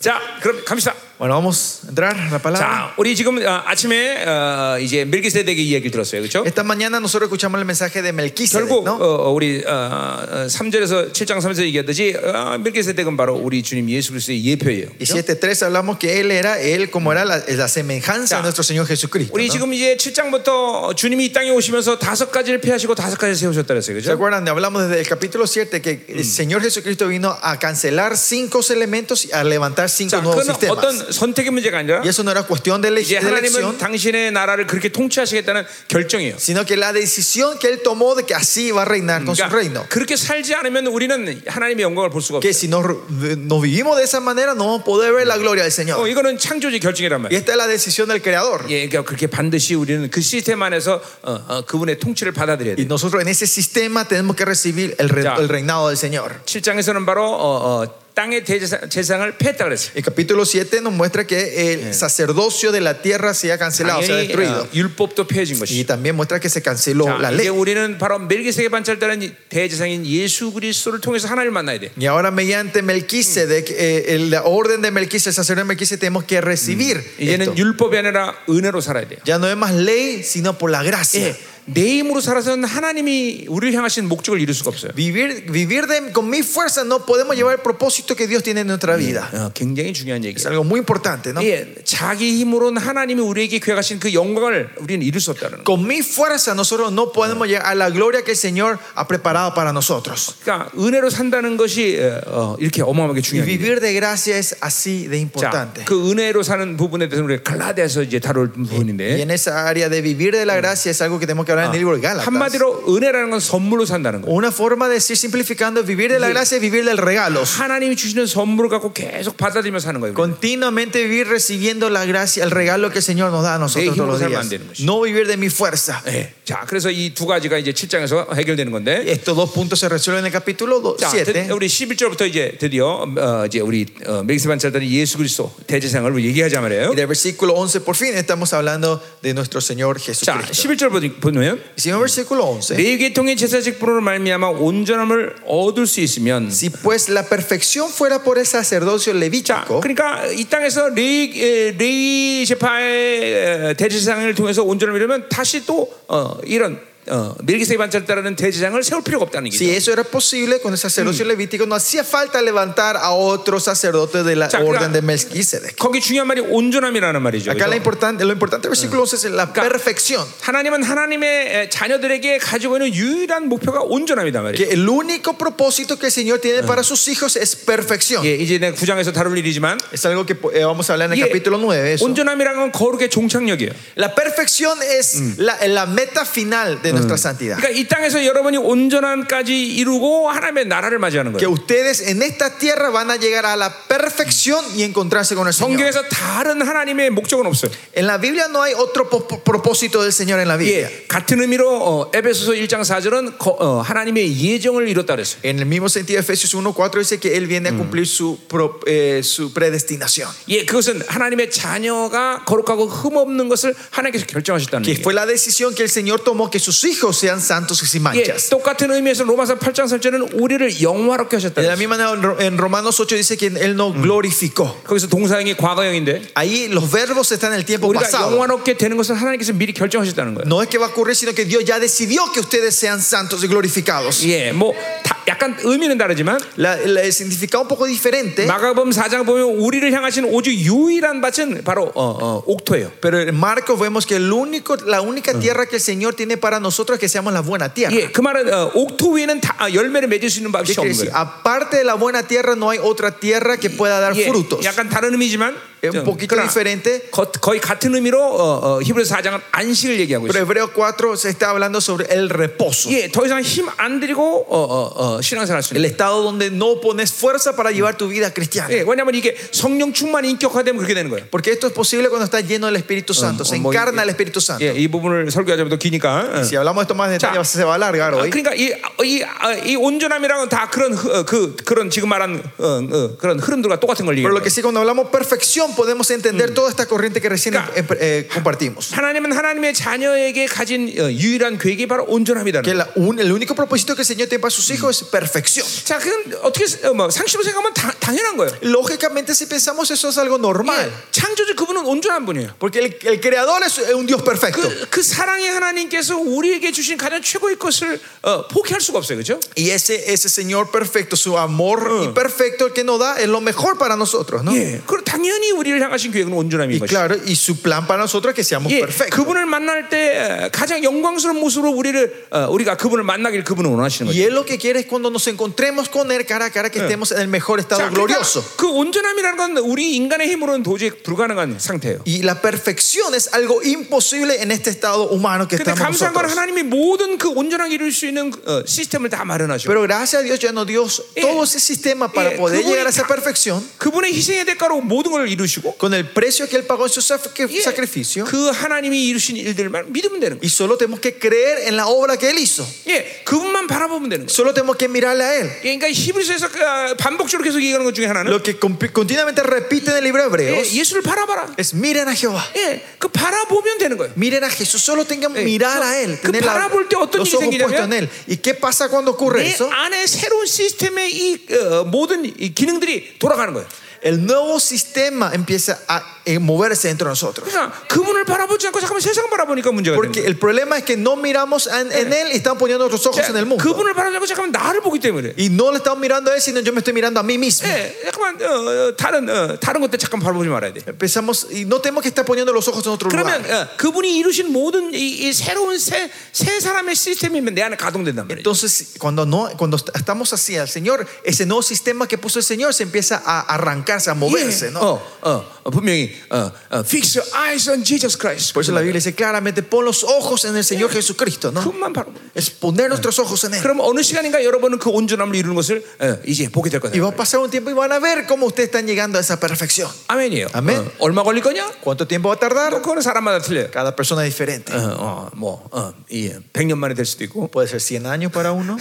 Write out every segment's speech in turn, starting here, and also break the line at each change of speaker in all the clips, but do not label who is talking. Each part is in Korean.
자, 그럼 갑시다.
Bueno, vamos a entrar en la palabra.
자, 우리 지금 아, 아침에 어, 이제 밀기세덱의 이야기를 들었어요, 그렇죠?
Esta mañana nosotros escuchamos el mensaje de Melquisedec,
결국
¿no?
어, 어, 우리 어, 어, 3절에서 7장 3에서 얘기했듯이 어, 밀기세덱은 바로 우리 주님 예수 그리스도의 예표예요.
Y 7.3 hablamos que él era, él como era la, la semejanza
Ya.
a nuestro Señor Jesucristo.
우리
¿no?
지금 이제 7장부터 주님이 이 땅에 오시면서 다섯 가지를 피하시고 다섯 가지를 세우셨다 그랬어요.
¿Se
그죠?
acuerdan? Hablamos desde el capítulo 7 que el Señor Jesucristo vino a cancelar cinco elementos y a levantar cinco
자,
nuevos
그건
sistemas.
어떤 선택의 문제가 아니라
Y eso no era cuestión de, ele-
이제
de
하나님은
elección,
당신의 나라를 그렇게 통치하시겠다는 결정이에요.
sino que la decisión que él tomó de que así va a reinar con su reino.
그러니까 그렇게 살지 않으면 우리는 하나님의 영광을 볼 수가
Que
없어요.
si no, no vivimos de esa manera, no vamos a poder ver la gloria del
어,
Señor.
이거는 창조주의 결정이란
Y
말이에요.
esta es la decisión del Creador.
예, 그러니까 그렇게 반드시 우리는 그 시스템 안에서 어, 어, 그분의 통치를 받아들여야
Y
돼요.
nosotros en ese sistema tenemos que recibir el, re-
Ya.
el reinado del Señor.
7장에서는 바로 어, 어, 땅의 대제사- 제사장을 폐했다 그랬어요.
El capítulo 7 nos muestra que el sacerdocio de la tierra se ha cancelado, se ha
당연히
destruido.
어, 율법도 폐해진 것이.
Y también muestra que se canceló
자,
la
이제
ley.
우리는 바로 멜기세의 반찰되는 대제사장인 예수 그리스도를 통해서 하나님을 만나야 돼.
Y ahora mediante Melquisedec, eh, el- la orden de Melquisedec, el sacerdote de Melquisedec, tenemos que recibir
이제는
esto.
율법이 아니라 은혜로 살아야 돼요.
Ya no es más ley, sino por la gracia.
예, 내 힘으로 살아서는 하나님이 우리를 향하신 목적을 이룰 수가 없어요.
Vivir, vivir de- con mi fuerza no podemos llevar el propósito que Dios tiene en nuestra vida.
어, 굉장히 중요한
Es
얘기예요.
algo muy importante, ¿no?
예, 자기 힘으로는 하나님이 우리에게 계획하신 그 영광을 우리는 이룰 수 없다는 거.
Con mi fuerza nosotros no podemos llegar a la gloria que el Señor ha preparado para nosotros.
그러니까 은혜로 산다는 것이 어, 어, 이렇게 어마어마하게
Y
중요한 얘기예요.
vivir de gracia es así de
자,
importante.
그 은혜로 사는 부분에 대해서 우리가 갈라디아서 이제 다룰
Y
부분인데
en esa área de vivir de la gracia es algo que tenemos que hablar en el libro de Gálatas.
한마디로 은혜라는 건 선물로 산다는 거예요.
Una forma de decir simplificando es vivir de la gracia es vivir del regalo.
하나님이 주시는 선물을 갖고 계속 받아들이며 사는 거예요.
Continuamente vivir recibiendo la gracia, el regalo que el Señor nos da a nosotros todos los días. No vivir de mi fuerza.
예. 자, 그래서 이 두 가지가 이제 7장에서 해결되는 건데.
Estos dos puntos se resuelven en el capítulo
자, 드-
7.
우리 11절부터 이제 드디어 어, 이제 우리 어, 멜기세반 찰단이 예수 그리스도 대제사장을 우리 얘기하자 말이에요.
Y del versículo 11, por fin estamos hablando de nuestro Señor
자,
Jesucristo.
11절 보면
Y Si en el versículo 11,
내 계통의 제사직 분으로 말미암아 온전함을 얻을 수 있으면
si pues la perfección fuera por el sacerdocio
자,
levítico,
그러니까 이 땅에서 레이 에, 레이 제파의 에, 대제사장을 통해서 온전함을 이루면 다시 또 어, 이런 어, 멜기세반 찰단이라는 대제사장을 세울 필요가 없다는 얘기죠.
si eso era posible con el sacerdocio levítico, no hacía falta levantar a otro sacerdote de la
Ya,
orden
claro.
de Melquisedec.
거기 중요한 말이 온전함이라는 말이죠.
Acá la
그죠?
importante, lo importante del versículo 11 es la perfección.
하나님은 하나님의 자녀들에게 가지고 있는 유일한 목표가 온전함이다 말이에요.
Que el único propósito que el Señor tiene para sus hijos es perfección.
예, 이제 내 구장에서 다룰 일이지만
Es algo que eh, vamos a hablar en el
이게
capítulo 9. eso.
온전함이라는 건 거룩의 종착역이에요.
La perfección es la, la meta final de nuestra santidad.
그러니까 이 땅에서 여러분이 온전함까지 이루고 하나님의 나라를 맞이하는
Que
거예요.
ustedes en esta tierra van a llegar a la perfección y encontrarse con el Señor.
성경에서 다른 하나님의 목적은 없어요.
En la Biblia no hay otro po- propósito del Señor en la Biblia.
예, 같은 의미로 어, 에베소서 1장 4절은 거, 어, 하나님의 예정을 이뤘다 그랬어요.
En el mismo sentido, Efesios 1.4 dice que Él viene a cumplir su, pro- eh, su predestinación.
예, 그것은 하나님의 자녀가 거룩하고 흠없는 것을 하나님께서 결정하셨다는
Que
얘기예요.
fue la decisión que el Señor tomó que sus hijos sean santos y sin
예,
manchas.
똑같은 의미에서 로마서 8장 3절은 우리를 영화롭게 하셨다.
De la
그랬어요.
misma manera, en Ro- en Romanos 8 dice que Él no glorificó.
거기서 동사형이 과거형인데
Ahí los verbos están en el tiempo
우리가
pasado.
영화롭게 되는 것을 하나님께서 미리 결정하셨다는 거예요.
No es que va a ocurrir, sino que Dios ya decidió que ustedes sean santos y glorificados.
예, 뭐 다- 약간 의미는 다르지만
La- la- el significado un poco diferente,
마가복음 4장 보면 우리를 향하신 오직 유일한 밭은 바로 어, 어, 옥토예요.
pero en Marcos vemos que el único, la única tierra que el Señor tiene para nosotros es que seamos la buena tierra.
예, 그 말은 어, 옥토 위에는 다, 아, 열매를 맺을 수 있는 밭이
¿Qué quiere
없는
decir?
거예요.
Aparte de la buena tierra, no hay otra tierra que pueda dar
예,
frutos.
약간 다른 의미지만
Es un
좀,
poquito
그러나
diferente.
거, 거의 같은 의미로 어, 어, 히브리서 4장은 안식을 얘기하고
Pero
있어요.
Hebreo 4 se está hablando sobre el reposo.
예, 더 이상 힘 안 들이고 어, 어, 어, 신앙생활 할수
El
있는.
estado donde no pones fuerza para llevar tu vida cristiana.
예, 왜냐하면 이게 성령 충만 인격화되면 그렇게 되는 거예요.
Porque esto es posible cuando está lleno del Espíritu Santo, se
뭐 이-
encarna el Espíritu Santo.
예, 이 bu분을 설교하자면 더 기니까. 어.
Si hablamos de esto más en detalle,
자,
se va a alargar
아,
hoy.
그러니까 이, 이, 아, 이 온전함이랑은 다 그런 흐- 어, 그 그런 지금 말한 어, 어, 그런 흐름들과 똑같은 걸 얘기해요.
Pero lo que sí, cuando hablamos perfección, visión podemos entender toda esta corriente que recién
Claro.
em- eh, compartimos.
하나님은 하나님의 자녀에게 가진 어, 유일한 계획이 바로 온전함이다.
Que la un- el único propósito que el Señor tiene para sus hijos es perfección.
자, 그건 어떻게 어, 뭐, 상식으로 생각하면 다- 당연한 거예요.
Lógicamente, si pensamos eso es algo normal.
예, 창조주 그분은 온전한 분이에요.
Porque el, el creador es un Dios perfecto.
그, 그 사랑의 하나님께서 우리에게 주신 가장 최고의 것을 어, 포기할 수가 없어요, 그렇죠?
Y ese, ese Señor perfecto, su amor y perfecto el que nos da, es lo mejor para nosotros, ¿no?
예, 그리고 당연히 우리를 향하신 계획은 온전함인
Y
것이죠.
claro, y su plan para nosotros es que seamos
예,
perfectos.
그분을 만날 때 어, 가장 영광스러운 모습으로 우리를 어, 우리가 그분을 만나길 그분은 원하시는 거죠.
Y Él lo que quiere es cuando nos encontremos con Él cara a cara, que estemos en el mejor estado
자, 그러니까
glorioso.
그 온전함이라는 건 우리 인간의 힘으로는 도저히 불가능한 상태예요.
Y la perfección es algo imposible en este estado humano que
근데
estamos
감사한 건
nosotros.
하나님이 모든 그 온전하게 이룰 수 있는 어, 시스템을 다 마련하셔.
Pero gracias a Dios ya nos dio todo ese sistema para
Eh,
poder
그분이
llegar a esa
다-
perfección
그분의 희생의 대가로 모든 걸 이루시고
con el precio que Él pagó en su sac-
예,
sacrificio.
그 하나님이 이루신 일들만 믿으면 되는 거예요.
Y solo tenemos que creer en la obra que Él hizo.
예, 그분만 바라보면 되는 거예요.
Solo tenemos que mirarle a Él.
예, 그러니까 히브리서에서 그, 아, 반복적으로 계속 얘기하는 것 중에 하나는
Lo que compi- continuamente repite en el libro de
예,
Hebreos
예수를 바라봐라.
es miren a Jehová.
예, 그 바라보면 되는 거예요.
Miren a Jesús, solo tengan
Eh,
mirar
no,
a Él,
que
tener la-
para volteo, 어떤
los
일이
ojos
생기냐면,
puestos en Él. ¿Y qué pasa cuando ocurre
내
eso?
안에 새로운 시스템의 이 어, 모든 이 기능들이 돌아가는 거예요.
El nuevo sistema empieza a eh, moverse dentro de nosotros.
그러니까 그분을 바라보지 않고 잠깐만 세상 바라보니까 문제가 되는
Porque
거예요.
el problema es que no miramos en, en Él y estamos poniendo nuestros ojos
자,
en el mundo.
그분을 바라보지 않고 잠깐만 나를 보기 때문에.
Y no le estamos mirando a Él, sino yo me estoy mirando a mí mismo.
예, 잠깐만 어, 어, 다른 어, 다른 것들 잠깐 바라보지 말아야 돼.
Empezamos y no tenemos que estar poniendo los ojos en otro
그러면 어,
lugar.
그분이 이루신 모든 이, 이 새로운 새, 새 사람의 시스템이 내 안에 가동된단 말이죠.
Entonces, cuando, no, cuando est- estamos así al Señor, ese nuevo sistema que puso el Señor se empieza a arrancarse, a moverse.
예,
¿no?
어, 어, 어, 분명히 어, 어, fix your eyes on Jesus Christ.
Por eso la Biblia dice claramente, pon los ojos en el Señor Jesucristo, ¿no?
그분만 바라보.
Es poner nuestros ojos en Él.
그럼 어느 시간인가 여러분은 그 온전함을 이루는 것을 어, 이제 보게 될
Y
거다.
va a pasar un tiempo y van a ver cómo ustedes están llegando a esa perfección.
아멘이에요.
아멘.
어, 얼마 걸릴 거냐?
¿Cuánto tiempo va a tardar?
또 그거는 사람마다 틀려요.
Cada persona es diferente.
어, 어, 뭐, 어, 예, 100년 만에 될 수도 있고.
Puede ser 100 años para uno.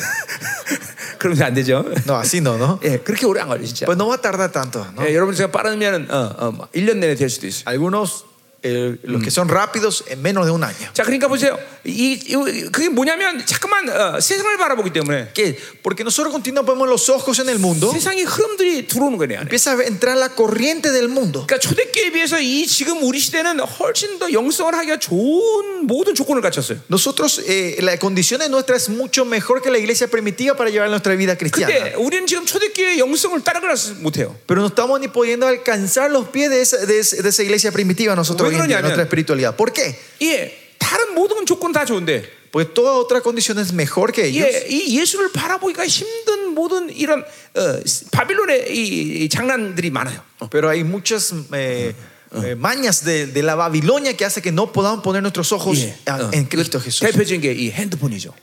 그러면 안 되죠.
No, así no, ¿no?
예, 그렇게 오래 안 걸려, 진짜.
Pues no va a tardar tanto, ¿no?
예, 여러분 제가 빠르면 어, 어, 뭐 1년 내내 될 수도 있어요.
Algunos, eh, los que son rápidos, en menos de un año.
자, 그러니까 보세요. 이, 이- 그게 뭐냐면 자꾸만 어, 세상을 바라보기 때문에
¿Qué? Porque nosotros continuamente ponemos los ojos en el mundo.
세상의 흐름들이 들어오는 거네 안에.
Empieza a entrar la corriente del mundo.
그러니까 초대교회에 비해서 이 지금 우리 시대는 훨씬 더 영성을 하기가 좋은 모든 조건을 갖췄어요.
Nosotros, eh, la condición de nuestra es mucho mejor que la iglesia primitiva para llevar nuestra vida cristiana.
근데 우리는 지금 초대교회의 영성을 따라가지 못해요.
Pero no estamos ni pudiendo alcanzar los pies de esa, de esa- de esa iglesia primitiva nosotros
Bueno,
hoy en día,
ya, ya.
nuestra espiritualidad. ¿Por qué?
예, 다른 모든 조건 다 좋은데
Porque toda otra condición es mejor que ellos.
예, 이 예수를 바라보기가 힘든 모든 이런 어, 바빌론의 이, 이 장난들이 많아요.
Pero hay muchas eh, eh, mañas de, de la Babilonia que hace que no podamos poner nuestros ojos
예,
a-
어.
en Cristo Jesús.
대표적인 게 이 핸드폰이죠.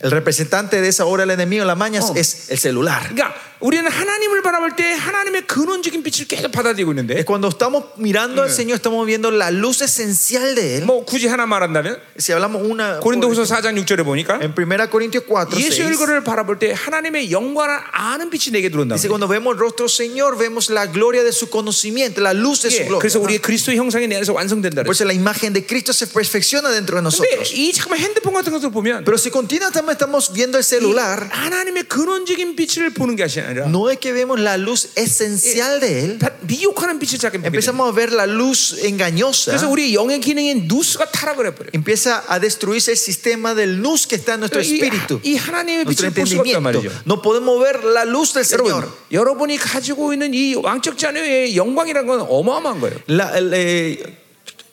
El representante de esa obra del enemigo, las mañas,
Oh.
es el celular.
그러니까 우리는 하나님을 바라볼 때 하나님의 근원적인 빛을 계속 받아들이고
Es
있는데
cuando estamos mirando al Señor, estamos viendo la luz esencial de Él.
뭐 굳이 하나 말한다면
Si hablamos una.
고린도후서 4장 6절에 보니까
En 1 Corintios 4,
예수
6,
일거를 바라볼 때 하나님의 영광을 아는 빛이 내게 들어온다.
dice: Cuando vemos el rostro del Señor, vemos la gloria de su conocimiento, la luz de su
예,
gloria.
그래서
¿no?
우리의 그리스도의 형상이 내 안에서 완성된다.
Por
그랬어요.
eso la imagen de Cristo se perfecciona dentro de
근데
nosotros.
이 잠깐만 핸드폰 같은 것을 보면
Pero si continuamente estamos viendo el
이
celular,
하나님의 근원적인 빛을 보는 게 아니라
no es que vemos la luz esencial de Él,
다 미혹하는 빛을 자꾸 보게 돼요.
empezamos a ver la luz engañosa.
그래서 우리 영의 기능인 누스가 타락을 해버려요.
Empieza a destruirse el sistema de luz que está en nuestro
이,
espíritu,
이 하나님의
nuestro
빛을 볼 수가 없단
entendimiento.
말이죠.
No podemos ver la luz del
여러분,
Señor.
여러분이 가지고 있는 이 왕적 자녀의 영광이라는 건 어마어마한 거예요.
La, el, eh,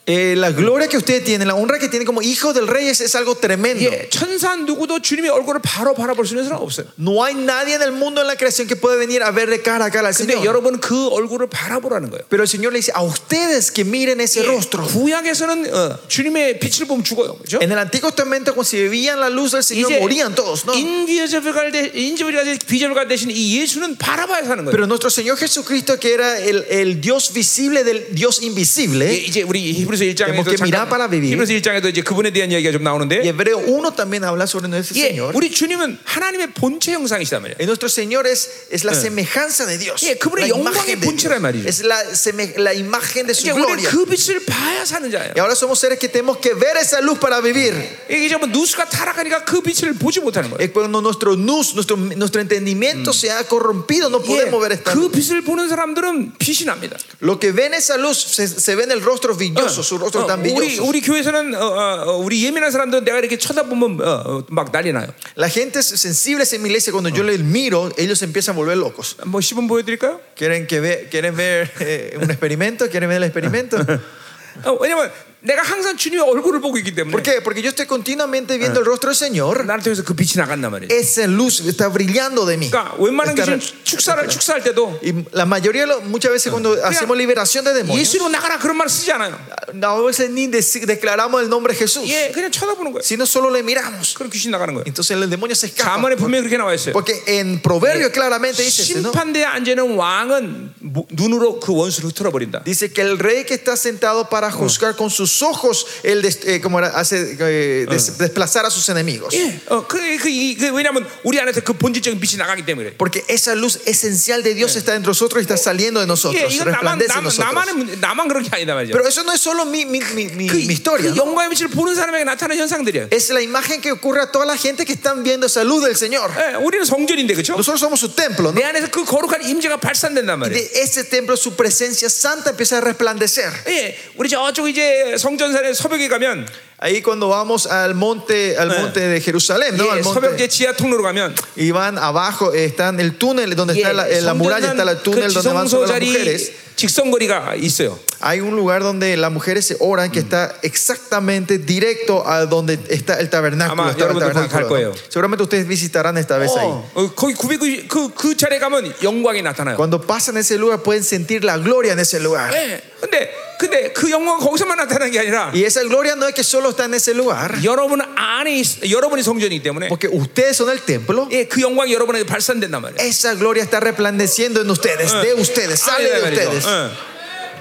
eh, la gloria que usted tiene, la honra que tiene como hijo del rey es, es algo tremendo.
예, 천사 누구도 주님의 얼굴을 바로 바라볼 수 있는 사람 없어요.
No hay nadie en el mundo en la creación que pueda venir a ver de cara a cara al
근데
Señor.
여러분 그 얼굴을 바라보라는 거예요.
Pero el Señor le dice a ustedes que miren ese rostro.
구약에서는 어, 주님의 빛을 보면 죽어요. 그죠?
En el Antiguo Testamento, cuando se bebían la luz del Señor,
이제
morían todos, ¿no?
인비저블가 대- 인지불가 대- 비저블가 대신 이 예수는 바라봐야 사는 거예요.
Pero nuestro Señor Jesucristo, que era el, el Dios visible del Dios
예,
invisible,
이제 우리 히브리서 1장에도
tenemos que mirar para vivir.
히브리서 1장에도 이제 그분에 대한 이야기가 좀
Y
나오는데
Hebreo 1 también habla sobre nuestro
예,
Señor.
우리 주님은 하나님의 본체 형상이시단 말이에요.
Eh, Nuestro Señor es, es la semejanza de Dios.
예, 그분의
La
영광의
imagen de
본체란
Dios.
말이죠.
Es la, seme- la imagen de su
이제 우리는
gloria.
그 빛을 봐야 사는 자예요.
Y ahora somos seres que tenemos que ver esa luz para vivir.
이게 이제 뭐 누수가 타락하니까 그 빛을 보지 못하는 거예요.
Es cuando nuestro nus, nuestro, nuestro entendimiento se ha corrompido, no
예,
podemos ver esta
그
luz.
빛을 보는 사람들은 빛이 납니다.
Lo que ven esa luz se, se ve en el rostro villoso, su
어,
rostro tan
우리
villoso.
우리 교회에서는 어, 어, 어, 우리 예민한 사람들은 내가 이렇게 쳐다보면 어, 어, 막 난리 나요.
La gente sensible en mi iglesia, cuando yo les miro, ellos se empiezan a volver locos.
뭐 시범 보여드릴까요?
¿Quieren, que ve, quieren ver eh, un experimento? ¿Quieren ver el experimento?
어, 왜냐면 내가 항상 주님의 얼굴을 보고 있기 때문에
¿Por qué? Porque yo estoy continuamente viviendo el rostro del Señor.
나를 통해서 그 빛이 나간단 말이에요.
Esa luz está brillando de mí.
그러니까 웬만한
Está-
귀신 축사를 축사할 때도
y la mayoría, de lo- muchas veces cuando hacemos liberación de demonios,
예수로 나가라 그런 말 쓰지 않아요.
a veces ni dec- declaramos el nombre de Jesús,
예, 그냥 쳐다보는 거예요.
sino solo le miramos.
그럼 귀신 나가는 거예요.
Entonces el demonio se escapa.
자문에 분명히 그렇게 나와 있어요.
Porque en Proverbio claramente dice, esto, ¿no?
심판대에 앉아있는 왕은 모- 눈으로 그 원수를 흩어버린다.
dice que el rey que está sentado para juzgar con sus ojos, él des- eh, como era, hace eh, des- desplazar a sus enemigos.
예, 어, 그, 그, 이- 그 왜냐하면 우리 안에서 그 본질적인 빛이 나가기 때문에. 그래.
Porque esa luz esencial de Dios está entre nosotros y está saliendo de
예,
nosotros,
이건 나만
resplandece en
나만
nosotros.
나만의 문제- 나만 그런 게 아니다 말이죠.
Pero eso no es solo mi, mi, mi, mi-
그, 예.
mi historia.
그
¿no?
영광의 빛을 보는 사람에게 나타나는 현상들이야.
Es la imagen que ocurre a toda la gente que están viendo esa luz del Señor.
예, 우리는 성전인데 그렇죠?
Nosotros somos su templo, ¿no?
내 안에서 그 거룩한 임재가 발산된단 말이에요.
De ese templo su presencia santa empieza a resplandecer.
예, 우리 저쪽 이제 성전산에 서벽에 가면
Ahí cuando vamos al monte, al monte de Jerusalén, ¿no?
예,
Al
서벽제
monte,
지하 통로로 가면 예,
y van abajo, está en el túnel donde está la, en la muralla, está el túnel donde van
그 지성소
sobre las mujeres.
자리 직선거리가 있어요.
Hay un lugar donde las mujeres se oran que está exactamente directo a donde está el tabernáculo.
Ama,
estaba el
여러분들 거기
tabernáculo,
갈
¿no?
거예요.
Seguramente ustedes visitarán esta vez ahí.
어, 어, 거기 990 그, 그 차례 가면 영광이 나타나요.
Cuando pasan ese lugar pueden sentir la gloria en ese lugar.
예, 근데 근데 그 영광 거기서만 나타나는 게 아니라
Y esa gloria no es que solo está en ese lugar,
여러분 안에 있- 여러분이 성전이기 때문에
porque ustedes son el templo.
예, 그 영광이 여러분에게 발산된단 말이에요.
Esa gloria está resplandeciendo en ustedes, de ustedes, sale de
안에다 말이죠.
ustedes.
예.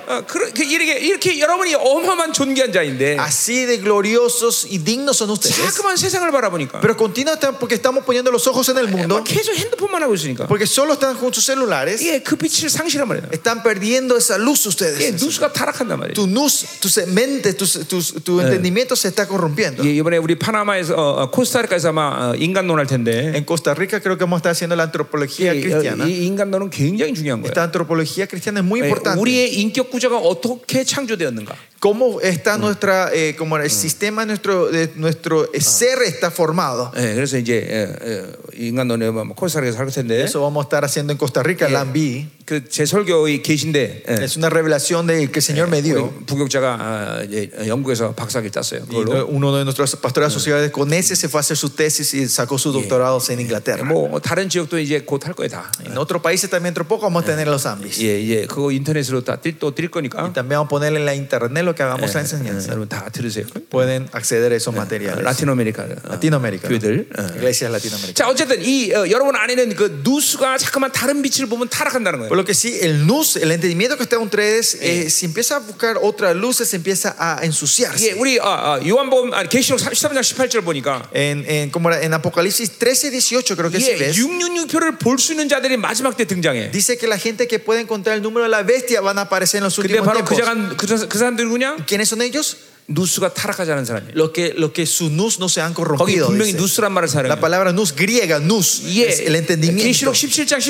어, 그러- 그, 이렇게 이렇게 여러분이 어마어마한 존귀한 자인데
Así de gloriosos y dignos son ustedes.
자꾸만 세상을 바라보니까
Pero continúa porque estamos poniendo los ojos en el mundo,
막 계속 핸드폰만 하고 있으니까
porque solo están con sus celulares,
예, 그 빛을 상실한 말이에요.
están perdiendo esa luz
예,
ustedes.
누수가 타락한단 말이에요.
Tu luz, tu se- mente, tu, tu, tu entendimiento se está corrompiendo.
예, 이번에 우리 파나마에서 어, 어, 코스타리카에서 아마 어, 인간론 할 텐데
En Costa Rica creo que vamos a estar haciendo la antropología
이,
cristiana.
이 인간론은 굉장히 중요한 거예요.
Esta antropología cristiana es muy
예,
importante.
우리의 인격 구조가 어떻게 창조되었는가?
¿Cómo está nuestra, eh, como el sistema de nuestro, de nuestro eh, ser está formado?
예, 그래서 이제 예, 예, 인간론에 아마 코스타리카에서 할 텐데
Eso vamos a estar haciendo en Costa Rica, Lambí.
그 제 설교의 계신데 예,
Es una revelación de, que el Señor me dio.
우리 부격자가 아, 이제 영국에서 박사학위 땄어요.
Y eh,
그걸로
uno de nuestros pastores asociados con ese se fue a hacer su tesis y sacó sus doctorados en Inglaterra.
뭐 다른 지역도 이제 곧 할 거예요 다.
En otros países también, dentro de poco, vamos a tener los ambis.
예, 예, 그거 인터넷으로 다또뛸 거니까
También vamos a poner en la internet lo que hagamos la
예,
enseñanza.
여러분 다 들으세요. 어,
Pueden acceder a esos materiales.
라틴 아메리카, 어,
Latinoamérica.
교회들. 어.
Iglesias latinoamericanas.
자 어쨌든 이 어, 여러분 안에는 그 누수가 자꾸만 다른 빛을 보면 타락한다는 거예요.
Por lo que sí, el luz, el entendimiento que está en ustedes, eh, si empieza a buscar otras luces, se empieza a ensuciarse.
예, 우리 어, 어, 요한복음 아니 계시록 13장 18절 보니까
En, en, ¿cómo era? En Apocalipsis 13, 18, creo que sí
예,
ves.
666표를 볼 수 있는 자들이 마지막 때 등장해.
Dice que la gente que puede encontrar el número de la bestia van a aparecer en los
근데
últimos
바로 그,
tiempos.
자간, 그, 사- 그 사람들이 누구냐?
¿Quiénes son ellos?
누수가 타락하지 않은 사람이에요.
Los que, los que sus nus no se han
거기
corrompido.
분명히
dice.
누수란 말을
La
사용해요.
palabra nus griega, nus,
예,
es el entendimiento.
계시록 17장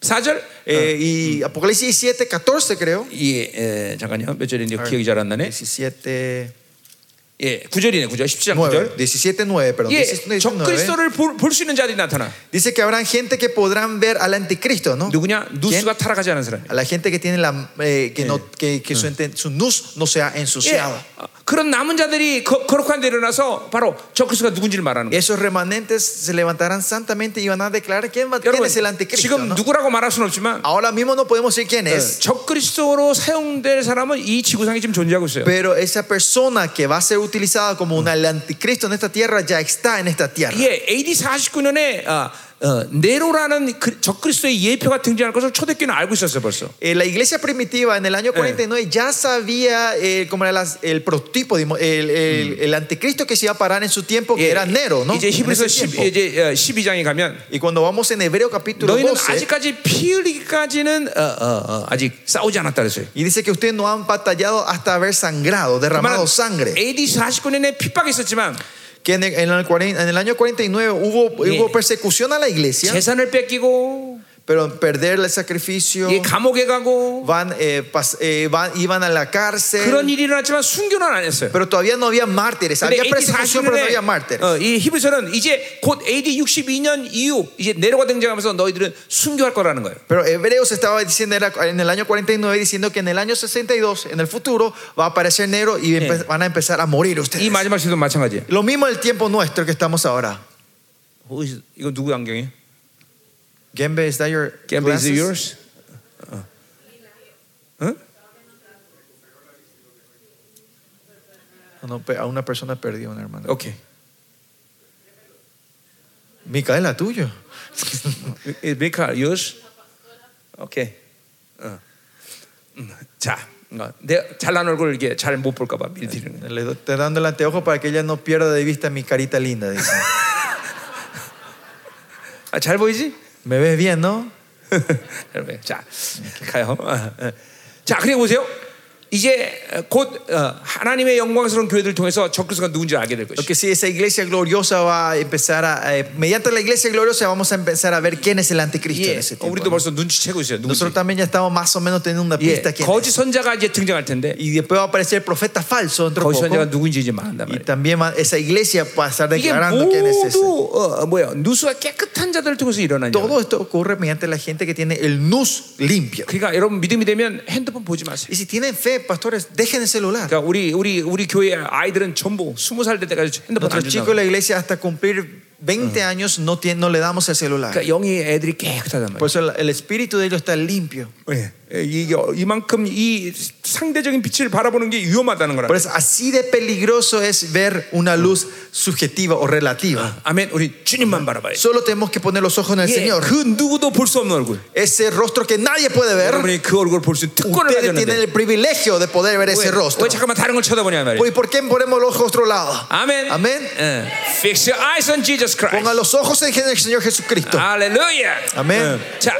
14절
Eh, y Apocalipsis 17, 14 creo.
예, 예, 잠깐요. 몇 절인지 기억이 잘
¿Eh?
안 나네.
17,
예, 9절이네. 9절. 17장
9,
9절.
17, 9, perdón.
예,
17, 9.
적그리스도를 볼 수 있는 자들이 나타나.
Dice que habrán gente que podrán ver al anticristo, ¿no?
누구냐?
¿Quién?
누수가 타락하지 않은 사람.
A la gente que tiene la eh, que no que, que su, enten- su nus no sea
예,
ensuciado.
어, 그런 남은 자들이 거, 거룩한 데 일어나서 바로 적그리스도가 누군지를 말하는 거예요.
Esos remanentes se levantarán santamente y van a declarar quién, va- quién
여러분
es el anticristo.
지금
¿no?
누구라고 말할 수는 없지만 어,
Ahora mismo no podemos decir
Ah.
quién es,
적그리스도로 사용될 사람은 이 지구상에 지금 존재하고 있어요.
pero esa persona que va a ser utilizada como un anticristo en esta tierra ya está en esta tierra.
예, AD 49년에 아, 어, 네로라는 그, 적그리스도의 예표가 등장할 것을 초대교는 알고 있었어 벌써.
Eh, la iglesia primitiva en el año 49 ya sabía eh, cómo era las- el prototipo, digamos, el, el- el anticristo que se iba a parar en su tiempo,
Eh,
que era Nero, ¿no?
예, 이제
En
히브리서
ese
10,
tiempo.
이제 어, 12장에 가면
Y cuando vamos en Hebreo capítulo
너희는
12,
아직까지 피 흘리기까지는 어, 어, 어, 아직 싸우지 않았다 그랬어요.
y dice que ustedes no han batallado hasta haber sangrado, derramado sangre.
AD 49년에 핍박이 있었지만
Que en el, en el cuaren- en el año 49 hubo,
Yeah.
hubo persecución a la iglesia,
재산을 뺏기고
pero perder el sacrificio,
예, 감옥에 가고
van, eh, pas- eh, van- iban a la
그런
cárcel,
일이 일어났지만 순교는 안 했어요.
pero todavía no había mártires.
근데
Había
AD
persecución, pero no había
49년에
mártires.
어, 이 히브리서는 이제 곧 AD 62년 이후 이제 내로가 등장하면서 너희들은 순교할 거라는 거예요.
Pero Hebreos estaba diciendo era en el año 49 diciendo que en el año 62, en el futuro, va a aparecer Nero y empe- van a empezar a morir
이
ustedes.
마지막 시도 마찬가지예요.
Lo mismo el tiempo nuestro que estamos ahora.
어, 이거 누구 안경이?
Gembe, is that your
Gambe is
glasses?
yours?
No, no, pe- a una persona perdió una hermana.
오케이.
Micaela, tuyo.
Is Mika yours? 오케이. 어. 음, 자, 어, 내 잘난 얼굴 이게 잘 못 볼까 봐 밀리는.
Le do- te dando el anteojo para que ella no pierda de vista mi carita linda. dice.
아, 잘 보이지?
Me ves bien, ¿no?
여러분, 자, 가요. 어, 어. 자, 그리고 보세요. 이제 어, 곧 어, 하나님의 영광스러운 교회들 을 통해서 적그리스도가 누군지 알게 될
Lo
것이죠.
que sí, esa iglesia gloriosa va a empezar a. eh, mediante la iglesia gloriosa vamos a empezar a ver quién es el anticristo en
예,
ese tiempo,
우리도
¿no?
벌써 눈치채고 있어요. 누군지.
Nosotros también ya estamos más o menos teniendo una
예,
pista quién es.
거짓 선자가 이제 등장할 텐데
Y después va a aparecer el profeta falso dentro de
거짓 선자가
poco.
누군지 이제 말한단
Y
말이에요.
también va- esa iglesia va a estar
이게
declarando quién es ese.
모두 어, 뭐야 누수가 깨끗한 자들을 통해서 일어난 일.
Todo esto ocurre mediante la gente que tiene el nus limpio.
그러니까 여러분 믿음이 되면 핸드폰 보지 마세요.
Y si tienen fe, pastores, dejen el celular.
그러니까 우리 우리 우리 교회 아이들은 전부 스무 살 될 때까지 핸드폰 안
Nuestros chicos
준다고.
de la iglesia hasta cumplir 20 años no, tiene- no le damos el celular.
그러니까 영이 애들이 깨끗하단
Por
말이에요.
eso el, el espíritu de ellos está limpio.
예, 이게 이만큼 이 상대적인 빛을 바라보는 게 위험하다는 거라.
Por eso así de peligroso es ver una luz subjetiva o relativa.
아멘. 우리 주님만 바라봐요.
Solo tenemos que poner los ojos en el
예,
Señor.
그 누구도 볼 수 없는 얼굴.
Ese rostro que nadie puede ver.
여러분이 그 얼굴 볼 수 있는 특권을
Ustedes tienen
가졌는데
el privilegio de poder ver ese
왜,
rostro.
왜 잠깐만 다른 걸 쳐다보냐 말이에요.
¿Y por qué ponemos los ojos a otro lado?
아멘.
Amén.
예. Fix your eyes on Jesus Christ.
Pongan los ojos en el Señor
그렇죠. Ah.
Jesucristo.
할렐루야.
아멘.
어, 자,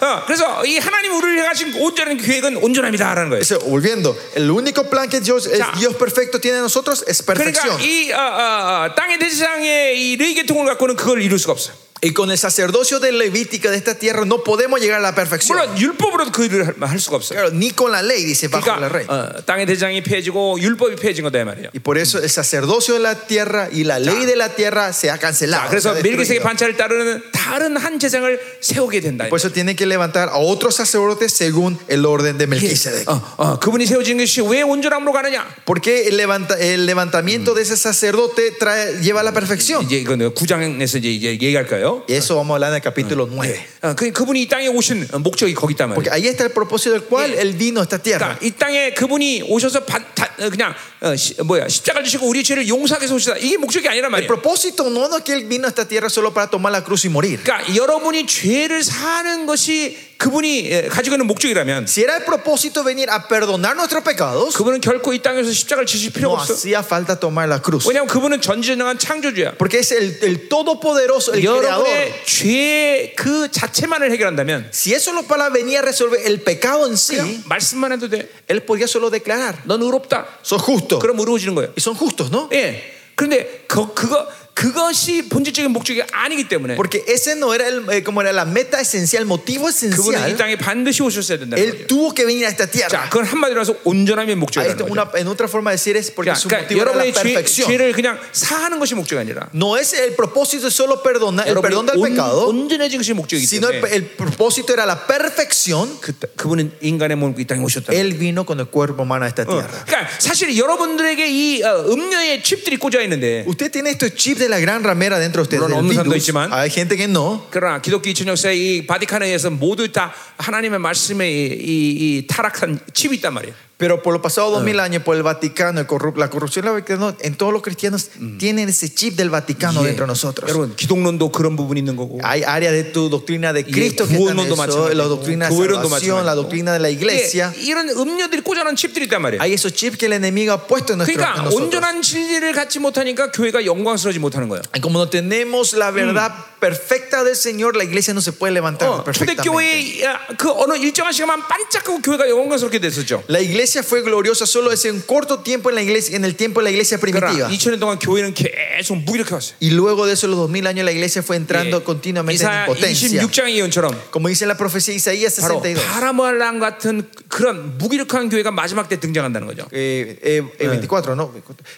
어, 그래서 이 하나님 우리를 향하신 온전한 계획은 온전함이다라는 거예요.
Dice, volviendo, el único plan que Dios, es
Ya.
Dios perfecto tiene en nosotros es
그러니까
perfección.
이 어, 어, 어, 땅의 대지상의 이 레이계통을 갖고는 그걸 이룰 수가 없어. 요
Y con el sacerdocio de Levítica de esta tierra no podemos llegar a la perfección.
물론 율법으로도 그 일을 할, 할 수가 없어. 요
Claro, ni con la ley, dice bajo la ley.
그러니까 어, 땅의 대지상이 폐해지고 율법이 폐해진 거다 이 말이에요.
Y por eso el sacerdocio de la tierra y la ley de la tierra se ha cancelado. se ha
그래서 밀기세의
destruido.
반차를 따르는 다른 한 재상을 세우게 된다. 이
Por eso tienen que levantar a otros sacerdotes según el orden de Melquisedec.
말이에요. 어, 어, 그분이 세워진 것이 왜 온전함으로 가느냐?
Porque el, levanta- el levantamiento de ese sacerdote trae, lleva a la perfección.
이제 이건 구장에서 이제, 이제 얘기할까요?
Y eso vamos a hablar en el capítulo 9.
어, 그, 그분이 이 땅에 오신 목적이 거기 있단 말이에요.
Porque ahí está el propósito del cual
Yeah.
él vino a esta tierra.
그러니까 이 땅에 그분이 오셔서 바, 다, 어, 그냥 어, 시, 뭐야 십자가를 지시고 우리 죄를 용서하게 해서 오시다 이게 목적이 아니란
El
말이에요.
propósito no es que él vino a esta tierra solo para tomar la cruz y morir.
그러니까 여러분이 죄를 사는 것이 그분이 예, 가지고 있는 목적이라면
Si era el propósito venir a perdonar nuestros pecados,
그분은 결코 이 땅에서 십자가를 지실 필요가
no
없어.
hacía falta tomar la cruz.
왜냐하면 그분은 전지전능한 창조주야.
Porque es el, el todopoderoso, el creador.
여러분의 죄 그 자체만을 해결한다면
Si eso solo para venir a resolver el pecado en
그냥
sí,
말씀만 해도 돼.
él podía solo declarar:
넌 의롭다.
Son justos.
그럼 의로워지는 거예요.
Y son justos, ¿no?
예. 그런데 그, 그거 그것이 본질적인 목적이 아니기 때문에
Porque ese no era el, eh, como era la meta esencial, motivo
그분은 이
esencial.
땅에 반드시 오셨어야 된다는 거예요.
Él tuvo que venir a esta
자,
tierra.
그건 한마디로 해서 온전함이
A
목적이라는
esto,
거죠.
una- en otra forma de decir es porque su
그러니까
motivo era la
여러분의 죄,
perfección.
죄를 그냥 사하는 것이 목적이 아니라
No es el propósito solo perdonar, el perdón del
여러분이
pecado,
온, 온전해진 것이 목적이기
sino el,
때문에
el propósito era la perfección.
그, 그분은 인간의 몸으로 이 땅에 오셨다.
Él vino con el cuerpo humano a esta tierra.
그러니까 사실 여러분들에게 이 어, 음료의 칩들이 꽂아 있는데
Usted tiene estos chips de la gran ramera dentro de ustedes.
물론
del
없는 사람도
virus.
있지만.
hay gente que no.
그러나 기독교 이천 역사의 이 바티칸에 의해서 모두 다 하나님의 말씀에 이, 이- 이 타락한 칩이 있단 말이에요.
Pero por los pasados dos mil años, por el Vaticano, el corrup- la corrupción del Vaticano, en todos los cristianos tienen ese chip del Vaticano
예.
dentro de nosotros.
여러분 기독론도 그런 부분이 있는 거고.
Hay áreas de tu doctrina de Cristo que están en
구원론도
eso,
마찬가지고
la doctrina de
교회론도
salvación, la
마찬가지고
doctrina de la iglesia.
예, 이런 음료들이 꽂아놓은 칩들이 있단 말이에요.
Hay esos chips que el enemigo ha puesto en, nuestro, en
그러니까
nosotros.
온전한 진리를 갖지 못하니까 교회가 영광스러지 못하는 거예요.
Y Como no tenemos la verdad perfecta del Señor, la iglesia no se puede levantar
어,
perfectamente.
초대교회의 아, 그 어느 일정한 시간만 반짝하고 교회가 영광스럽게 됐었죠.
La iglesia fue gloriosa solo ese un corto tiempo en la iglesia, en el tiempo de la iglesia primitiva.
그러나 2000년 동안 교회는 계속 무기력해 왔어요.
Y luego de eso, los 2000 años, la iglesia fue entrando
예,
continuamente en
이사야
impotencia.
26장의 예언처럼
Como dice la profecía de Isaías
바로
62.
파라말랑 같은 그런 무기력한 교회가 마지막 때 등장한다는 거죠.
eh, eh, eh, 24, ¿no?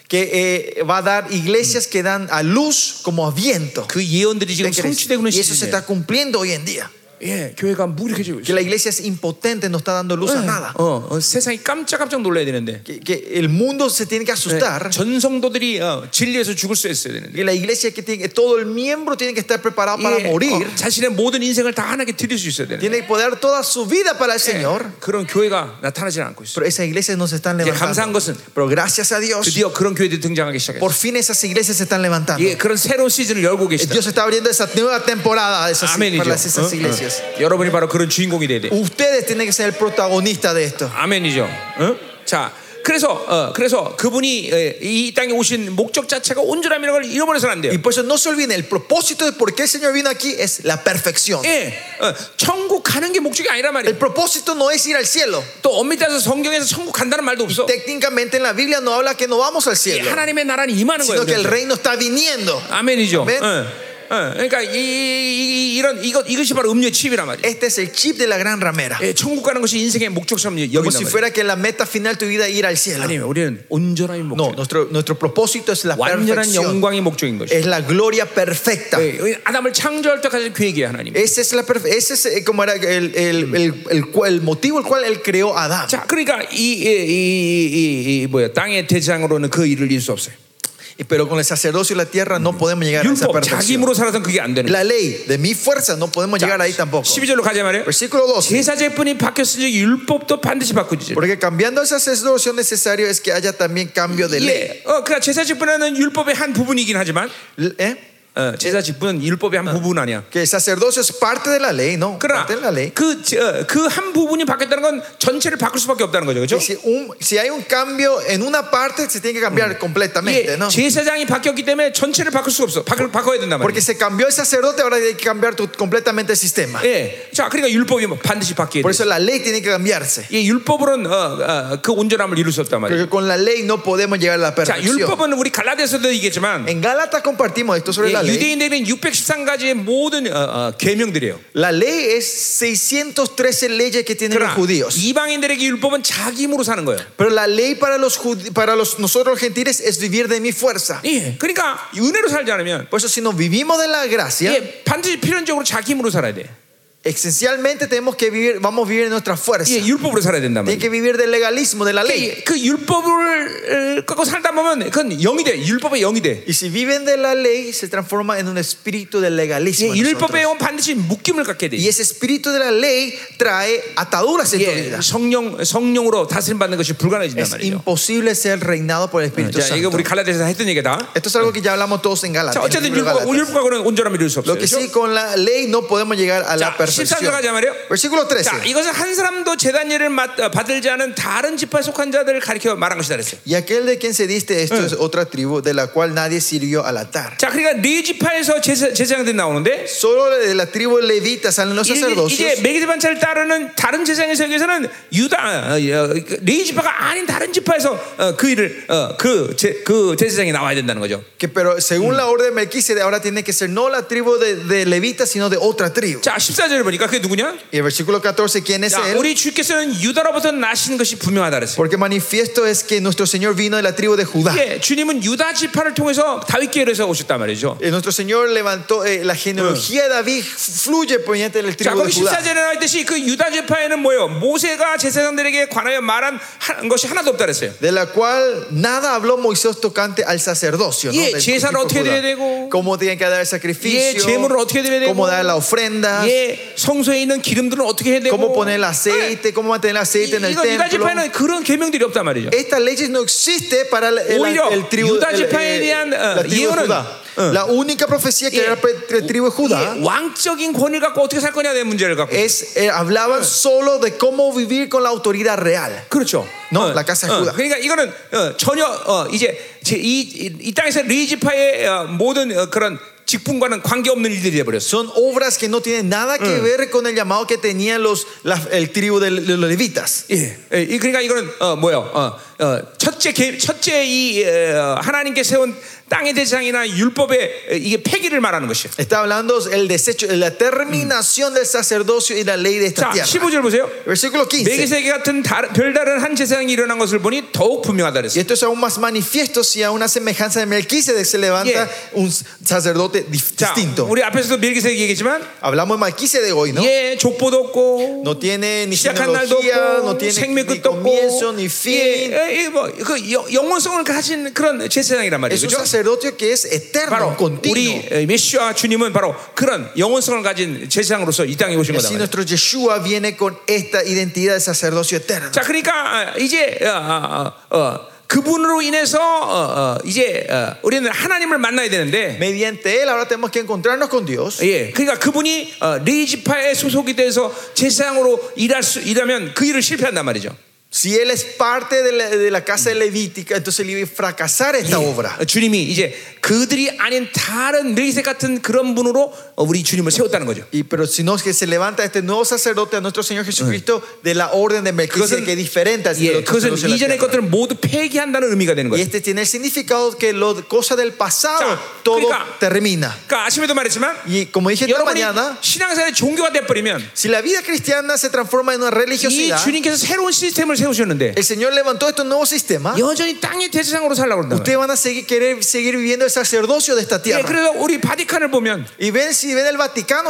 Que eh, va a dar iglesias que dan a luz como a viento.
그 예언들이 지금
¿Qué crees?
성취되고 있는
Y eso
시대예요.
se está cumpliendo hoy en día.
예, 교회가 무기력해지고
Que
있어요.
la iglesia es impotente, no está dando luz a nada.
어, 어, 세상이 깜짝깜짝 놀라야 되는데
Que, que el mundo se tiene que
예,
asustar.
전성도들이 어, 진리에서 죽을 수 있어야 되는데
Que la iglesia, que tiene, que todo el miembro tiene que estar preparado para
예,
morir.
어, 예. 자신의 모든 인생을 다 하나님께 드릴 수 있어야 되는데
Tiene que poder toda su vida para el Señor.
그런 교회가 나타나지 않고 있어요.
Pero esas iglesias no se están
감사한
levantando.
것은
Pero gracias a Dios,
드디어 그런 교회들이 등장하기 시작했어요.
por fin esas iglesias se están levantando.
예, 그런 새로운 시즌을 열고 계시다.
Dios está abriendo esa nueva temporada de esas,
아멘이죠.
para esas
어? 어.
iglesias.
여러분이 바로 그런 주인공이 돼야 돼.
Ustedes tienen que ser el protagonista de esto.
아멘이죠. 어? 자, 그래서 어, 그래서 그분이 에, 이 땅에 오신 목적 자체가 온전함이라는 걸 잃어버려서는 안 돼요.
Y por eso no se olviden, el propósito de por qué el Señor vino aquí es la perfección.
예, 어, 천국 가는 게 목적이 아니란 말이에요.
El propósito no es ir al cielo.
또 엄밀히 따서 성경에서 천국 간다는 말도 없어.
Técnicamente en la Biblia no habla que no vamos al
예,
cielo,
하나님의 나라는 임하는 거예요.
sino que el
그래서.
reino está viniendo.
아멘이죠.
아멘.
어, 어, 그러니까 이, 이- 이- 이런 이것 이것이 바로 음료 칩이란 말이에요.
Este es el chip de la gran ramera.
예, 천국 가는 것이 인생의 목적처럼
Como
여기는
si
거예요.
fuera que la meta final de tu vida ir al cielo.
아니, 우리는 온전함이
No,
목적.
nuestro, nuestro propósito es la
완전한
perfección.
영광이 목적인 것이.
Es la gloria perfecta.
예, 예, 아담을 창조할 때까지 계획이에요 하나님.
Ese es, la perfe- ese es eh, como era el, el, el, el, cual- el motivo el cual él creó a Adán.
자, 그러니까 이이이 뭐야 땅의 대장으로는 그 일을 이룰 수 없어요.
Y- Pero con el sacerdocio y la tierra no podemos llegar a esa
율법 자기
perfección.
힘으로 살아서 그게 안 되는. 거예요.
La ley de mi fuerza no podemos llegar ahí tampoco.
12절로 가자 말이에요.
Versículo 12.
제사제뿐이 바뀌었으니 율법도 반드시 바꾸지.
Porque cambiando el sacerdocio necesario es que haya también cambio de ley.
예, 어, 그러니까 제사제뿐은 율법의 한 부분이긴 하지만
¿Eh?
어, 제사제뿐은 율법의 한 부분 아니야.
Que el sacerdocio es parte de la ley, ¿no?
그러나 어,
Parte de la ley.
그그 한 부분이 바뀌었다는 건 전체를 바꿀 수밖에 없다는 거죠,
Que
그렇죠?
Si, un- si hay un cambio en una parte, se tiene que cambiar completamente, ¿no?
제사장이 바뀌었기 때문에 전체를 바꿀 수가 없어. 바꿀 바꿔야 된단 말이에요.
Porque se cambió el sacerdote, ahora hay que cambiar tu- completamente el sistema.
예, 자, 그러니까 율법이 반드시 바뀌어야
Por
돼.
eso la ley tiene que cambiarse.
이 율법으로는 어, 어, 그 온전함을 이룰 수 없단 말이에요.
Porque con la ley no podemos llegar a la
자,
perfección.
율법은 우리 갈라디아서도 얘기했지만
En Gálatas compartimos esto sobre
예,
la ley.
유대인들은 613가지의 모든 어, 어, 계명들이에요.
La ley es 613 leyes que tienen los
그러나
judíos.
이방인들에게 율법은 자기 힘으로 사는 거예요.
Pero la ley para los judi- para los nosotros los gentiles es vivir de mi fuerza.
예, 그러니까 은혜로 살지 않으면
Por eso si nos vivimos de la gracia,
예, 반드시 필연적으로 자기 힘으로 살아야 돼.
esencialmente tenemos que vivir, vamos a vivir de nuestra fuerza.
예, 율법으로 살아야 된단
Tiene
말이에요.
que vivir del legalismo, de la ley.
예, 그 율법을 어, 갖고 살다 보면 그건 영이 돼. 율법의 영이 돼.
Y si viven de la ley, se transforma en un espíritu del
예,
legalismo. en
율법의
nosotros.
영은 반드시 묶임을 갖게 돼.
Y ese espíritu de la ley trae ataduras en tu vida.
예, 성령 성령으로 다스림 받는 것이 불가능해진단
Es
말이죠.
imposible ser reinado por el Espíritu
자, 이거
Santo.
우리 갈라디아서 했던 얘기다.
Esto es algo que ya hablamos todos en
자,
Galatas. en el
어쨌든
libro de
아, 네, 율법,
Gálatas.
율법하고는 온전함을 이룰 수 없어요.
Lo que
그렇죠?
sí, con la ley no podemos llegar a
자,
la
14절
perfección.
가자 말이에요.
Versículo
자,
13.
이것은 한 사람도 재단 예를 맡- 어, 받들지 않은 다른 집파에 속한 자들을 가리켜 말한 것이다 그랬어요.
Y aquel de quien se diste esto es otra tribu de la cual nadie sirvió al altar.
자, 그러니까 네 지파에서 제사- 제사장들이 나오는데
Solo de la tribu levita salen los
이-
sacerdotes.
이제 메기드 반차를 따르는 다른 제사장의 세계에서는 유다 어, 어, 그 레이 지파가 아닌 다른 지파에서 어, 그 일을 어, 그, 제, 그 제사장이 나와야 된다는 거죠.
Que, pero según la orden de Melquisede, ahora tiene que ser no la tribu de, de levita, sino de otra tribu.
자, 14절에 14절을 보니까 그게 누구냐?
Y el versículo 14, ¿quién es
야,
él?
우리 주께서는 유다로부터 나신 것이 분명하다 그랬어요.
Porque manifiesto es que nuestro Señor vino de la tribu de Judá.
예, 주님은 유다 지파를 통해서 다윗 계열에서 오셨단 말이죠.
Eh, Nuestro Señor levantó eh, la genealogía de David fluye por mediante la
자,
tribu
거기
de Judá.
14절에 나와 있듯이 그 유다 지파에는 뭐예요? 모세가 제사장들에게 관하여 말한 하- 것이 하나도 없다 그랬어요.
de la cual nada habló Moisés tocante al sacerdocio. ¿no?
예,
Del
제사를
tipo
어떻게 드려야
Judá.
되고,
cómo tenían que dar el
예,
sacrificio,
재물을 어떻게 드려야 되고,
cómo dar la ofrenda,
예, 성소에 있는 기름들은 어떻게 해야 되고,
cómo poner el
예,
aceite, cómo mantener el aceite en
이-
el
이거 유다
templo.
지파에는 그런 계명들이 없단 말이죠.
Estas leyes no existen para el, el-
오히려
el tribu,
유다
el-
지파에
el-
대한, 어,
la tribu de
예언은,
Judá.
어.
La única profecía que
예,
era la tribu de Judá
예, 왕적인 권위를 갖고 어떻게 살 거냐 내 문제를 갖고.
es, eh, hablaban solo de cómo vivir con la autoridad real.
그렇죠.
No, la casa de Judá.
그러니까 이거는 어, 전혀 어, 이제 제, 이, 이, 이 땅에서 레이지파의 어, 모든 어, 그런 직분과는 관계없는 일들이 돼버렸어.
Son obras que no tienen nada que ver con el llamado que tenían los, la- el tribu de los levitas.
예, 예, 이- 그러니까 이거는 어, 뭐요? 어, 어, 첫째 개- 첫째 이 에, 어, 하나님께 세운 땅의 대장이나 율법의 에, 이게 폐기를 말하는 것이에요.
Está hablando el desecho, la terminación del sacerdocio y la ley de
자,
esta tierra.
15절 보세요.
Versículo 15.
그러니까 메기세계 같은 다른- 별다른 한 재상이 일어난 것을 보니 더욱 분명하다
Y
그랬어요.
esto es aún más manifiesto si a una semejanza de Melquisedec se levanta
Yeah.
un sacerdote dif-
자,
distinto. 어?
우리 앞에서도 메기세계 얘기했지만
Hablamos de Melquisedec hoy, ¿no?
예, 족보도 없고
No tiene ni
시작한 날도
genealogía, no
없고
tiene
생명
ni
끝도
comienzo
없고 예,
ni fin.
예, 예, 뭐그 영- 영원성을 가진 그런 제사장이란
Es
말이죠.
un
그죠?
sacerdocio que es
바로
eterno,
우리
continuo.
에, 메시아 주님은 바로 그런 영원성을 가진 제사장으로서 이 땅에 오신 거다.
Así
말이에요.
nuestro Yeshua viene con esta identidad de sacerdocio eterno.
자, 그러니까 아, 이제 어, 어, 어, 어, 그분으로 인해서 어, 어, 이제 어, 우리는 하나님을 만나야
네.
되는데
Mediante él ahora tenemos que encontrarnos con Dios.
예, 그러니까 그분이 어, 레이지파에 소속이 돼서 제사장으로 일할 수 일하면 그 일을 실패한단 말이죠.
Si él es parte de la, de la casa levítica, entonces él iba a fracasar esta obra.
어, 주님이 이제 그들이 아닌 다른 멜기세 같은 그런 분으로 어, 우리 주님을 세웠다는 거죠.
Y, pero si no, es que se levanta este nuevo sacerdote a nuestro Señor Jesucristo de la orden de Melquisedec,
그것은-
que es diferente al
예,
otro
그것은
sacerdocio de la
이전의
tierra.
것들은 모두 폐기한다는 의미가 되는
Y
거예요.
este tiene el significado que las cosas del pasado,
자,
todo
그러니까-
termina.
그러니까 아침에도 말했지만
Y como dije esta
여러분이
mañana,
신앙생활의 종교가 돼버리면
si la vida cristiana se transforma en una
이
religiosidad,
주님께서 새로운 시스템을 세우셨는데
el Señor levantó estos nuevos sistemas.
여전히 땅의 대세상으로 살라고 그런다.
Ustedes van a seguir, querer seguir viviendo el sacerdocio de esta
예,
tierra.
그래서 우리 바티칸을 보면
Y ven si ven el Vaticano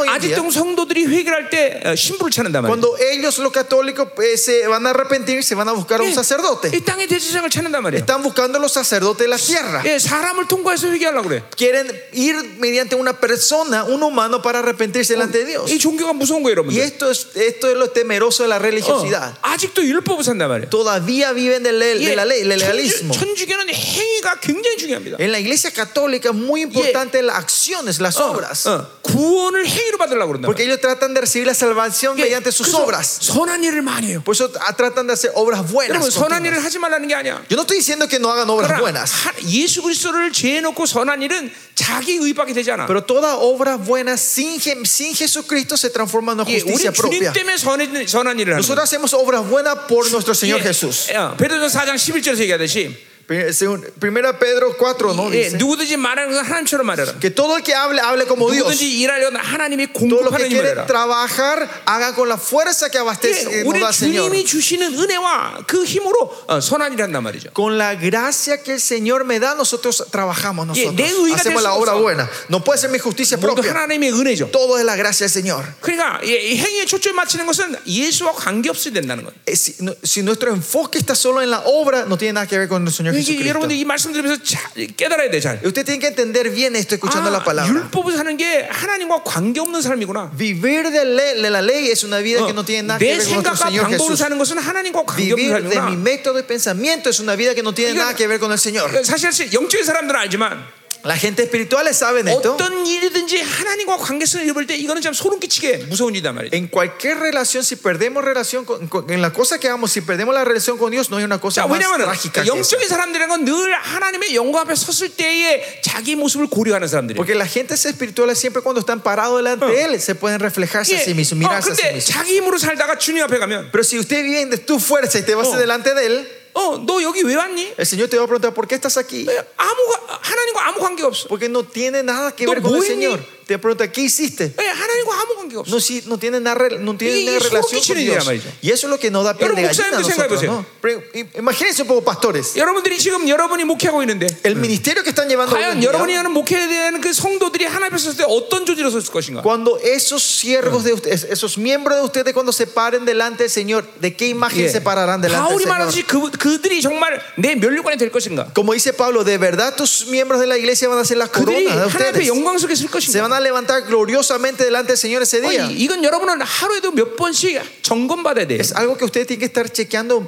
Ah,
hoy en día.
아직도 성도들이 회개할 때 어, 신부를 찾는단 말이에요.
Cuando ellos, los católicos, eh, se van a arrepentir, se van a buscar a un
예,
sacerdote.
이 땅의 대세상을 찾는단 말이에요.
Están buscando los sacerdotes de la tierra.
예, 사람을 통과해서 회개하려고 그래.
Quieren ir mediante una persona, un humano, para arrepentirse delante de Dios.
이 종교가 무서운 거예요,
Y
여러분들.
esto es, esto es lo temeroso de la
어,
religiosidad.
아직도 율법을 산단 말이에요.
Todavía viven del, le- de la ley, del legalismo.
예, 천주, 천주교는 행위가 굉장히 중요합니다.
En la iglesia católica es muy importante las acciones, las
어,
obras.
어, 구원을 행위로 받으려고 그런다.
Porque ellos tratan de recibir la salvación
말이에요.
mediante sus
그래서
obras.
선한 일을 많이 해요.
Por eso ah, tratan de hacer obras buenas.
여러분 선한
continuas.
일을 하지 말라는 게 아니야.
Yo no estoy diciendo que no hagan obras
그러나
buenas.
하- 예수 그리스도를 죄해놓고 선한 일은 자기 의밖에 되지 않아.
Pero toda obra buena sin, Je- sin Jesucristo se transforma en una
예, 우리
justicia
주님
propia.
때문에 선한, 선한 일을 하는 거야.
Nosotros hacemos obras buenas por nuestro Señor Jesús.
예, 어, 베드로전서 4장 11절에서 얘기하듯이
Pri- según- Primera Pedro 4, ¿no?
예,
Dice
누구든지 말하는 것은 하나님처럼 말해라.
que todo el que hable, hable como Dios.
누구든지 일하려는 하나님이
Todo lo
공급하는 힘을
que quiere
해라.
trabajar, haga con la fuerza que abastece
예,
eh, nos
우리
da el Señor.
주님이 주시는 은혜와 그 힘으로 어, 선한 일을 한단 말이죠.
Con la gracia que el Señor me da, nosotros trabajamos nosotros.
내 의가 될
Hacemos
수
la obra
없어.
buena. No puede ser mi justicia
모두
propia.
하나님의 은혜죠.
Todo es la gracia del Señor.
그러니까 예, 이 행위에 초점을 맞추는 것은 예수와 관계없이 된다는 거예요.
Eh, Si, no- si nuestro enfoque está solo en la obra, no tiene nada que ver con el Señor
이게
Jesucristo.
여러분들 이 말씀 들으면서 자- 깨달아야 돼 잘.
Usted tiene que entender bien esto escuchando la
아,
palabra.
율법을 사는 게 하나님과 관계없는 삶이구나.
Vivir de, le- de la ley es una vida
어,
que no tiene nada que
내
ver con nuestro
생각과
Señor
방법으로
Jesús.
사는 것은 하나님과 관계없는
Vivir de mi
삶이구나.
método y pensamiento es una vida que no tiene
이건-
nada que ver con el Señor.
그러니까 사실 사실 영적인 사람들은 알지만
La gente espiritual sabe esto.
어떤 일이든지 하나님과 관계성을 잃을 때 이거는 참 소름 끼치게 무서운 일이단 말이에요.
En cualquier relación, si perdemos relación con, con- en la cosa que hagamos, si perdemos la relación con Dios, no hay una cosa
자,
más
왜냐면
trágica. que esa.
영적인 사람들이란 건 늘 하나님의 영광 앞에 섰을 때의 자기 모습을 고려하는 사람들이에요.
Porque la gente espiritual siempre cuando están parados delante de él se pueden reflejarse a sí
예,
mismos,
어,
mirarse a sí
근데
mismos.
자기 힘으로 살다가 주님 앞에 가면
Pero si usted viene de tu fuerza y te vas
Oh.
delante de él,
어, 너 여기 왜 왔니?
el Señor te va a preguntar por qué estás aquí.
아무 관- 하나님과 아무 관계 없어.
Porque no tiene nada que
너
ver con el
뭐했니?
Señor. te pregunta, ¿qué hiciste?
예, 하나님과 아무 관계가 없어.
No, si, no tiene nada, rel- no tiene
Y- y
nada
eso
relación con
quiere
Dios.
decir, hermano.
Y eso es lo que nos da piel de
여러분,
gallina a
목사님도
nosotros.
생각해보세요.
¿no? Pero, i- imagínense un poco, pastores.
여러분들이 지금 여러분이 목회하고 있는데
El ministerio que están llevando hoy
과연
en día,
여러분이 하는 목회에 대한 그 성도들이 하나님 앞에 섰을 때 어떤 존재로 섰을 것인가?
cuando esos siervos de ustedes, esos miembros de ustedes, cuando se paren delante del Señor, ¿de qué imagen
예.
se pararán delante del
바울이
Señor?
말하듯이 그, 그들이 정말 내 면류관이 될 것인가?
Como dice Pablo, de verdad tus miembros de la iglesia van a ser las
그들이
coronas de
하나님 앞에
ustedes.
영광 속에 설
Se
것인가?
van a levantar gloriosamente delante del Señor ese
어,
día.
이- 이건 여러분은 하루에도 몇 번씩 점검받아야 돼.
Es algo que ustedes tienen que estar chequeando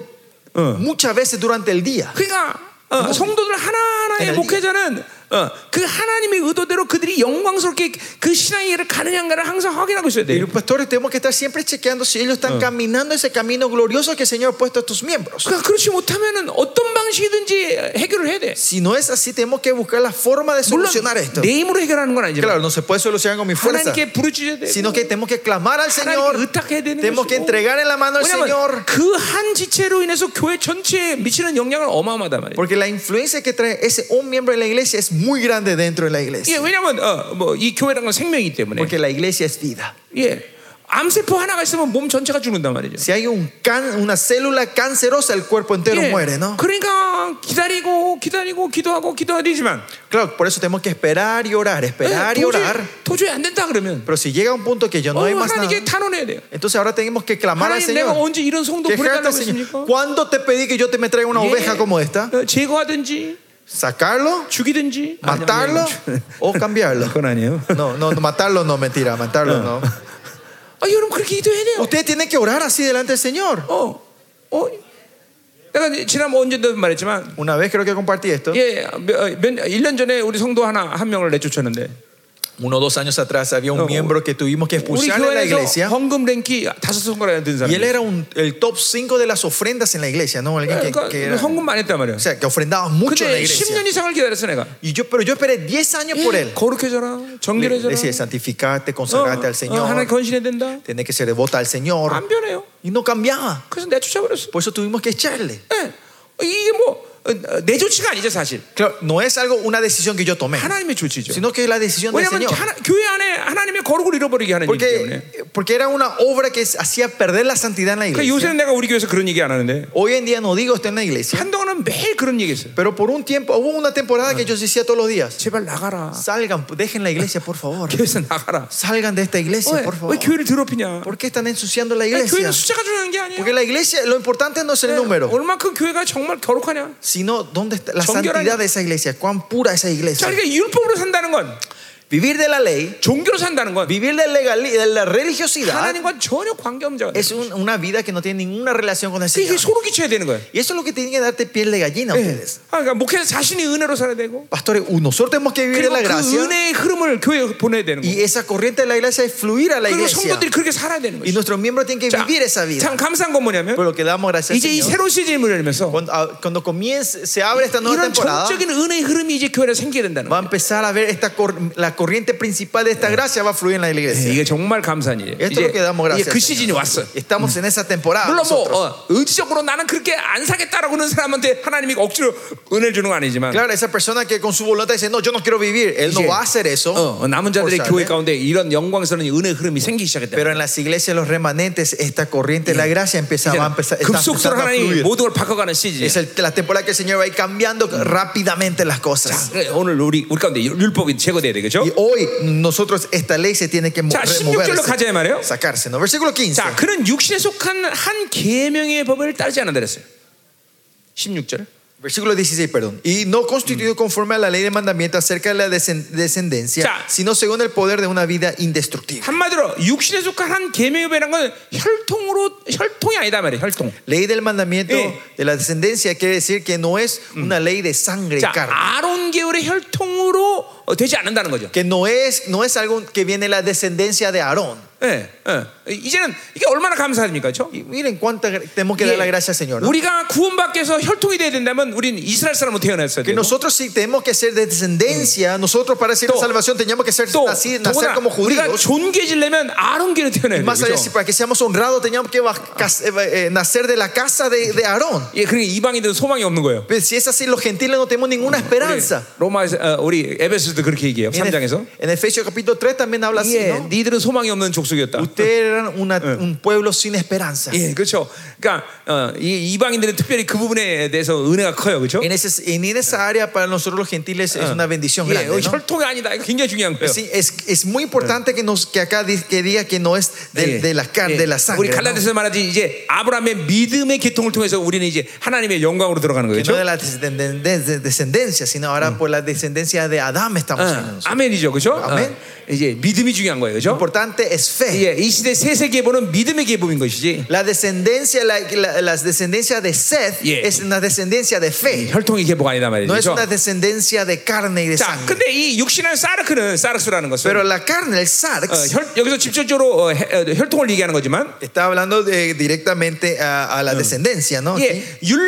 muchas veces durante el día.
그러니까 어, 성도들 하나하나의
NLD.
목회자는 어, 그 하나님의 의도대로 그들이 영광스럽게 그 신앙의 일을 가느냐인가를 항상 확인하고 있어야
Y
돼요.
los pastores tenemos que estar siempre chequeando si ellos están caminando ese camino glorioso que el Señor ha puesto a tus miembros.
그러니까 그렇지 못하면은 어떤 방식이든지 해결을 해야 돼.
Si no es así, tenemos que buscar la forma de
물론
solucionar esto.
내 힘으로 해결하는 건 아니지만
Claro, no se puede solucionar con mi fuerza,
하나님께 부르짖어야 돼.
sino que tenemos que clamar al Señor,
하나님께 의탁해야 되는
tenemos que
것이고.
entregar en la mano al Señor,
왜냐하면 그 한 지체로 인해서 교회 전체에 미치는 영향은 어마어마하단 말이에요.
porque la influencia que trae ese un miembro en la iglesia es muy grande dentro de la
예,
iglesia,
왜냐하면 어, 뭐이 교회란 건 생명이기 때문에.
porque la iglesia es vida.
예, 암세포 하나가 있으면 몸 전체가 죽는단 말이죠.
Si hay un can- una célula cancerosa, el cuerpo entero
예,
muere, ¿no?
그러니까 기다리고 기다리고 기도하고 기도하지만 예,
Claro, por eso tenemos que esperar y orar, esperar y
도저히,
orar.
도저히 안 된다 그러면
Pero si llega un punto que yo no
어,
hay más nada,
하나님께 탄원해야 돼요.
entonces ahora tenemos que clamar al
하나님 내가
Señor.
언제 이런 성도
Quejarte
보내달라고
al Señor.
했습니까?
¿Cuándo te pedí que yo te me traiga una
예,
oveja como esta?
어, 제거하든지
¿Sacarlo?
죽이든지 아니, 아니, 아니,
¿Matarlo? ¿O cambiarlo?
그건 아니에요.
No, no, no, matarlo no, mentira, matarlo no.
아, 여러분 그렇게 기도해야 돼요.
Usted tiene que orar así delante del Señor.
어, 어, 내가 지난 번 언제든 말했지만,
Una vez creo que compartí esto.
예, 몇, 몇- 1년 전에 우리 성도 하나 한 명을 내쫓았는데,
Uno o dos años atrás había un
No.
miembro que tuvimos que
우리
expulsar de la
교회에서
iglesia.
헌금 랭키 다섯 손가락에 든
Y él
사람.
era un- el top 5 de las ofrendas en la iglesia, ¿no? Alguien que, que
그러니까
era- o
헌금 많이 했단 말이야.
sea, que ofrendaba mucho en la
근데
iglesia.
10년 이상을 기다렸어 내가.
Y yo, pero yo esperé 10 años por
Eh,
él.
거룩해져라, 정결해져라.
Decía, santificarte,
어,
consagrarte al
어, 하나님
Señor,
건신해야 된다.
tenés que ser devota al Señor.
안 변해요.
Y no cambiaba.
그래서 내쫓아버렸어.
Por eso tuvimos que echarle.
예. 이게 뭐 어, 어, 내 조치가 아니죠 사실.
Claro, no es algo, una decisión que yo tomé,
하나님의 조치죠.
sino que es la decisión del
왜냐하면
Señor.
하나- 교회 안에 하나님의 거룩을 잃어버리게 하는 일이기 때문에.
Porque, porque era una obra que hacía perder la santidad en la
그러니까
iglesia.
요새는 내가 우리 교회에서 그런 얘기 안 하는데
Hoy en día no digo esto en la iglesia,
한동안은 매일 그런 얘기했어요.
pero por un tiempo, hubo una temporada que yo decía todos los días:
제발 나가라.
salgan, dejen la iglesia, por favor.
교회에서 나가라.
Salgan de esta iglesia,
왜,
por
왜
favor.
교회를 더럽히냐?
¿Por qué están ensuciando la
아니, 교회는
iglesia?
숫자가 중요한 게 아니야.
Porque la iglesia, lo importante no es el número.
얼마큼 교회가 정말 거룩하냐?
sino dónde está la
정결한-
santidad de esa iglesia, cuán pura esa
자,
iglesia.
그러니까 율법으로 산다는 건
Vivir de la ley,
종교로 산다는 건
vivir de, legali- de la religiosidad
하나님과 전혀 관계없는 자가 돼.
es un- una vida que no tiene ninguna relación con el
이게
Señor.
소름 끼쳐야 되는 거야.
Y eso es lo que tiene que darte piel de gallina a
Eh.
ustedes.
아, 그러니까 목회자 자신이 은혜로 살아야 되고
Pastores, uh, nosotros tenemos que vivir de
그리고
la
그
gracia
은혜의 흐름을 교회에 보내야 되는 거야.
y esa corriente de la iglesia es fluir a la
그리고
iglesia.
성도들이 그렇게 살아야 되는
Y
거야.
nuestros miembros tienen que
자,
vivir esa vida.
참 감사한 건 뭐냐면
Por lo que damos gracias al
이제 이
Señor.
새로운 시즌을 열면서
Cuando, ah, cuando comience, se abre esta nueva
이런
temporada,
전적인 은혜의 흐름이 이제 교회에 생기게 된다는
va
거예요.
a empezar a ver esta cor- la corriente principal de esta gracia va a fluir en la iglesia.
이게 정말 예, 감사한 일이에요.
Esto es lo que damos
이제
gracias.
그
al
시즌이
Señor.
왔어.
Estamos en esa temporada.
물론 뭐
nosotros.
어, 의지적으로 나는 그렇게 안 사겠다라고 하는 사람한테 하나님이 억지로 은혜를 주는 건 아니지만
Claro, esa persona que con su voluntad dice, no, yo no quiero vivir, él no
이제,
va a hacer eso.
어, 남은 자들의
forzarle.
교회 가운데 이런 영광스러운 은혜 흐름이 생기기 시작했다.
Pero en las iglesias, los remanentes, esta corriente de la gracia empieza, va a empezar está
급속도로
empezando a
하나님이
fluir.
모든 걸 바꿔가는 시즌.
Es el- la temporada que el Señor va a ir cambiando rápidamente las cosas.
오늘 우리 우리 가운데 율법이 제거돼야 되겠죠?
Y hoy nosotros esta ley se tiene que mo-
자, 16절로
removerse,
가자 이 말이에요.
sacarse. ¿no? Versículo 15.
자, 그는 육신에 속한 한 계명의 법을 따르지 않는다 그랬어요. 16절.
Versículo 16, perdón. Y no constituido conforme a la ley de mandamiento acerca de la desen- descendencia,
Ya.
sino según el poder de una vida indestructible.
한마디로 육신에 속한 한 계명의 법이란 건 혈통으로 혈통이 아니다 말이에요. 혈통.
Ley del mandamiento
Eh.
de la descendencia quiere decir que no es una ley de sangre y
자,
carne.
아론 계열의 혈통으로 어, 되지 않는다는 거죠.
Que no es, no es algo que viene de la descendencia de Aarón.
예. 어, 이제는 이게 얼마나 감사합니까, 그렇죠?
Y miren cuánta gra- tenemos que dar la gracia al Señor. ¿no?
예. 우리가 구원받기에서 혈통이 돼야 된다면 우린 이스라엘 사람으로 태어났어야
Que
돼요.
nosotros si tenemos que ser de descendencia, nosotros para ser
Todo.
la salvación teníamos que ser
또
nací- nacer
더구나
como
우리가
judíos.
존귀해지려면 아론계로 태어나야 돼요.
Más allá,
그죠?
si para que seamos honrados teníamos que baj- cas- eh, eh, nacer de la casa de, de Aarón.
예, 그러니까 이방인들은 소망이 없는 거예요.
Pero si es así, los gentiles no tenemos ninguna
우리
esperanza.
로마 어, 우리 에베소도 그렇게 얘기해요.
En,
3장에서.
en Efesios capítulo 3 también habla así,
예,
¿no?
니들은 소망이 없는 족속이었다.
Ustedes eran una- un pueblo sin esperanza.
예, 그렇죠. 그러니까 어, 이 이방인들은 특별히 그 부분에 대해서 은혜가 커요, 그렇죠?
En, ese- en esa área para nosotros los gentiles es una bendición
예,
grande. ¿no?
혈통이 아니다. 이거 굉장히 중요한 거예요.
Sí, es, es muy importante que, nos, que acá di- que diga que no es de,
예,
de la carne,
예.
de la
우리
sangre. ¿no?
갈라디아서 말하지 이제 아브라함의 믿음의 계통을 통해서 우리는 이제 하나님의 영광으로 들어가는 그렇죠?
Que no
거죠.
de la descenden- de- de- descendencia, sino ahora por la descendencia de Adán estamos
Ah.
siendo nosotros.
아멘이죠, 그렇죠?
네. 아멘. 네.
이제 믿음이 중요한 거예요,
Lo
그렇죠?
importante es fe.
예, 이 시대 세세 계보는 믿음의 계보인 것이지
La descendencia, la, la- las descendencias de Seth
Yeah.
es una descendencia de fe.
혈통이 계보가 아니다 말이죠.
No es una
그렇죠?
descendencia de carne y de
자,
sangre.
근데 이 육신한 사르크는 사르스라는 것은
Pero la carne, el
어,
sarx,
혈, 여기서 직접적으로 어, 해- 어, 혈통을 얘기하는 거지만
está hablando de- directamente a, a la descendencia, ¿no? Aquí.
예,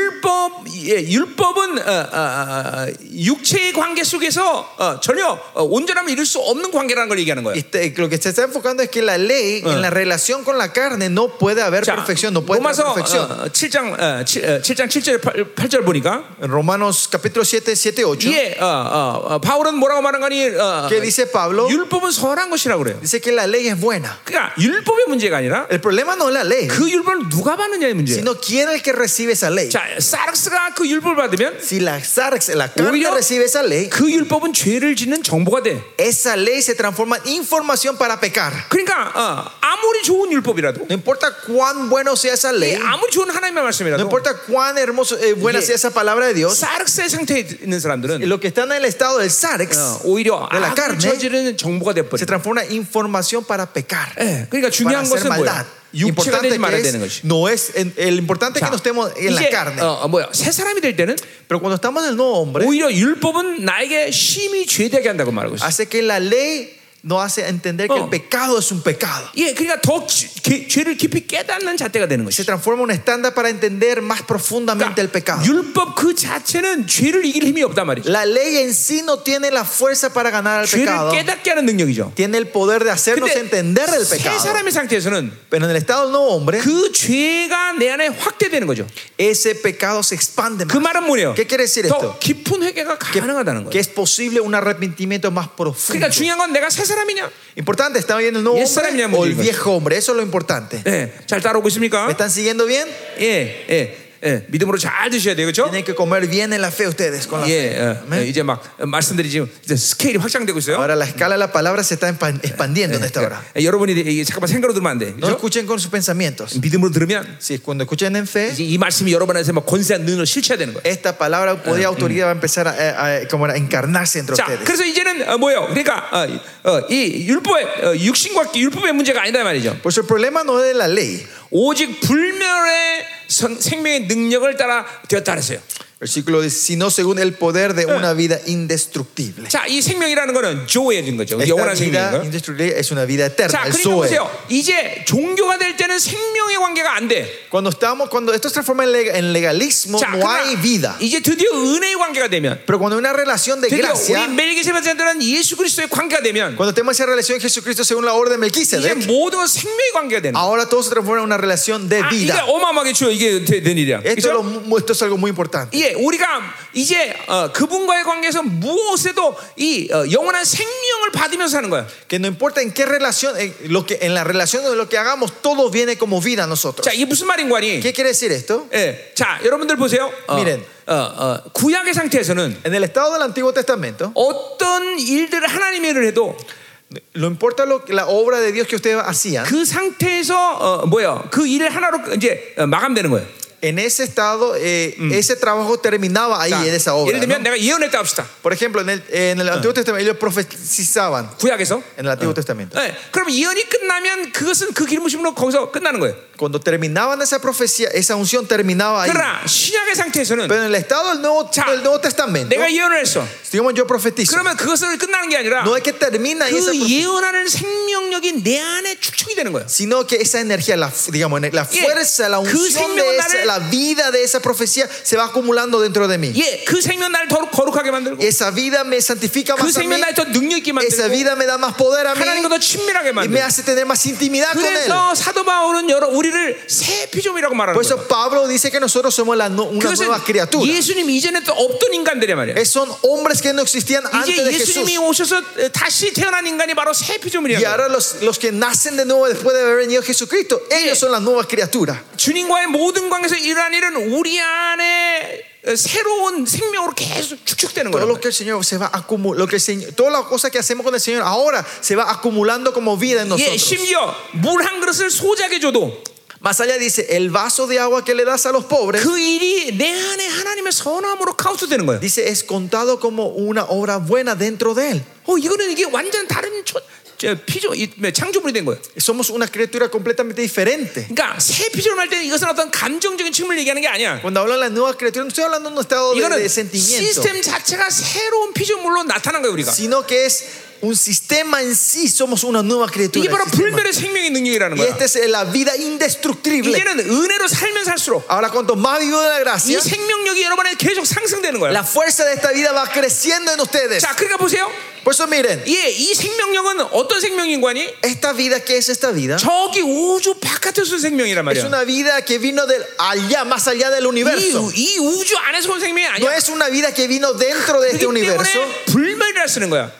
율법 예, 율법은 어, 어, 어, 어, 육체의 관계 속에서 어, 전혀 어, 온전함을 이룰 수 없는 관계라는 걸 얘기하는 거예요.
Este, lo que se está enfocando es que la ley en la relación con la carne no puede haber
자,
perfección, no puede haber
로마서
perfección.
어, 7장 어, 7, 어, 7장 7절 8, 8절 보니까
En Romanos capítulo 7, 7, 8,
예, 어, 어, 어, 바울은 뭐라고 말한 거니 어,
¿qué dice Pablo?
율법은 선한 것이라고 그래요.
Dice que la ley es buena.
그러니까 율법의 문제가 아니라
El problema no es la ley,
그 율법을 누가 받느냐의 문제예요.
sino quién es el que recibe esa ley.
자, 사르스가 그 율법을 받으면
Si la sarx, la carne
Oído.
recibe esa ley,
그 율법은 죄를 짓는 정보가 돼.
esa ley se transforma en información para pecar.
그러니까 어, 아무리 좋은 율법이라도
No importa cuán bueno sea esa
예,
ley,
아무리 좋은 하나님의
네. no
말씀이라도
importa cuán hermoso, eh, buena
Yeah.
sea esa palabra de Dios,
사르스의 상태에 있는 사람들은
lo que está en el estado del sarx
어, 오히려
de la
악을
carne
저지르는 정보가
se
돼버려.
transforma en información para pecar.
예, 그러니까
para
중요한
hacer
것은
maldad.
뭐야? 육체가
Importante
되지 말아야
que
되는
es,
것이.
no es en- el importante es que no estemos en la
이제
carne.
어, 뭐야? 새 사람이 될 때는
Pero cuando estamos en el nuevo hombre,
오히려 율법은 나에게 심히 죄되게 한다고 말하고 있어.
hace que la ley nos hace entender que
Oh.
el pecado es un pecado.
예, 그러니까 더 지- 게- 죄를 깊이 깨닫는 잣대가 되는
Se
것이.
transforma en un estándar para entender más profundamente el pecado.
율법 그 자체는 죄를 이길 힘이 없단 말이죠.
La ley en sí no tiene la fuerza para ganar el
죄를
pecado.
깨닫게 하는 능력이죠.
Tiene el poder de hacernos entender el
새
pecado.
사람의 상태에서는
Pero en el estado del nuevo hombre,
그 죄가 내 안에 확대되는 거죠.
ese pecado se expande
그
más.
말은 뭐예요?
¿Qué quiere decir
더
esto?
깊은 회개가
Que,
가능하다는 거예요.
que es posible un arrepentimiento más
그러니까
profundo.
중요한 건 내가 새 사람이냐?
Importante, ¿está bien el nuevo
Y esa
hombre
era mi
o el
amiga.
viejo hombre? Eso es lo importante.
예, 잘 따라오고 있습니까?
¿Me están siguiendo bien?
예, 예, 예. 믿음으로 잘 드셔야 돼요, 그렇죠?
Tienen que comer bien en la fe ustedes con la
예,
fe.
어, 어,
Amén.
이제 막 어, 말씀들이 지금 이제 스케일이 확장되고 있어요.
Ahora la escala de la palabra se está empan- expandiendo en esta hora.
예, 여러분이 이게 잠깐만 생각으로 들으면 안 돼.
No
그죠?
escuchen con sus pensamientos.
어? 믿음으로 들으면
Si cuando escuchen en fe,
이제 이 말씀이 여러분 안에서 막 권세한 눈으로 실체가 되는 거예요.
esta palabra podía autoridad va a empezar a, eh, a- a- como a encarnarse entre
자,
ustedes.
그래서 이제는 어, 뭐예요? 그러니까 어, 이- 어, 이 율법의 어, 육신과 율법의 문제가 아니다 말이죠.
Por eso Pues el problema no es de la ley.
오직 불멸의 선- 생명의 능력을 따라 되었다 그랬어요.
Versículo dice, sino según el poder de una vida indestructible.
자, 이 생명이라는 거는 조해진 거죠.
Esta
영원한 생명인
Pues vida
거예요.
indestructible es una vida
자,
eterna, el
그러니까
Zoe.
보세요. 이제 종교가 될 때는 생명의 관계가 안 돼.
Cuando estamos, cuando esto se transforma en lega- en legalismo,
자,
no hay vida.
그러나 이제 드디어 은혜의 관계가 되면
Pero cuando hay una relación de
드디어 우리
gracia,
멜기세바자들은 예수 그리스도의 관계가 되면
cuando tenemos esa relación en Jesucristo según la orden de
이제
Melquisedec,
모든 건 생명의 관계가 되는. 거예요.
ahora todo se transforma en una relación de
아, 이게
vida.
어마어마하게 주요 이게 되- 된 일이야.
Esto es, lo
그렇죠?
mu- esto es algo muy importante.
예, 우리가 이제 어, 그분과의 관계에서 무엇에도 이 어, 영원한 생명을 받으면서 사는 거야.
Que no importa en qué relación, en, lo que, en la relación de lo que hagamos, todo viene como vida a nosotros.
자, 이게 무슨 말인 거니?
¿Qué quiere decir esto?
예, 자, 여러분들 보세요. 어,
Miren.
어, 어, 구약의 상태에서는
En el estado del Antiguo Testamento,
어떤 일들을 하나님의 일을 해도
lo importa lo, la obra de Dios que ustedes hacían,
그 상태에서 어, 뭐야 그 일을 하나로 이제 어, 마감되는 거예요.
en ese estado, eh, ese trabajo terminaba ahí,
그러니까
en esa obra.
예를 들면
¿no?
내가 예언했다 합시다.
Por ejemplo, Ah. en el, en el Antiguo Testamento, ellos profetizaban
구약에서.
Ah. en el Antiguo Testamento.
예, 그럼 예언이 끝나면 그것은 그 기름 부심으로 거기서 끝나는 거예요.
Cuando terminaban esa profecía, esa unción terminaba ahí.
그러나 신약의 상태에서는
Pero en el estado del Nuevo,
자,
del Nuevo Testamento,
내가 예언을 했어.
digamos, yo profetizo.
그러면 그것을 끝나는 게 아니라
No es que termina ahí esa
그
profecía,
예언하는 생명력이 내 안에 축적이 되는 거예요.
sino que esa energía, la, digamos, la
예,
fuerza, la
그
unción de esa,
생명나를-
la vida de esa profecía se va acumulando dentro de mí.
예, 그 생명 나를 더욱 거룩하게 만들고
Esa vida me santifica
그
más a mí.
생명 나를 더 능력 있게
Esa
만들고
vida me da más poder a mí
하나님과 더 친밀하게
y me
만들고
hace tener más intimidad con Él.
그래서 사도 바울은 여러 우리를 새 피조물이라고 말하는
Por
거예요.
eso Pablo dice que nosotros somos la nu- una
그것은
nueva criatura.
예수님 이전에 또 없던 인간들이야 말이야.
Eh, Son hombres que no existían antes
이제
de Jesús.
예수님이 오셔서 다시 태어난 인간이 바로 새
Y
피조물이야.
ahora los, los que nacen de nuevo después de haber venido Jesucristo, ellos son las nuevas criaturas.
주님과의 모든 관계에서 일어난 일은 우리 안에 새로운 생명으로 계속 축적되는
Todo
거예요.
lo que el Señor se va acumulando, lo que el Señor, todas las cosas que hacemos con el Señor ahora se va acumulando como vida
예,
en nosotros.
심지어 물 한 그릇을 소작에 줘도
Más allá dice, el vaso de agua que le das a los pobres,
그 일이 내 안에 하나님의 선함으로 카운트되는 거예요.
dice, es contado como una obra buena dentro de él.
어, 이거는 이게 완전 다른 초, 저, 피조, 이, 뭐 창조물이 된 거예요.
Somos una criatura completamente diferente.
그러니까 새 피조물 할 때는 이것은 어떤 감정적인 측면을 얘기하는 게 아니야.
Cuando hablan de las nuevas criaturas, no estoy hablando de un estado de,
이거는
de sentimiento,
시스템 자체가 새로운 피조물로 나타난 거예요, 우리가.
sino que es un sistema en sí, somos una nueva
이게
criatura.
바로
el sistema.
불멸의 생명의 능력이라는
Y
거야.
esta es la vida indestructible.
이제는 은혜로 살면 살수록
Ahora, cuanto más vivo de la
이
gracia,
생명력이 여러분에 계속 상승되는 거야.
la fuerza de esta vida va creciendo en ustedes.
자, 그러니까 보세요.
Por eso 미렌
예, 이 생명력은 어떤 생명인관이?
esta vida que es esta vida
저기 우주 바깥에서 온 생명이란
es
말이야.
una vida que vino del allá más allá del
이,
universo
우- 이 우주 안에서 온 생명이
no
아니야.
es una vida que vino dentro de este
그렇기
universo
때문에 불멸이라 쓰는 거야.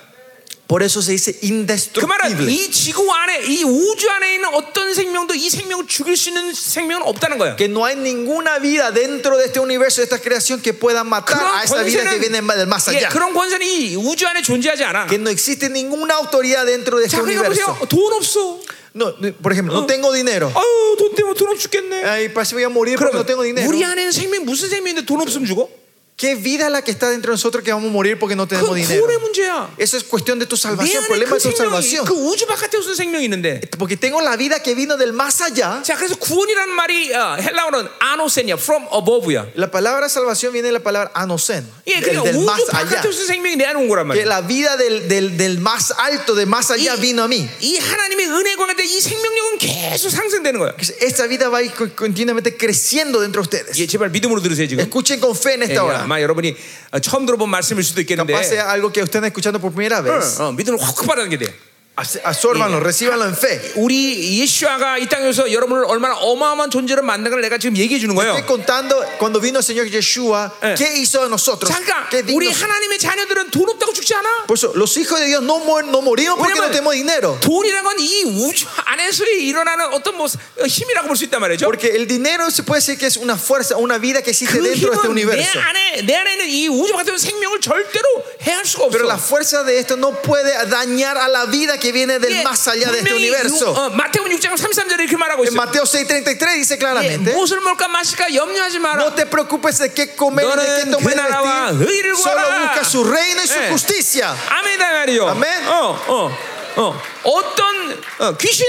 por eso se dice
그 말은
indestructible
이 지구 안에, 이 우주 안에 있는 어떤 생명도 이 생명을 죽일 수 있는 생명은 없다는 거야.
que no hay ninguna vida dentro de este universo de esta creación que pueda matar a
그런
esa vida que viene
권세는
del más
예,
allá
그런 권세는 이 우주 안에 존재하지 않아.
que no existe ninguna autoridad dentro de este
자, 그러니까 보세요.
universo
돈 없어.
no, no, por ejemplo no tengo dinero
아유, 돈 때문에 돈 없어 죽겠네.
Ay, parece que voy a morir porque
그러면
no tengo dinero
우리 안에는 생명 무슨 생명인데 돈 없으면 죽어?
¿qué vida la que está dentro de nosotros que vamos a morir porque no
그
tenemos dinero?
구원의 문제야.
eso es cuestión de tu
내
salvación
안에
problema
그
de tu
생명이
salvación
그 우주 바깥에 무슨 생명이 있는데.
porque tengo la vida que vino del más allá.
자, 그래서 구원이라는 말이 어, 헬라어는 아노센이야. From above야.
La palabra salvación viene de la palabra anosen,
예,
del,
그러니까
del más
우주
allá.
바깥에 무슨 생명이 내 안에 온 거란
Que
말이야.
la vida del, del, del más alto, de más allá,
이-
vino a mí.
이 하나님의 은혜 관계 때이 생명력은 계속 상승되는 거야.
Esta vida va a ir co- continuamente creciendo dentro de ustedes.
예, 제발 믿음으로 들으세요 지금.
Escuchen con fe en
예,
esta hora.
아마 여러분이 어, 처음 들어본 말씀일 수도 있겠는데,
Capaz sea algo que estén escuchando por primera vez.
어, 믿음을 확 받아들게 돼.
As- Absórbanlo, recíbanlo en fe.
우리 예수아가 이 땅에서 여러분을 얼마나 어마어마한 존재로 만든 걸 내가 지금 얘기해 주는 거예요.
Estoy contando cuando vino el Señor Yeshua,
Eh.
¿qué hizo a nosotros?
잠깐,
¿Qué
우리
dignos?
하나님의 자녀들은 돈 없다고 죽지 않아?
Por eso, los hijos de Dios no, mu- no morimos porque no
왜냐면
tenemos dinero.
돈이란 건 이 우주 안에서 일어나는 어떤 뭐 어, 힘이라고 볼 수 있단 말이죠.
Porque el dinero se puede decir que es una fuerza, una vida que existe
그
dentro de este
힘은 내
universo.
안에 내 안에 있는 이 우주 같은 생명을 절대로 해할 수가 없어.
Pero la fuerza de esto no puede dañar a la vida que viene del
이게
más allá de este
분명히 유-
universo.
어, 마태복음 6장 33절에 이렇게 말하고
En
있어.
Mateo 6:33 dice
예,
claramente,
무엇을 먹을까 마실까 염려하지 마라.
no te preocupes de qué comer, de qué
너는 그
tomar,
나라와
y vestir,
의를
solo
구하라.
busca su reino y su
Eh.
justicia.
아멘이다 말이요.
아멘.
어, 어, 어. 어떤 어, 귀신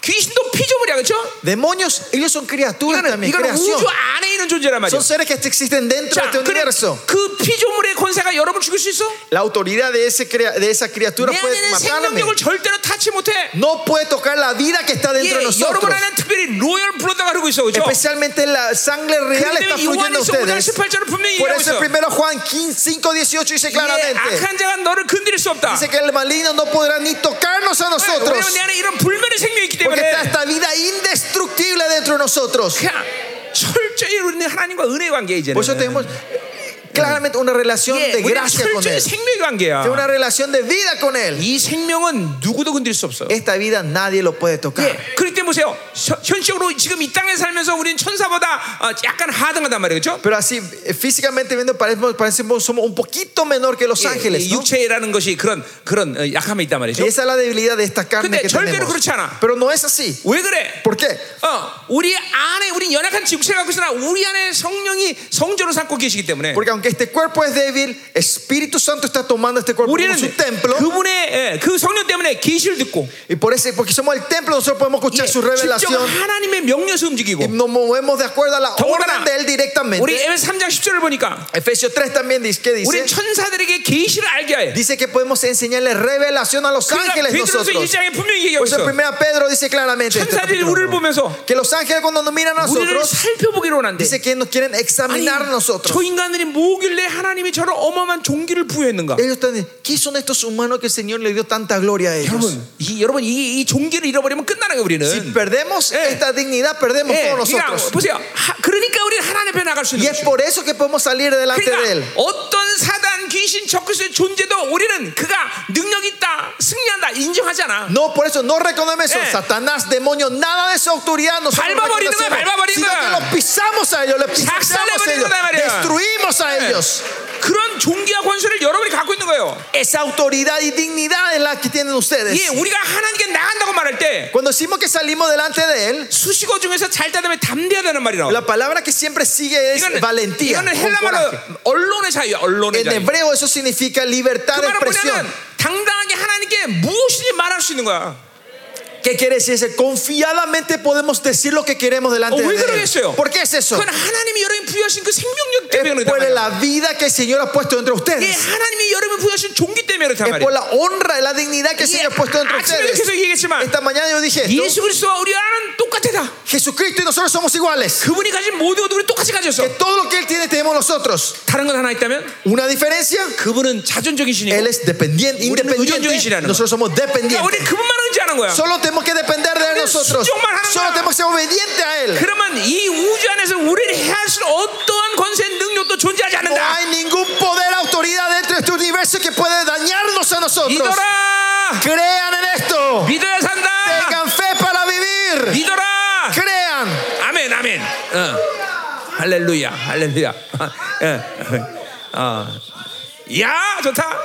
귀신도 피조물이야, 그렇죠?
Demonios, ellos son criaturas
이거는
también,
이거는
creación.
우주 안에 있는 존재란 말이야.
Son seres que existen dentro de
자,
este
그래,
universo.
그 피조물의 권세가 여러분 죽일 수 있어?
La autoridad de, ese crea- de esa criatura
내
puede
안에는
matarme.
생명력을 절대로 타치 못해.
No puede tocar la vida que está
예,
dentro de
여러분
nosotros.
안에 특별히 로열 블러드가 흐르고 있어, 그렇죠?
Especialmente la sangre real está
그런데
fluyendo a
요한에서 5장
ustedes.
18절을 분명히
Por
얘기하고
eso
있어.
el primero Juan 15, 5, 18 dice
예,
claramente.
악한 자가 너를 건드릴 수 없다.
Dice que el maligno no podrá ni tocarnos a nosotros.
왜냐면 내 안에 이런 불멸의 생명이 있기
Porque
때문에
está esta vida indestructible dentro de nosotros.
그냥 철저히 우리는 하나님과 은혜 관계 이제는.
Por eso tenemos eh, claramente una relación
예,
de
우리는
gracia con
철저히
Él.
생명의 관계야.
Tenemos una relación de vida con Él.
이 생명은 누구도 건드릴 수 없어요.
Esta vida nadie lo puede tocar.
예, 그렇기 때문에 보세요. 현- 현실적으로 지금 이 땅에 살면서 우리는 천사보다 어, 약간 하등하단 말이죠.
Pero así, eh, físicamente viendo, parecemos, parecemos- somos un poquito menor que
Eh,
los ángeles.
예,
¿no?
육체라는 것이 그런 그런 어, 약함이 있단 말이죠.
Esa es la debilidad de esta carne
근데
que
절대로
tenemos.
그렇지 않아.
Pero no es así.
왜 그래?
¿Por qué?
어, 우리 안에 우리 연약한 육체가 갖고 있으나 우리 안에 성령이 성전을 삼고 계시기 때문에
Porque aunque Porque este cuerpo es débil, Espíritu Santo está tomando este cuerpo como
우리는
su templo.
그분의 예, 그 성령 때문에 계시를 듣고
Y por ese, porque somos el templo, nosotros podemos escuchar su
실제로
revelación.
하나님의 명령에서 움직이고
Y nos movemos de acuerdo a la
더군다나
orden de él
우리
directamente.
에베소 3장 10절을 보니ca
Efesios 3 también dice, ¿qué
우리는
dice?
천사들에게 계시를 알게 하여
Dice que podemos enseñarle revelación a los
그러니까
ángeles
베드로서
nosotros.
1장에 분명히
Por
얘기하고
eso
있어
primera Pedro dice claramente este
천사들이
capítulo
우리를
uno.
보면서
que los ángeles cuando nos miran a
우리를
nosotros
살펴보기로 원한대
dice que nos quieren
아니,
examinar a nosotros.
저 인간들이 뭐길래 하나님이 저런 어마어마한 종기를 부여했는가
Ellos están diciendo, ¿qué son estos humanos que el Señor le dio tanta gloria a ellos?
여러분 이, 여러분 이, 이 종기를 잃어버리면 끝나는 거예요
Si
우리는
perdemos esta dignidad, perdemos
예,
todos
그러니까
nosotros.
보세요 하- 그러니까 우리는 하나님 앞에 나갈 수
Y
있는
es
거죠
por eso que podemos salir delante de Él.
그러니까 어떤 사단 귀신 적그리스도의 존재도 우리는 그가 능력 있다 승리한다 인정하잖아
No, por eso no reconocemos eso.
Eh.
Satanás, demonio, nada de su autoridad. Nosotros
Balbabarino,
reconocemos,
balbabarino.
sino que los pisamos a ellos, les pisamos a
Saxalebarino,
ellos,
balbabarino.
destruimos a ellos.
그런 종기와 권세를 여러분이 갖고 있는 거예요
Esa autoridad y dignidad es la que tienen ustedes.
예, 우리가 하나님께 나간다고 말할 때
Cuando decimos que 사림os delante de él,
수식어 중에서 잘 따다면 담대하다는 말이 나와
la palabra que siempre sigue es
이거는,
valentía.
이거는
con coraje.
헬라말로 언론의 자유야 언론의
En
자유
hebreo eso significa libertad
그
de
말은
expresión.
뭐냐면 당당하게 하나님께 무엇이든지 말할 수 있는 거야
¿Qué quiere decir? eso? Confiadamente podemos decir lo que queremos delante
Oh, 왜
de
그러겠어요?
él. ¿Por qué es eso?
그건 하나님이 여러분 부여하신 그 생명력 때문에
Es
그렇단
por
말이야
la vida que el Señor ha puesto entre
예,
ustedes.
하나님이 여러분 부여하신 종기 때문에 그렇단
Es
말이야
por la honra y la dignidad que el
Y-
Señor ha puesto entre
아침에도 계속
ustedes.
얘기했지만
Esta mañana yo dije esto.
예수 그리스도와 우리 안은 똑같다
Jesucristo y nosotros somos iguales.
그분이 가진 모든 것도 우리 똑같이 가졌어
Que todo lo que Él tiene tenemos nosotros.
다른 건 하나 있다면
Una diferencia,
그분은 자존적인
Él
신이고
es dependiente,
우리는
independiente.
의존적이시라는
Nosotros somos
그러니까 우리
dependientes.
그분만 의지하는 거야
Solo tenemos que depender de Él nosotros.
수용만 하는
Solo
거야.
tenemos que ser obedientes a Él.
그러면 이 우주 안에서 우리를 해할 수 어떠한 권세 능력도 존재하지
No
않는다
hay ningún poder, autoridad dentro de este universo que puede dañarnos a nosotros.
믿어라
Crean en esto.
믿어야 산다
Tengan fe para vivir.
믿어라
Crean.
아멘 아멘 어. 할렐루야 할렐루야 어. 어. 야 좋다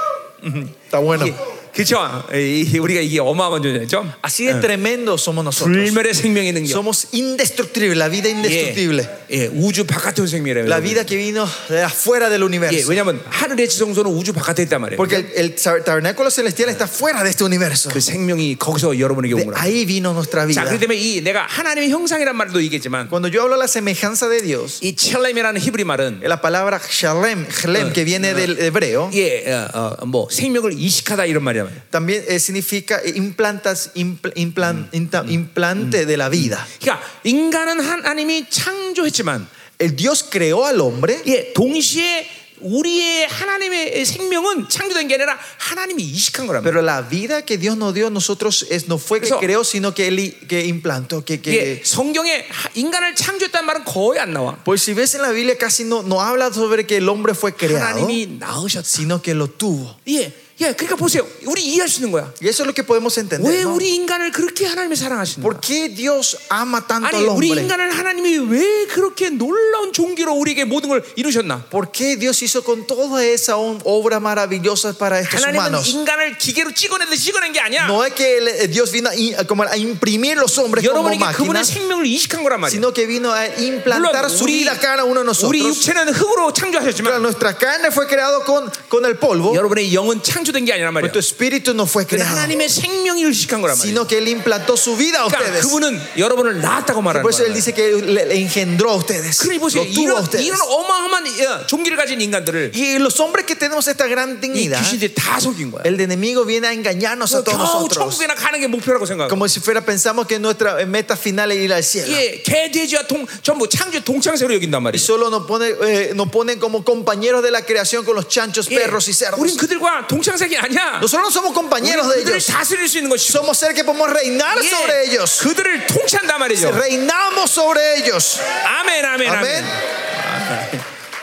Está bueno.
그렇죠 우리가 이게 어마어마한 존재죠
Así de tremendo somos nosotros.
불멸의 생명의 능력
Somos indestructibles, la vida
예,
indestructible.
예, 우주 바깥의 생명이라고.
La vida que vino de afuera del
예,
universo.
왜냐하면 하늘의 지성소는 우주 바깥에 있단 말이에요.
Porque el, el tabernáculo celestial está fuera de este universo.
그 생명이 거기서 여러분에게
De
온 거라.
ahí vino nuestra
자,
vida.
그렇기 때문에 이 내가 하나님의 형상이란 말도 얘기했지만
Cuando yo hablo de la semejanza de Dios,
이 첼렘이라는 히브리 말은
la palabra shalem, shalem, que viene del hebreo,
예, 어, 어, 뭐 생명을 이식하다 이런 말이야.
también eh, significa implantas, impl- implan- inta- implante de la vida.
그러니까 인간은 하나님이 창조했지만
El Dios creó al hombre,
예, 동시에 우리의 하나님의 생명은 창조된 게 아니라 하나님이 이식한 거란 말이야.
pero la vida que Dios nos dio a nosotros es, no fue que
Eso-
creó, sino que Él i- que implantó, que,
예,
que,
성경에 하- 인간을 창조했다는 말은 거의 안 나와.
Pues si ves en la Biblia casi no, no habla sobre que el hombre fue creado,
하나님이 낳으셨다.
sino que lo tuvo.
예, 예, 그러니까 보세요. 우리 이해할 수 있는 거야.
Y eso es lo que podemos
왜
entender. ¿no?
우리 인간을 그렇게 하나님이 사랑하시는가?
¿Por qué Dios ama tanto
아니
al
우리
hombre?
인간을 하나님이 왜 그렇게 놀라운 종기로 우리에게 모든 걸 이루셨나?
¿Por qué Dios hizo con toda esa on- obra maravillosa para estos
하나님은
humanos?
인간을 기계로 찍어내듯이 찍어낸 게 아니야.
No es que el- Dios vino a, in- a como a imprimir los hombres como
여러분에게 그분의
máquinas,
생명을 이식한 거란 말이야.
sino que vino a implantar su
우리,
vida a cada uno de
우리
nosotros.
육체는 흙으로
Claro,
창조하셨지만
nuestra carne fue creado con, con el polvo,
여러분의 영은 창조된 게 아니란 말이야.
pero tu espíritu no fue
그
creado,
하나님의 생명을 이식한 거란 말이야.
sino que Él implantó su vida a
그러니까
ustedes.
그분은 여러분을 낳았다고 말하는
Por eso él
거야.
dice que le, le engendró a ustedes.
그러니 보세요.
Lo tuvo a
이런,
ustedes.
이런 어마어마한 예, 종기를 가진 인간들을
Y los hombres que tenemos esta gran
이
dignidad,
귀신들이 다 속인 거야.
el enemigo viene a engañarnos a todos
겨우
nosotros.
천국에나 가는 게 목표라고 생각하고.
Como si fuera pensamos que nuestra meta final es ir al cielo.
예, 개돼지와 동, 전부 창조 동창새로 여긴단
Y
말이에요.
solo nos, pone, eh, nos ponen como compañeros de la creación con los chanchos,
예,
perros y cerdos.
우린 그들과 동창색이 아니야.
Nosotros no somos
우린
compañeros de
그들을
ellos.
다스릴 수 있는 것이고
Somos seres que podemos reinar
예,
sobre ellos.
그들을 통치한단 말이죠.
Reinamos sobre ellos.
아멘, 아멘, 아멘.
아멘.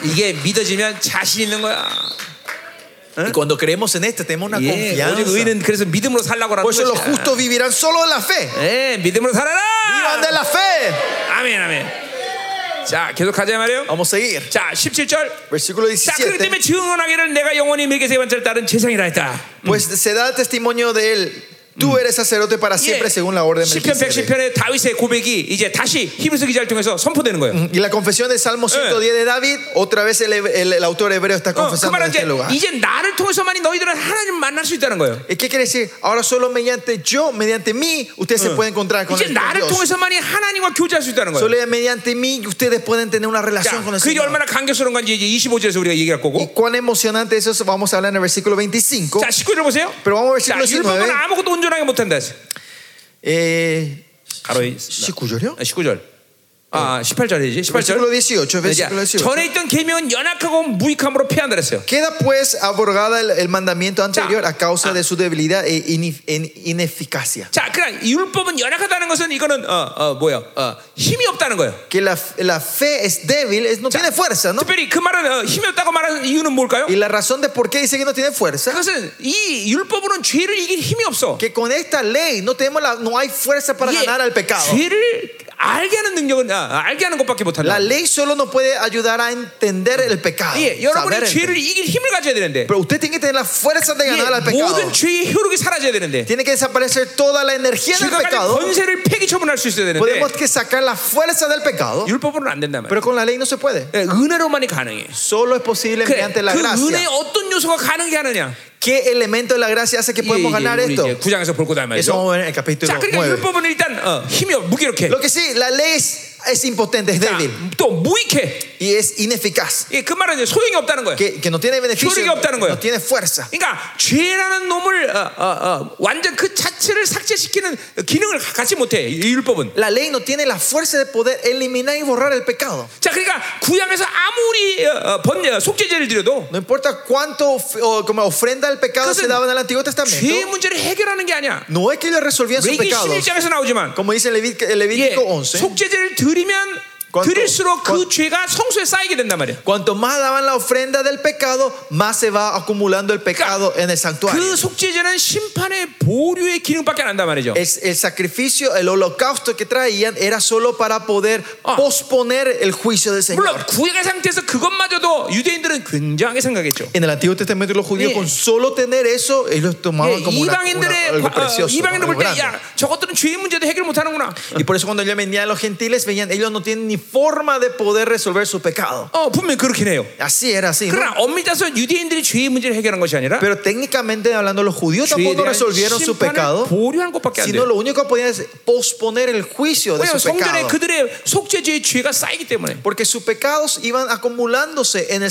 이게 믿어지면 자신 있는 거야.
Y cuando creemos en este, tenemos una
예,
confianza.
오직 의는 그래서 믿음으로 살라고 하는
Por eso los
것이야.
justos vivirán solo de la fe.
예, 믿음으로
Vivan de
살아라.
la fe.
아멘, 아멘. 자, 계속 가자 말이에요.
Vamos a seguir.
자, 17절.
Versículo
자, 그렇기
17.
때문에 증언하기를 내가 영원히 밀게 세번째를 따른 재상이라 했다.
Pues se da testimonio de él tú eres sacerdote para
예.
siempre según la orden de
10편
Melquisedec.
110편의 다윗의 고백이 이제 다시 히브리서 기자를 통해서 선포되는 거예요.
Y la confesión del Salmo 110 de David, otra vez el, el- el autor hebreo está
어, 그
confesando en
말은
este
이제
lugar.
이제 나를 통해서만이 너희들은 하나님 을 만날 수 있다는 거예요.
¿Qué quiere decir? Ahora solo mediante yo, mediante mí, ustedes se pueden encontrar con
이제
el con
나를
Dios.
통해서만이 하나님과 교제할 수 있다는 거예요.
Solo mediante mí ustedes pueden tener una relación
자,
con el
그게
Señor.
얼마나 감격스러운 건지 이제 25절에서 우리가 얘기할
Y
거고.
cuán emocionante eso es, vamos a hablar en el versículo 25.
자, 19절 보세요.
Pero vamos al
자,
versículo
율법은
19.
아무것도 온전하게 못한다.
Eh,
가로에
19절이요?
19절. 아, 18절이지.
Versículo
18절.
18, versículo 18.
전에 있던 계명은 연약하고 무익함으로 폐한다 그랬어요.
Queda pues abrogada el, el mandamiento anterior a causa de su debilidad e ini- en- ineficacia.
자, 그러니까 율법은 연약하다는 것은 이거는 어, 어, 뭐야? 어, 힘이 없다는 거예요.
Que la, la fe es débil, es- no tiene fuerza, ¿no?
특별히 그 말은 어, 힘이 없다고 말하는 이유는 뭘까요?
Y la razón de por qué dice que no tiene fuerza,
그것은 이 율법으로는 죄를 이길 힘이 없어.
que con esta ley no, tenemos la, no hay fuerza para
이게
ganar al pecado.
죄를 알게 하는 능력은 아, 알게 하는 것밖에 못한다.
La ley solo nos puede ayudar a entender el pecado.
예,
saber
여러분이
entender.
죄를 이길 힘을 가져야 되는데
Pero usted tiene que tener la fuerza de
예,
ganar al pecado.
모든 죄의 효력이 사라져야 되는데
Tiene que desaparecer toda la energía del
예, 죄가 뭐, 가진
pecado.
권세를 폐기 처분할 수 있어야 되는데
Podemos que sacar la fuerza del pecado,
율법으로는 안 된단 말이야.
pero con la ley no se puede.
예, 은혜로만이 가능해.
Solo es posible
그래,
mediante la
그 은혜의
gracia.
어떤 요소가 가능하게 하느냐.
¿Qué elemento de la gracia hace que
이게
podemos
이제
ganar
우리
esto?
이제 구장에서 볼 거다
Eso
말이죠.
vamos a ver en el capítulo
자, 그러니까
9.
율법은 일단 어, 힘이 없- 무기력해.
Lo que sí, la ley es, es impotente, es
자,
débil
또 무익해.
y es ineficaz.
예, 그 말은 이제 소용이 없다는 거예요.
Que, que no tiene beneficio,
효력이 없다는 거예요.
no tiene fuerza.
그러니까 죄라는 놈을 어, 어, 어, 완전 그 자체를 삭제시키는 기능을 갖지 못해 이 율법은.
La ley no tiene la fuerza de poder eliminar y borrar el pecado.
자, 그러니까 구약에서 아무리 어, 어, 번 어, 속죄제를 드려도
No importa cuánto of- o como ofrenda al pecado
Entonces,
se daba en el Antiguo
죄의
Testamento,
문제를 해결하는 게 아니야.
no es que ellos resolvían sus
레기
pecados.
11장에서 나오지만
Como dice Levit-
예,
Levítico 11,
속죄제를 드리면
cuanto-
드릴수록 그
cuan-
죄가 성수에 쌓이게 된단 말이야.
cuanto más daban la ofrenda del pecado, más se va acumulando el pecado en el santuario.
그 속죄제는 심판의 보류의 기능밖에 안 한단 말이죠.
Es- el sacrificio, el holocausto que traían era solo para poder
Ah.
posponer el juicio del Señor.
물론 구약의 상태에서 그것마저도 유대인들은 굉장히 생각했죠.
En el Antiguo Testamento los judíos
Yeah.
con solo tener eso, ellos
예,
tomaban como una- una-
이방인들의
algo
과- 어,
precioso.
이방인들
algo grande.
볼때야 저것들은 죄의 문제도 해결 못하는구나.
Y por eso cuando ellos venían los gentiles, venían, ellos no tienen ni forma de poder resolver su pecado.
어 분명 히 그렇긴 해요.
Así era así. ¿no?
그러나 엄밀히 따서 유대인들이 죄의 문제를 해결한 것이 아니라
Pero técnicamente hablando, los judíos
죄에
tampoco
대한
resolvieron su
심판을
pecado,
보류한 것밖에 안
sino
돼요.
lo único que podían es posponer el juicio de
어, 왜냐하면
su
성전에
pecado.
그들의 속죄죄의 죄가 쌓이기 때문에.
Porque sus pecados iban acumulándose en el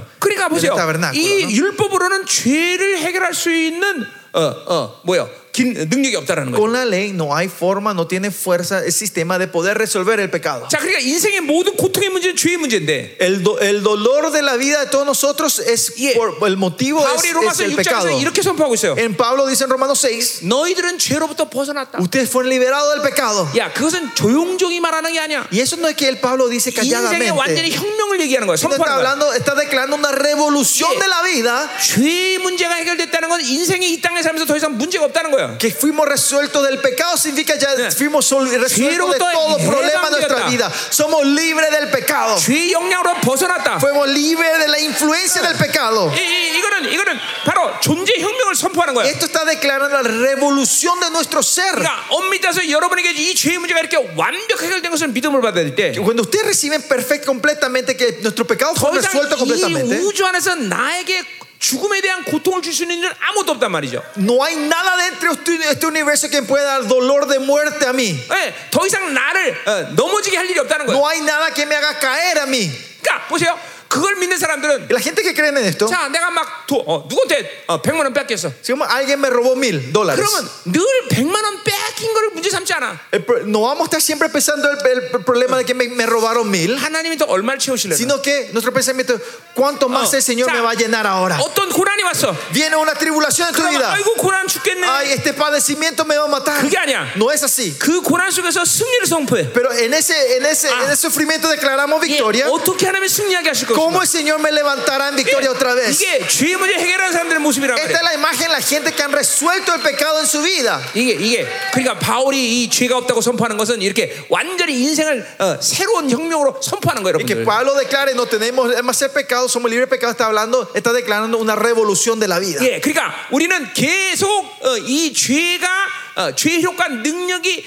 어. 그러니까
en
보세요.
el tabernáculo. ¿no?
이 율법으로는 죄를 해결할 수 있는 어어 뭐야 긴- 능력이 없다라는 거예요.
Con la ley no hay forma, no tiene fuerza el sistema de poder resolver el pecado.
자, 그러니까 인생의 모든 고통의 문제는 죄의 문제인데.
El, do- el dolor de la vida de todos nosotros es
Yeah.
por el motivo es,
바울이
es
로마서
el pecado.
어, 6장에서 이렇게 선포하고 있어요.
En Pablo dice en Romanos 6,
너희들은 죄로부터 벗어났다.
ustedes fueron liberados del pecado.
야, 그것은 조용조용히 말하는 게 아니야.
Y eso no es que el Pablo dice
인생의 완전히
calladamente.
혁명을 얘기하는 거야.
No está
선포하는 거야.
hablando, está declarando una revolución
Yeah.
de la vida
죄의 문제가 해결됐다는 건 인생이 이 땅에 살면서 더 이상 문제가 없다는 거야.
que fuimos resueltos del pecado significa ya
Yeah.
fuimos sol- resueltos de
Pero
todo
estoy-
problema de nuestra
Levántate.
vida. Somos libres del pecado.
죄의 영향으로 벗어났다.
Fuimos libres de la influencia del pecado.
이, 이, 이거는 이거는 바로 존재 혁명을 선포하는 거야.
Esto está declarando la revolución de nuestro ser.
그러니까 엄밀히 따서 여러분에게 이 죄의 문제가 이렇게 완벽하게 해결된 것은 믿음을 받아야 될 때.
Cuando ustedes reciben perfecto completamente que nuestro pecado fue
더 이상
resuelto
이
completamente,
우주 안에서 나에게 죽음에 대한 고통을 줄 수 있는 일은 아무도 없단 말이죠.
no hay nada dentro de este- este universo que pueda dar dolor de muerte a mí.
예, 더 이상 나를 어, 넘어지게 할 일이 없다는 거예요.
No hay nada que me haga caer a mí.
그러니까 보세요. 그걸 믿는 사람들은
Y La gente que cree en esto,
자, 내가 막 도, 어, 누구한테 어, 100만 원 뺏겼어.
si como alguien me robó mil dólares,
그러면 늘 100만 원 뺏긴 거를 문제 삼지 않아.
el pro- no vamos a estar siempre pensando el, el problema de que me, me robaron mil,
하나님이 더 얼마를 채우실래요?
sino que nuestro pensamiento, ¿cuánto más el Señor me va a llenar ahora?
어떤 고난이 왔어.
Viene una tribulación en tu
그러면
vida.
아이고 고난 죽겠네.
Ay, este padecimiento me va a matar.
그게 아니야.
No es así.
그 고난 속에서 승리를 선포해.
Pero en ese, en ese,
Ah.
en ese sufrimiento declaramos
예,
victoria.
어떻게 하나님이 승리하게 하실 것인가?
¿Cómo el Señor me levantará en victoria otra
이게,
vez?
이게 죄의 문제 해결하는 사람들의 모습이란 말이야.
Esta es la imagen de la gente que han resuelto el pecado en su vida.
이게 이게 그러니까 바울이 바울이 이 죄가 없다고 선포하는 것은 이렇게 완전히 인생을 어, 새로운 혁명으로 선포하는 거예요,
Y que
여러분들.
Pablo declare, no tenemos más el pecado, somos libres de pecado, está hablando, está declarando una revolución de la vida.
예, 그러니까 우리는 계속 어, 이 죄가 어, 죄의 효과 능력이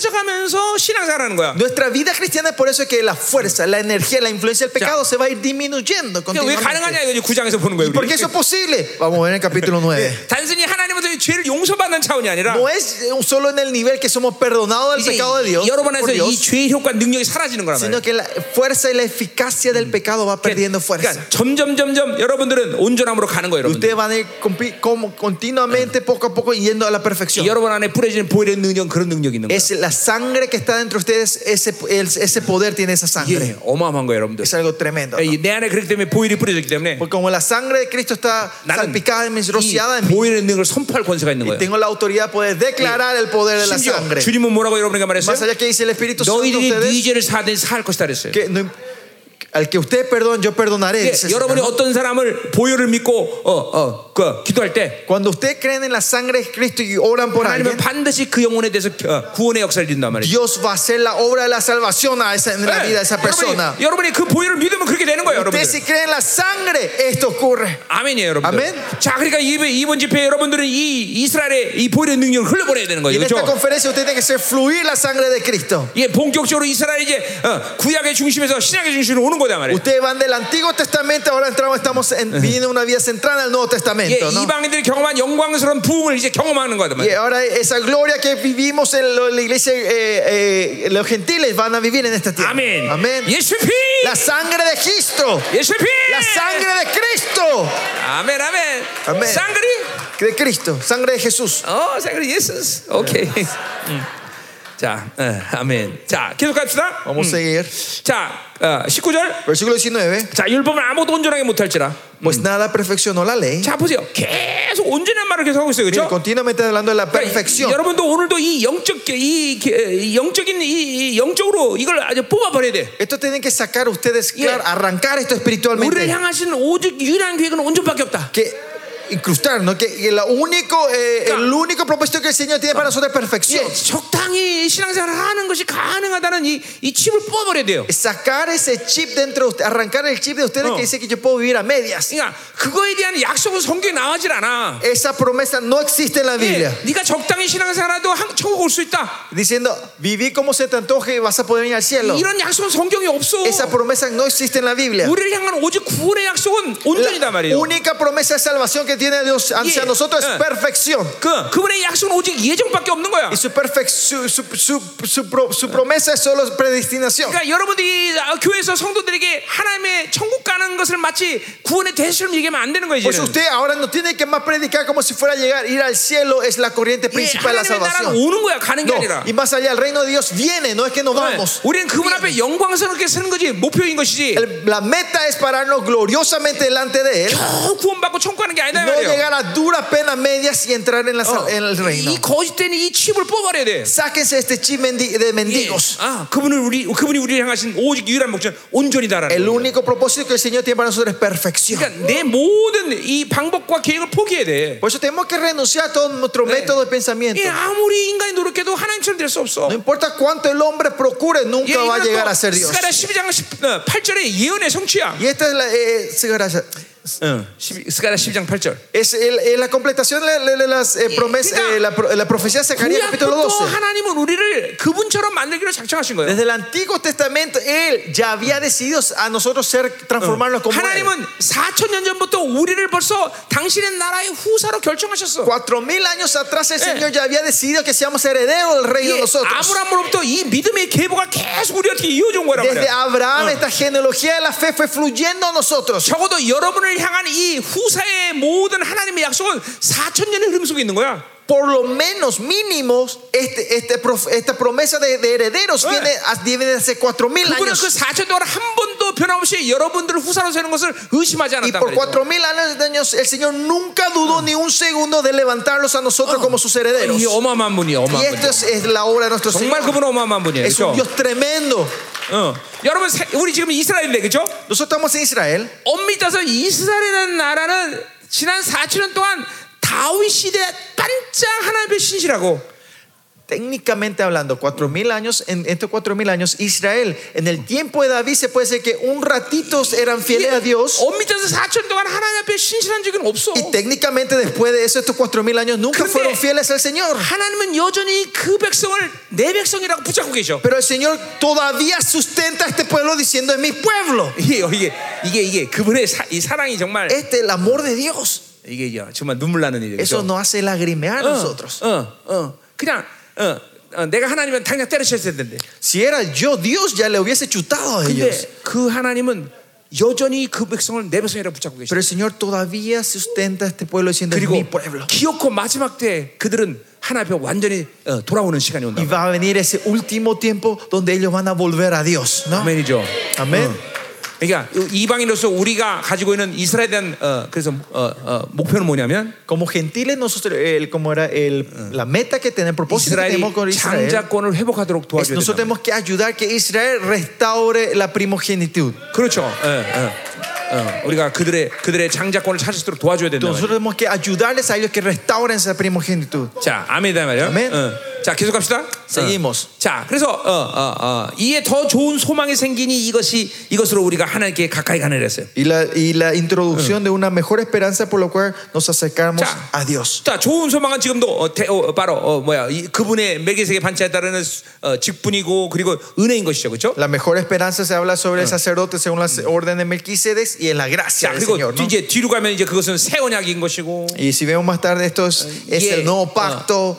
사라져가면서 신앙생활하는 거야.
Nuestra vida cristiana es por eso que la fuerza, la energía, la influencia del pecado se va a ir disminuyendo
그러니까 왜
continuamente.
가능하냐 이거지 구장에서 보는 거예요.
¿Por
우리.
qué eso es posible? Vamos a ver en el capítulo 9.
단순히 하나님부터 이 죄를 용서받는 차원이 아니라
No es solo en el nivel que somos perdonados del
이제
뭐, pecado de Dios,
여러
por
번에서 이
Dios,
죄의 효과 능력이 사라지는 거란 말이에요.
sino que la fuerza y la eficacia del pecado va perdiendo fuerza.
그러니까 점점 점점 여러분들은 온전함으로 가는 거예요, 여러분들.
Ustedes van a ir compi- como continuamente, poco a poco, yendo a la
이
perfección.
여러분 안에 뿌려지는 보혈의 능력 그런 능력이 있는 거예요.
Es la sangre que está dentro de ustedes, ese, el- ese poder tiene esa sangre.
예, 어마어마한 거예요, 여러분들.
Es algo tremendo. ¿no?
예, 내 안에 그렇기 때문에 보혈이 뿌려졌기 때문에
Porque como la sangre de Cristo está
나는
salpicada en mí, rociada en
이
mí,
보혈의 능력을 선포할 권세가 있는 거예요.
tengo la autoridad de poder declarar el poder de la
심지어
sangre.
주님은 뭐라고 여러분에게
Más
말했어요?
allá que dice el Espíritu Santo, a
너희들이 네
ustedes,
죄를 사든 살 것이다 그랬어요.
que no- al que usted perdone, yo perdonaré.
예,
dice el Señor,
여러분이
¿no?
어떤 사람을 보혈을 믿고 어, 어, 그, 기도할 때
Cuando usted creen en la sangre de Cristo y oran por
하나님은
alguien,
반드시 그 영혼에 대해서 어, 구원의 역사를 이룬단 말이에요.
Dios va a hacer la obra de la salvación a esa, en la
예,
vida de esa persona.
여러분이, 여러분이 그 보혈을 믿으면 그렇게 되는 거예요,
Usted
여러분들.
si cree en la sangre, esto ocurre.
아멘이에요, 여러분들.
아멘.
자, 그러니까 이번, 이번 집회 여러분들은 이 이스라엘의 이 보혈의 능력을 흘려보내야 되는
Y
거예요,
en esta
그렇죠?
conferencia usted tiene que hacer fluir la sangre de Cristo.
예, 본격적으로 이스라엘 이제 어, 구약의 중심에서 신약의 중심으로 오는 거다 말이에요.
Ustedes van del Antiguo Testamento, ahora entramos, estamos en, viviendo una vida central al Nuevo
예,
Testamento. ¿no?
이방인들이 경험한 영광스러운 부흥을 이제 경험하는 거다
Y
말이에요.
ahora esa gloria que vivimos en lo- la iglesia, eh, eh, los gentiles van a vivir en esta tierra.
예, 아멘.
Amén.
예수피.
La sangre de Cristo.
예수피.
La sangre de Cristo.
아멘, 아멘.
아멘.
쌍그리.
De Cristo. Sangre de Jesús.
어, 쌍그리 예수. 오케이. 음. 자, 어, 아멘. 자, 계속 갑시다.
Vamos a seguir.
자, 어, 19절.
Versículo 19.
자, 율법을 아무도 온전하게 못할지라.
Pues nada perfeccionó la ley.
자, 보세요. 계속 온전한 말을 계속 하고 있어요,
Mire,
그렇죠?
continuamente hablando de la
그러니까 이-
perfección.
여러분도 오늘도 이 영적 이, 이 영적인 이, 이 영적으로 이걸 아주 뽑아 버려야 돼.
Esto tienen que sacar ustedes,
Yeah.
claro, arrancar esto
우리를
espiritualmente.
향하신 오직 유일한 계획은 온전밖에 없다.
Que incrustar, ¿no? Que, que lo único, eh, el único propósito que el Señor tiene para nosotros es perfección.
예, 적당히 신앙생활을 하는 것이 가능하다는 이, 이 칩을 뽑아 버려야 돼요.
sacar ese chip dentro, de usted- arrancar el chip de ustedes
No.
que dice que yo puedo vivir a medias.
그러니까 그거에 대한 약속은 성경에 나오질 않아.
Esa promesa no existe en la
예,
Biblia.
네가 적당히 신앙생활하도 한- 천국 올 수 있다.
Diciendo, viví como se te antoje y vas a poder ir al cielo.
이런 약속은 성경에 없어.
Esa promesa no existe en la Biblia.
우리를 향한 오직 구원의 약속은 예. 온전이다
La
말이에요.
única promesa de salvación que tiene Dios
Yeah.
hacia nosotros es
Eh.
perfección.
그 그분의 약속은 오직 예정밖에 없는 거야.
Y su, perfec- su, su, su- su pro- su promesa es solo predestinación.
그러니까 여러분들이 교회에서 성도들에게 하나님의 천국 가는 것을 마치 구원의 대수처럼 얘기하면 안 되는 거예요.
Pues
이제는.
usted ahora no tiene que más predicar como si fuera a llegar, ir al cielo es la corriente
예,
principal de la
하나님의 나라는
salvación.
오는 거야 가는 게
No,
아니라.
y más allá, el reino de Dios viene, no es que nos
네,
vamos.
우리는 그분 앞에 영광스럽게 서는 거지 목표인 것이지.
El- la meta es pararnos gloriosamente delante de Él,
겨우 구원받고 천국 가는 게 아니다
no
말이에요.
llegar a dura pena a medias y entrar en, la sal-
어,
en el reino.
이 거짓된 이 칩을 뽑아내야 돼.
Oh. Sáquense este chip mendi- de
예.
mendigos.
아, 그분을 우리 그분이 우리를 향하신 오직 유일한 목적은 온전이다라는.
El
거예요.
único propósito que el Señor tiene para nosotros es perfección.
그러니까 내 모든 이 방법과 계획을 포기해야 돼.
Por eso tenemos que renunciar a todo nuestro método de pensamiento.
예, 아무리 인간이 노력해도 하나님처럼 될 수 없어.
No importa cuánto el hombre procure,
예,
nunca va a llegar a ser Dios.
스가랴 12장 10, 어, 8절의 예언의 성취야.
Y esta es la, eh, eh, gracias.
응. 12 스가랴 12장 8절.
Es el- eh, la completación de la- de las eh, promesas, eh, la, pro- la profecía de Zacarías capítulo
구약부터
12.
하나님은 우리를 그분처럼 만들기로 작정하신 거예요.
Desde el Antiguo Testamento, Él ya había decidido a nosotros ser transformarnos como Él.
하나님은 4천 년 전부터 우리를 벌써 당신의 나라의 후사로 결정하셨어.
Cuatro mil años atrás el Señor ya había decidido que seamos herederos del reino de
이
nosotros.
아브라함으로부터 이 믿음의 계보가 계속 우리한테 이어져 온 거란
Desde
말이야.
Abraham Ah. esta genealogía de la fe fue fluyendo a nosotros.
적어도 여러분을 향한 이 후사의 모든 하나님의 약속은 4천 년의 흐름 속에 있는 거야.
Por lo menos mínimos, este, este, prof- esta promesa de, de herederos
Eh.
viene, a- viene desde hace cuatro mil
그분은 그
años.
4천 동안 한 번도 변함없이 여러분들을 후사로 세는 것을 의심하지
Y
않았단
por
말이야.
cuatro mil años de años, el Señor nunca dudó ni un segundo de levantarlos a nosotros como sus herederos.
이 예,
Ah. Y
어마어마한 분이에요. 어마어마한 분이.
esto es, es la obra de nuestro
정말
Señor.
그분 어마어마한 분이에요.
Es
그렇죠?
un Dios tremendo.
어. 여러분 세- 우리 지금 이스라엘인데 그죠?
Nosotros estamos en Israel.
엄밀히 따서 이스라엘이라는 나라는 지난 4천 년 동안 다윗 시대 반짝 하나님의 신실하고
técnicamente hablando, cuatro mil años, en estos cuatro mil años, Israel, en el tiempo de David se puede decir que un ratito eran fieles a Dios.
엄밀해서 4천 동안 하나님 앞에 신실한 적은 없어.
Y técnicamente después de eso, estos cuatro mil años nunca
근데
fueron fieles al Señor.
하나님은 여전히 그 백성을 내 백성이라고 붙잡고 계셔.
Pero el Señor todavía sustenta a este pueblo diciendo, es mi pueblo.
이게 이게 이게, 이게 그분의 사, 이 사랑이 정말
Este es el amor de Dios.
이게 이제 정말 눈물 나는 일이에요.
Eso
그죠?
nos hace lagrimear
Ah.
a nosotros.
어, 어, 그냥 어, 어, 내가 하나님은 당장 때려쳤을 텐데.
Si era yo Dios, ya le hubiese chutado a
근데
ellos.
그 하나님은 여전히 그 백성을 내 백성이라고 붙잡고 계셔.
Pero el Señor todavía sustenta a este pueblo diciendo, es
그리고
mi pueblo.
기어코 마지막 때 그들은 하나님 앞에 완전히 어, 돌아오는 시간이 온다.
Y va a venir ese último tiempo donde ellos van a volver a Dios, ¿no?
아멘이죠. 어.
아멘.
그러니까 이방인으로서 우리가 가지고 있는 이스라엘에 대한 어, 그래서 어, 어, 목표는 뭐냐면
Como gentiles nosotros, el, como era el, la meta que tenemos, el propósito que
이스라엘이
tenemos con Israel,
장자권을 회복하도록
es
도와줘야 된다.
nosotros tenemos que ayudar que Israel restaure la primogenitud.
그렇죠. 예, 예, 어, 우리가 그들의 그들의 장자권을 찾을 수 있도록 도와줘야 된다.
Nosotros tenemos que ayudarles a ellos que restauren esa primogenitud.
자, 아멘이다 말이야.
아멘.
자, 계속 갑시다.
Seguimos.
어. 자, 그래서 어, 어, 어, 이에 더 좋은 소망이 생기니 이것이 이것으로 우리가 하나님께 가까이 가는 했어요.
Y la, y la introducción de una mejor esperanza por lo cual nos acercamos
Ya.
a Dios.
자, 좋은 소망은 지금도 어, 대- 어, 바로 어, 뭐야 이, 그분의 매개세계 반차에 따르는 어, 직분이고 그리고 은혜인 것이죠, 그렇죠?
La mejor esperanza se habla sobre el sacerdote según la orden de Melquisedes y en la gracia
자,
del
그리고
Señor. ¿no?
뒤- 이제 뒤로 가면 이제 그것은 새 언약인 것이고.
Y si vemos más tarde, esto es, es
이게,
el nuevo pacto,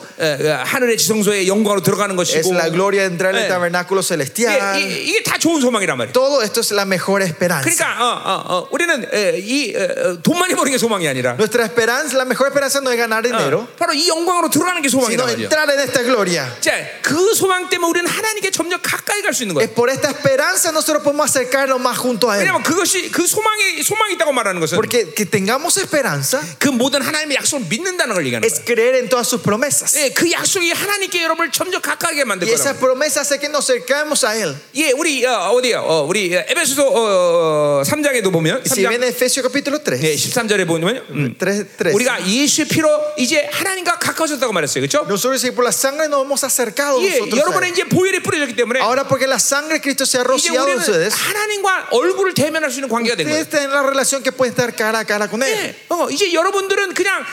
어, 어, 어, 하늘의 지성소의 영광으로 들어가는
es
것이고.
la gloria de entrar en el
예.
tabernáculo celestial.
이게, 이- 이게 다 좋은 소망이란 말이에요.
Todo esto es la mejor esperanza.
그러니까 어, 어, 어, 우리는 에, 이 어, 어, 돈만이 버는 게 소망이 아니라
Nuestra esperanza, la mejor esperanza no es ganar dinero,
어. 바로 이 영광으로 들어가는 게 소망이란
sino
말이에요.
entrar en esta gloria.
자, 그 소망 때문에 우리는 하나님께 점점 가까이 갈 수 있는 거예요.
Es por esta esperanza nosotros podemos acercarnos más junto a Él.
왜냐하면 그것이 그 소망이 소망이 있다고 말하는 것은
Porque que tengamos esperanza
그 모든 하나님의 약속을 믿는다는 걸 얘기하는
es
거예요.
creer en todas sus promesas.
예, 그 약속이 하나님께 여러분을 점점 가까이게 만들
Y esas
거라고.
promesas hace que nos acercamos a Él.
예, 우리 어, 어디요? 어, 우리 어, 에베소서 어, 어, 3장에도 보면
Y si
3장
ven Efesios capítulo 3,
예, 13절에 보면 음,
3, 3.
우리가 예수의 피로 이제 하나님과 가까워졌다고 말했어요. 그렇죠?
Nosotros si por la sangre nos hemos acercado
예,
nosotros a
여러분의
Él.
이제 보혈이 뿌려졌기 때문에
Ahora porque la sangre de Cristo se ha
이제
rociado en
우리는
ustedes,
하나님과 얼굴을 대면할 수 있는 관계가 된 거예요.
ustedes tienen la relación que pueden estar cara a cara con Él.
예, 어, 이제 여러분들은 그냥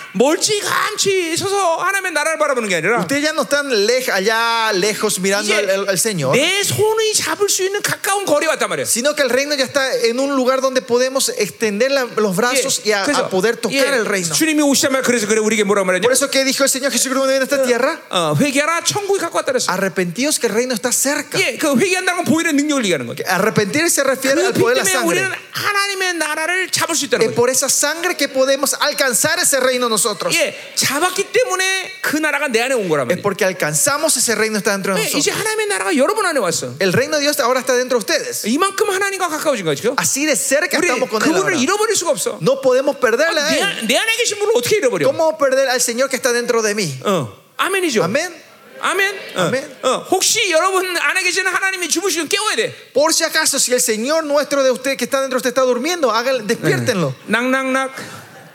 멀찌감치 서서 하나님의 나라를 바라보는 게 아니라
Ustedes ya no están lej- allá lejos mirando
이제
al, al- al Señor,
내 손이 잡을 수 있는 가까운 거리에 왔단 말이에요.
sino que el reino ya está en un lugar donde podemos extender la- los
예,
brazos y a, a 아, poder tocar
예,
el reino.
주님이 오시자마자 그래서 그래 우리에게 뭐라고 말했냐?
Por eso que dijo el Señor Jesucristo en esta tierra,
어, 회개하라 천국이 갖고 왔다
아,
그랬어.
arrepentíos que el reino está cerca.
예, 그 회개한다는 건 보일의 능력을 얘기하는 거죠.
Arrepentir se refiere al
그피
poder de la
때문에 우리는
sangre. 예,
하나님의 나라를 잡을 수 있다는
Es
거죠.
por esa sangre que podemos alcanzar ese reino nosotros.
예, 잡았기 때문에 그 나라가 내 안에 온 거란
Es
말이에요.
porque alcanzamos ese reino está dentro de
예, 이제
예, nosotros.
하나님의 나라가 여러분 안에 왔어.
El reino de Dios ahora está dentro de ustedes.
이만큼 하나님과 가까워진 거죠.
Así de cerca
우리
estamos con él. ahora.
그분을 잃어버릴 수가 없어.
No podemos perderle a
아, 내,
él.
안- 내 안에 계신 분을 어떻게 잃어버려?
¿Cómo perder al Señor que está dentro de mí?
어, 아멘이죠.
Amén.
아멘. 어,
아멘.
어, 혹시 여러분 안에 계시는 하나님이 주무시면 깨워야 돼.
Por si acaso, si el Señor nuestro de usted que está dentro de usted está durmiendo, háganle- despiértenlo.
낙낙낙.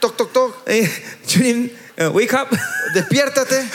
Toc, toc, toc.
음. 예, 주님, 어, wake up,
Despiértate.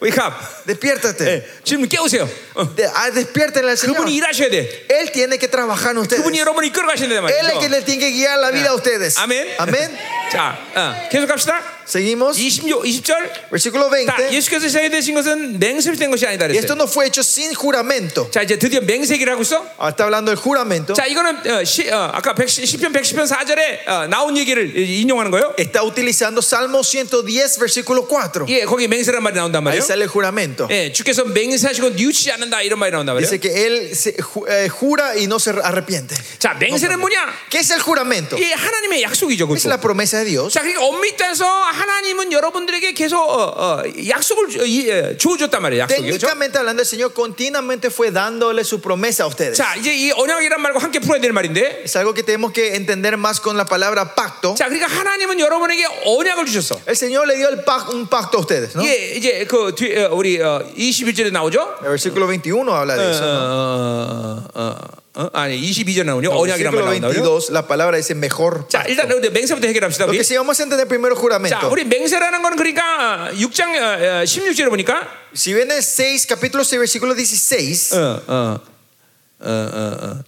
wake up.
Despiértate.
예, 주님 깨우세요. 어,
De- ah, despiértenle al Señor.
그분이 일하셔야 돼.
Él tiene que trabajar en ustedes.
그분이 여러분을 이끌어 가신다
Él es el
말이죠.
que le tiene que guiar la vida a ustedes.
아멘.
Ah. Amén.
자, 어, 계속 갑시다.
Seguimos.
26, 20절.
Versículo
자,
20.
예수께서 시작이 되신 것은 맹세이 된 것이 아니다
Y esto
그랬어요.
no fue hecho sin juramento.
자, 이제 드디어 맹세기라고 있어.
Ah, está hablando del juramento.
자, 이거는 어, 시, 어, 아까 110편 110편 4절에 어, 나온 얘기를 이- 인용하는 거예요.
Está utilizando Salmo 110, versículo 4.
예, 거기 맹세란 말이 나온단
Ahí
말이에요.
sale el juramento.
예, 주께서 맹세하시고 뉘우치지 않는다 이런 말이 나온단 말이에요.
Dice que él se ju- eh, jura y no se arrepiente.
자, 맹세는 뭐냐?
¿Qué es el juramento?
예, 하나님의 어, 약속이죠,
Es
그것도.
la promesa de Dios.
자, 그러니까 엄밀히 따서 하나님은 여러분들에게 계속 어, 어, 약속을 주- 이, 예, 주어줬단 말이에요. 약속이 그렇죠?
Técnicamente hablando, el Señor continuamente fue dándole su promesa a ustedes.
자, 이제 이 언약이란 말과 함께 풀어야 될 말인데.
Es algo que tenemos que entender más con la palabra pacto.
자, 그러니까 하나님은 여러분에게 언약을 주셨어.
El Señor le dio el pac- un pacto a ustedes, ¿no?
예, 이제 그 뒤, 어, 우리 어, 21절에 나오죠. Ah,
El versículo 21 habla de eso.
어, 어, 어, 어? 아니 22절 나오네요. 언약이란 말
versículo
나온다고요.
22, la palabra dice mejor.
자, 일단 우리 맹세부터 해결합시다.
Lo
우리.
que sí vamos a entender primero el
자,
juramento.
우리 맹세라는 거는 그러니까 6장 16절에 보니까
Si ven el 6, capítulo 6, versículo
어,
16,
Ah. 어어어어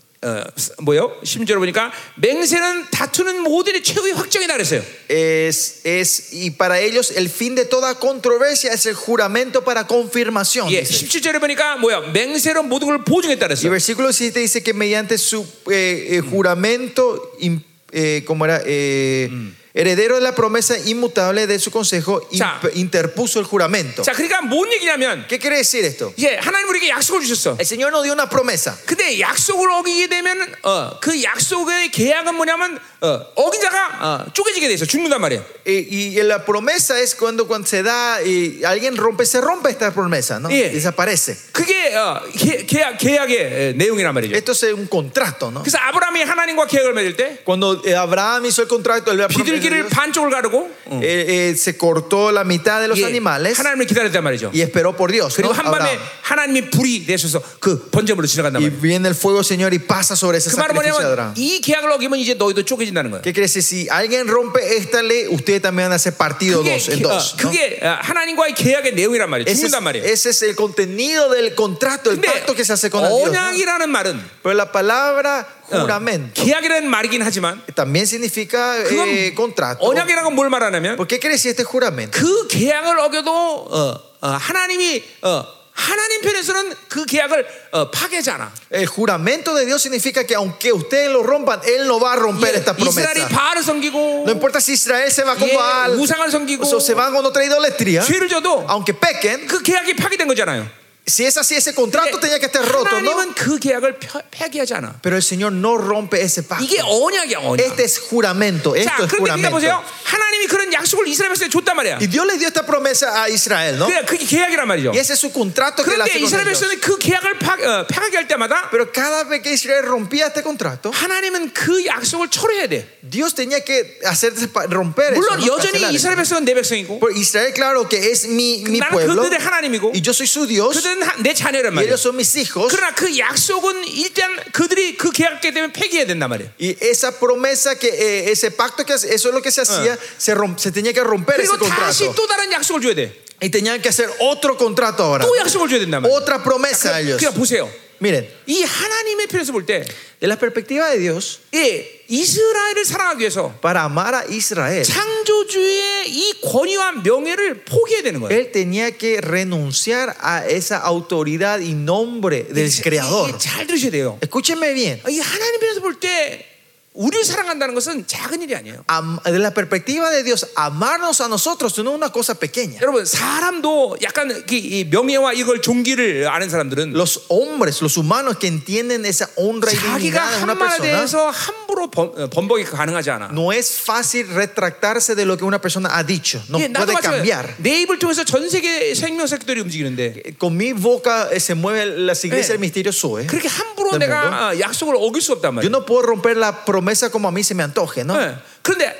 뭐요? 16절에 보니까 맹세는 다투는 모든 의 최후의 확정이다 그랬어요.
es, es, y para ellos el fin de toda controversia es el juramento para confirmación.
예,
dice.
17절에 보니까 뭐야? 맹세로 모든 걸 보증했다
Y el
그랬어요.
versículo 7 dice que mediante su eh, eh, juramento, im- eh, como era, Eh, heredero de la promesa inmutable de su consejo,
Ya.
imp- interpuso el juramento.
자, 그러니까 뭔 얘기냐면
¿Qué quiere decir esto?
예, 하나님 우리에게 약속을 주셨어.
El Señor nos dio una promesa.
근데 약속을 어기게 되면 어, 그 약속의 계약은 뭐냐면 어, 어긴 자가 어, 쪼개지게 돼 있어. 죽는단 말이에요.
Eh, Y, la promesa es cuando, cuando se da y alguien rompe, se rompe esta promesa, ¿no?
Yeah.
Desaparece.
그게 어, 계, 계약, 계약의 에, 내용이란 말이죠.
Esto es un contrato, ¿no?
그래서 아브라함이 하나님과 계약을 맺을 때
Cuando eh, Abraham hizo el contrato, el
비둘기를 반쪽을 가르고 어,
eh, eh, se cortó la mitad de los
예,
animales
하나님을 기다렸단 말이죠.
y esperó por Dios. ¿no?
그리고 한밤에
Abraham.
하나님이 불이 내셔서 그 번제물로 지나간단
Y
말이에요.
viene el fuego, Señor, y pasa sobre ese
그 말은
sacrificio de
뭐냐면
Abraham.
이 계약을 어기면 이제 너희도 쪼개진다는 거예요.
¿Qué quiere decir? Si alguien rompe esta ley, ustedes también van a ser partido
그게,
dos en
게- 어,
dos. ¿no?
그게 어, 하나님과의 계약의 내용이란 말이에요.
Ese es,
죽는단 말이에요.
ese es el contenido del contrato, el
근데
pacto que se hace con el Dios. ¿no?
언약이라는 말은
Pero la palabra
어,
juramento
계약이라는 말이긴 하지만
también significa
그건
eh, contrato.
언약이라는 건 뭘 말하냐면
¿Por qué quiere decir este juramento?
그 계약을 어겨도 어, 어, 하나님이 어, 하나님 편에서는 그 계약을 어, 파괴잖아.
El juramento de Dios significa que aunque ustedes lo rompan, Él no va a romper esta
예, 이스라엘이
promesa.
바알을 섬기고
No importa si Israel se va con
Yeah,
Baal
우상을 섬기고,
o se van con otra idolatría,
죄를 져도
aunque pequen,
그 계약이 파괴된 거잖아요.
si es así, ese contrato tenía que estar roto, ¿no?
하나님은 그 계약을 펴- 폐기하지 않아.
Pero el Señor no rompe ese pacto.
이게 언약이야 언약.
Este es juramento.
자,
Esto es
그런데 그러니까 보세요.
juramento.
하나님이 그런 약속을 이스라엘에게 줬단 말이야.
Y Dios le dio esta promesa a Israel, ¿no?
그게, 그게 계약이란 말이죠.
Y ese es su contrato que le
그런데
hace con ellos.
이스라엘에서는 그 계약을 파, 어, 폐하게 할 때마다
Pero cada vez que Israel rompía este contrato,
하나님은 그 약속을 철회해야 돼.
Dios tenía que hacer despa- romper eso,
물론
¿no?
여전히
Cancelar eso.
이스라엘 백성은 내 백성이고
Por Israel, claro que es mi, mi
나는
pueblo.
그들의 뭐, 하나님이고
Y yo soy su Dios.
그들은 하- 내 자녀란
Y
말이야.
ellos son mis hijos.
그러나 그 약속은 일단 그들이 그 계약계 때문에 폐기해야 된단 말이야.
Y esa promesa, que eh, ese pacto, que hace- eso es lo que se hacía, se, rom- se tenía que romper ese
그리고 다시
contrato.
또 다른 약속을 줘야 돼.
Y tenían que hacer otro contrato ahora.
또 약속을 줘야 된단 말이야.
Otra promesa a ellos.
그러니까 보세요.
Miren,
이 하나님의 편에서 볼 때,
de la perspectiva de Dios,
예, 이스라엘을 사랑하기 위해서
para amar a
예.
Israel,
창조주의 이 권위와 명예를 포기해야 되는 거예요.
él tenía que renunciar a esa autoridad y nombre del
이-
creador.
이게 잘 들으셔야 돼요.
Escúchenme bien.
아, 이 하나님 편에서 볼 때 우리를 사랑한다는 것은 작은 일이 아니에요.
Am- de la perspectiva de Dios, amarnos a nosotros no es una cosa pequeña.
여러분 사람도 약간 이- 이 명예와 이걸 종기를 아는 사람들은
Los hombres, los humanos que entienden esa honra y
자기가
dignidad de
한
una
말에
persona, 음,
대해서 함부로 범, 어, 범벅이 가능하지 않아.
no es fácil retractarse de lo que una persona ha dicho. No
예, 나도
puede
마찬가지야.
cambiar.
내 입을 통해서 전 세계 생명세들이 움직이는데
Con mi boca eh, se mueve las iglesias
Eh.
del misterio Zoe.
그렇게 함부로
네,
내가 어, 약속을 어길 수 없단
Yo
말이야.
no puedo romper la promesa como a mí se me antoje, ¿no?
예. 그런데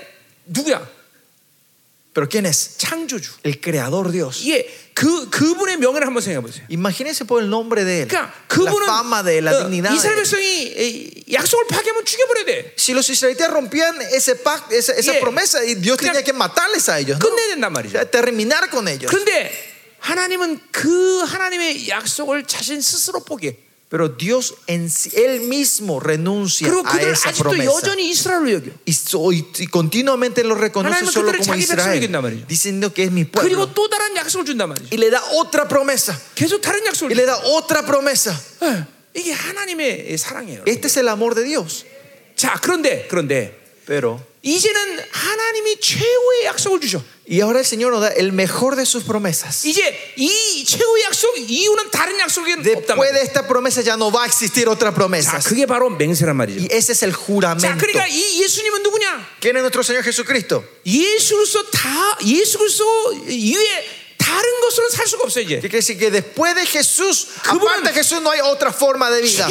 누구야?
Pero ¿quién es?
창조주.
El creador Dios.
예, 그 그분의 명예를 한번 생각해 보세요.
Imagínense por el nombre de él.
그러니까
La
그분은
fama de él, la
어,
dignidad. de
이스라엘
él.
백성이 이- 약속을 파괴하면 죽여버려야 돼.
Si los israelitas rompían ese pacto, esa, esa
Yeah.
promesa, y Dios
그냥-
tenía que matarles a ellos, ¿no?
끝내야 된단
O
말이죠.
sea, terminar con ellos.
그런데 하나님은 그 하나님의 약속을 자신 스스로 포기해.
Pero Dios en sí- él mismo renuncia
그리고
a
그들을
esa
아직도
promesa.
여전히 이스라엘로 여겨.
Y, so- y- y continuamente lo reconoce
하나님은
solo
그들을
como
자기
Israel,
백성이겠단 말이죠.
diciendo que es mi pueblo.
그리고 또 다른 약속을 준단 말이죠.
Y le da otra promesa.
계속 다른
Y
약속을
le
줘.
da otra promesa.
예, 이게 하나님의 사랑이에요.
Este es el amor de Dios.
자, 그런데 그런데
Pero.
이제는 하나님이 최후의 약속을 주셔.
Y ahora el Señor nos da el mejor de sus promesas.
이제 이 최후의 약속 이후는 다른 약속이 없단
Después
말이야.
de esta promesa ya no va a existir otra
자,
promesa.
그게 바로 맹세란 말이죠.
Y ese es el
자,
juramento.
그러니까 이 예수님은 누구냐?
¿Quién es nuestro Señor Jesucristo?
예수 그리스도 다 예수 그리스도 이외에 다른 것으로 살 수가 없어 이제.
¿Qué quiere decir? Que después de Jesús,
그분은
aparte de Jesús, no hay otra forma de vida.
최후의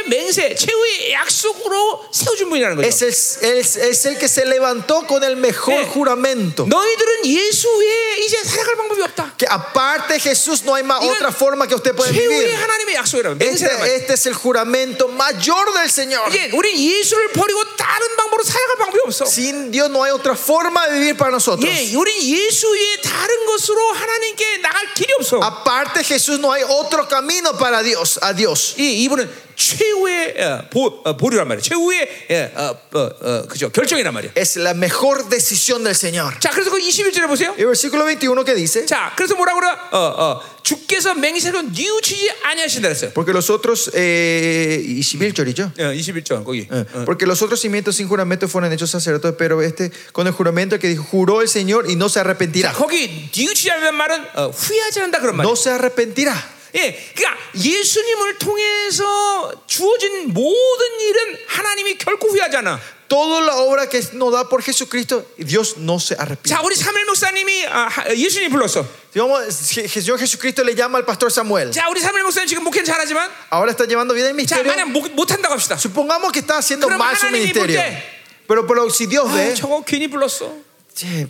최후의 맹세, 최후의 약속으로 세워준 분이라는 거죠.
Es el, es- es el que se levantó con el mejor
Eh.
juramento.
너희들은 예수 외에 이제 살아갈 방법이 없다.
Que aparte de Jesús no hay más
Digan,
otra forma que usted puede
최후의
vivir.
하나님의 약속이라면 맹세라면
Este, este es el juramento mayor del Señor.
이제 우린 예수를 버리고 다른 방법으로 살아갈 방법이 없어.
Sin Dios no hay otra forma de vivir para nosotros.
예, 우린 예수 외에 다른 것으로 하나님께 나갈 길이 없어.
Aparte de Jesús no hay otro camino para Dios, a Dios.
이 이분은 최후의 어, 보, 어, 보류란 말이에요. 최후의 예, 어, 어, 어, 그죠 결정이란 말이에요.
Es la mejor decisión del Señor.
자, 그래서 그 21절에 보세요.
El versículo 21 que dice,
자, 그래서 뭐라 그래? 어, 어, 주께서 맹세로 뉘우치지 아니하신다 그랬어요.
porque los otros, eh, y Sibil Chorillo,
어, 21절 거기.
eh, porque los otros cimientos sin juramento fueron hechos sacerdotes, pero este con el juramento que dijo, juró el Señor y no se arrepentirá.
거기 뉘우치지 않는 말은 어, 후회하지 않는다 그런 말이에요.
No se arrepentirá.
예, 그러니까 예수님을 통해서 주어진 모든 일은 하나님이 결코 후회하지 않아.
Toda la obra que nos da por Jesucristo, Dios no se arrepiente.
자, 우리 삼일 목사님이 아, 하- 예수님 불렀어.
Digamos, Je- Señor Jesucristo le llama al pastor Samuel.
자, 우리 삼일 목사님 지금 목회는 잘하지만,
Ahora está llevando bien el
자,
misterio.
만약 못, 못한다고 합시다.
Supongamos que está haciendo
Pero
mal su
하나님이
ministerio.
볼 때-
Pero, pero si Dios
아,
ve,
저거 괜히 불렀어.
che,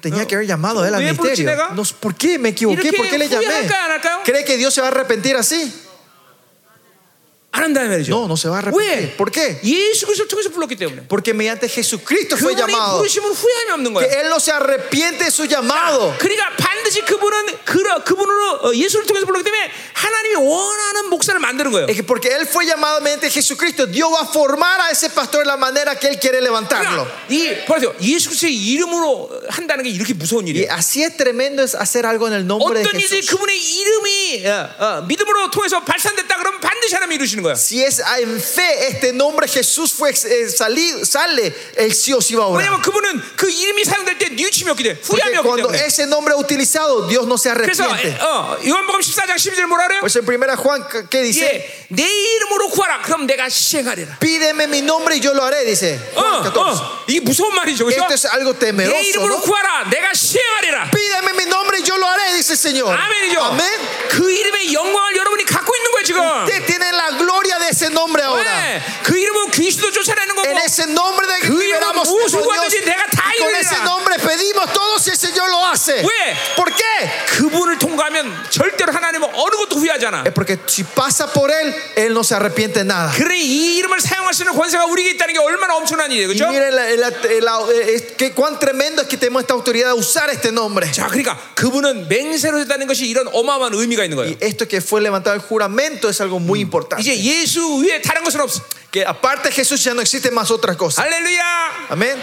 tenía que haber llamado él al
¿Ve por
ministerio.
qué nega?
No, ¿Por qué me equivoqué?
¿Iroque
¿Por qué le llamé?
huyal까, 안 할까요?
¿Cree que Dios se va a arrepentir así?
안 한다는 말이죠.
No, no se va a arrepentir.
왜?
¿Por qué?
예수 그리스도를 통해서 불렀기 때문에.
Porque mediante Jesucristo fue
그분이
llamado.
부르심은 후회함이 없는
Que
거야.
él no se arrepiente de su llamado.
그러니까 반드시 그분은 그러, 그분으로 어, 예수를 통해서 불렀기 때문에 하나님이 원하는 목사를 만드는 거예요.
Es que porque él fue llamado mediante Jesucristo, Dios va a formar a ese pastor de la manera que él quiere levantarlo.
그러니까 이 보세요. 예수 그리스도의 이름으로 한다는 게 이렇게 무서운
Y
일이에요.
así es tremendo es hacer algo en el nombre de
어떤 일이
Jesús.
그분의 이름이 어, 어, 믿음으로 통해서 발산됐다 그러면 반드시 하나님이 이루시는 거야.
Si es ah, en fe, este nombre Jesús fue eh, sali- sale, el sí o sí va a orar.
왜냐면 그분은 그 이름이 사용될 때 뉘우침이 없기 때문에 후회함이
Porque
없기
cuando
때문에.
ese nombre es utilizado, Dios no se
그래서
arrepiente.
어, 요한복음 14장 12절 뭐라 그래요?
Pues en primera Juan, ¿qué dice?
예, 내 이름으로 구하라. 그럼 내가 시행하리라.
Pídeme mi nombre y yo lo haré, dice
어,
Juan 14.
어, 이게 무서운 말이죠, 그렇죠?
Esto es algo
내
temeroso.
이름으로
¿no?
구하라. 내가 시행하리라.
Pídeme mi nombre y yo lo haré, dice el Señor.
아멘이죠.
Amén.
그 이름의 영광을 여러분이 갖고 있는 거예요 지금.
Usted tiene la gloria de ese nombre ahora.
네, 그 이름은 귀신도 쫓아내는 거고.
En ese nombre de que
그
liberamos
이름은 무엇을
con Dios.
구하든지 내가 다
Y Con ese
이루리라.
nombre pedimos todo si el Señor lo hace.
왜?
¿Por qué?
그분을 통과하면 절대로 하나님은 어느 것도 후회하잖아.
Es porque si pasa por él, él no se arrepiente de nada.
그래 이 이름을 사용할 수 있는 권세가 우리에게 있다는 게 얼마나 엄청난 일이에요,
Y
그렇죠?
miren la- la- la- es que cuán tremendo es que tenemos esta autoridad de usar este nombre.
자, 그러니까 그분은 맹세로 했다는 것이 이런 어마어마한 의미가 있는
Y
거예요.
esto que fue levantado el juramento es algo muy importante.
이제 예수 외에 다른 것은 없어.
Que aparte de Jesús ya no existe más otra cosa.
할렐루야,
Amén.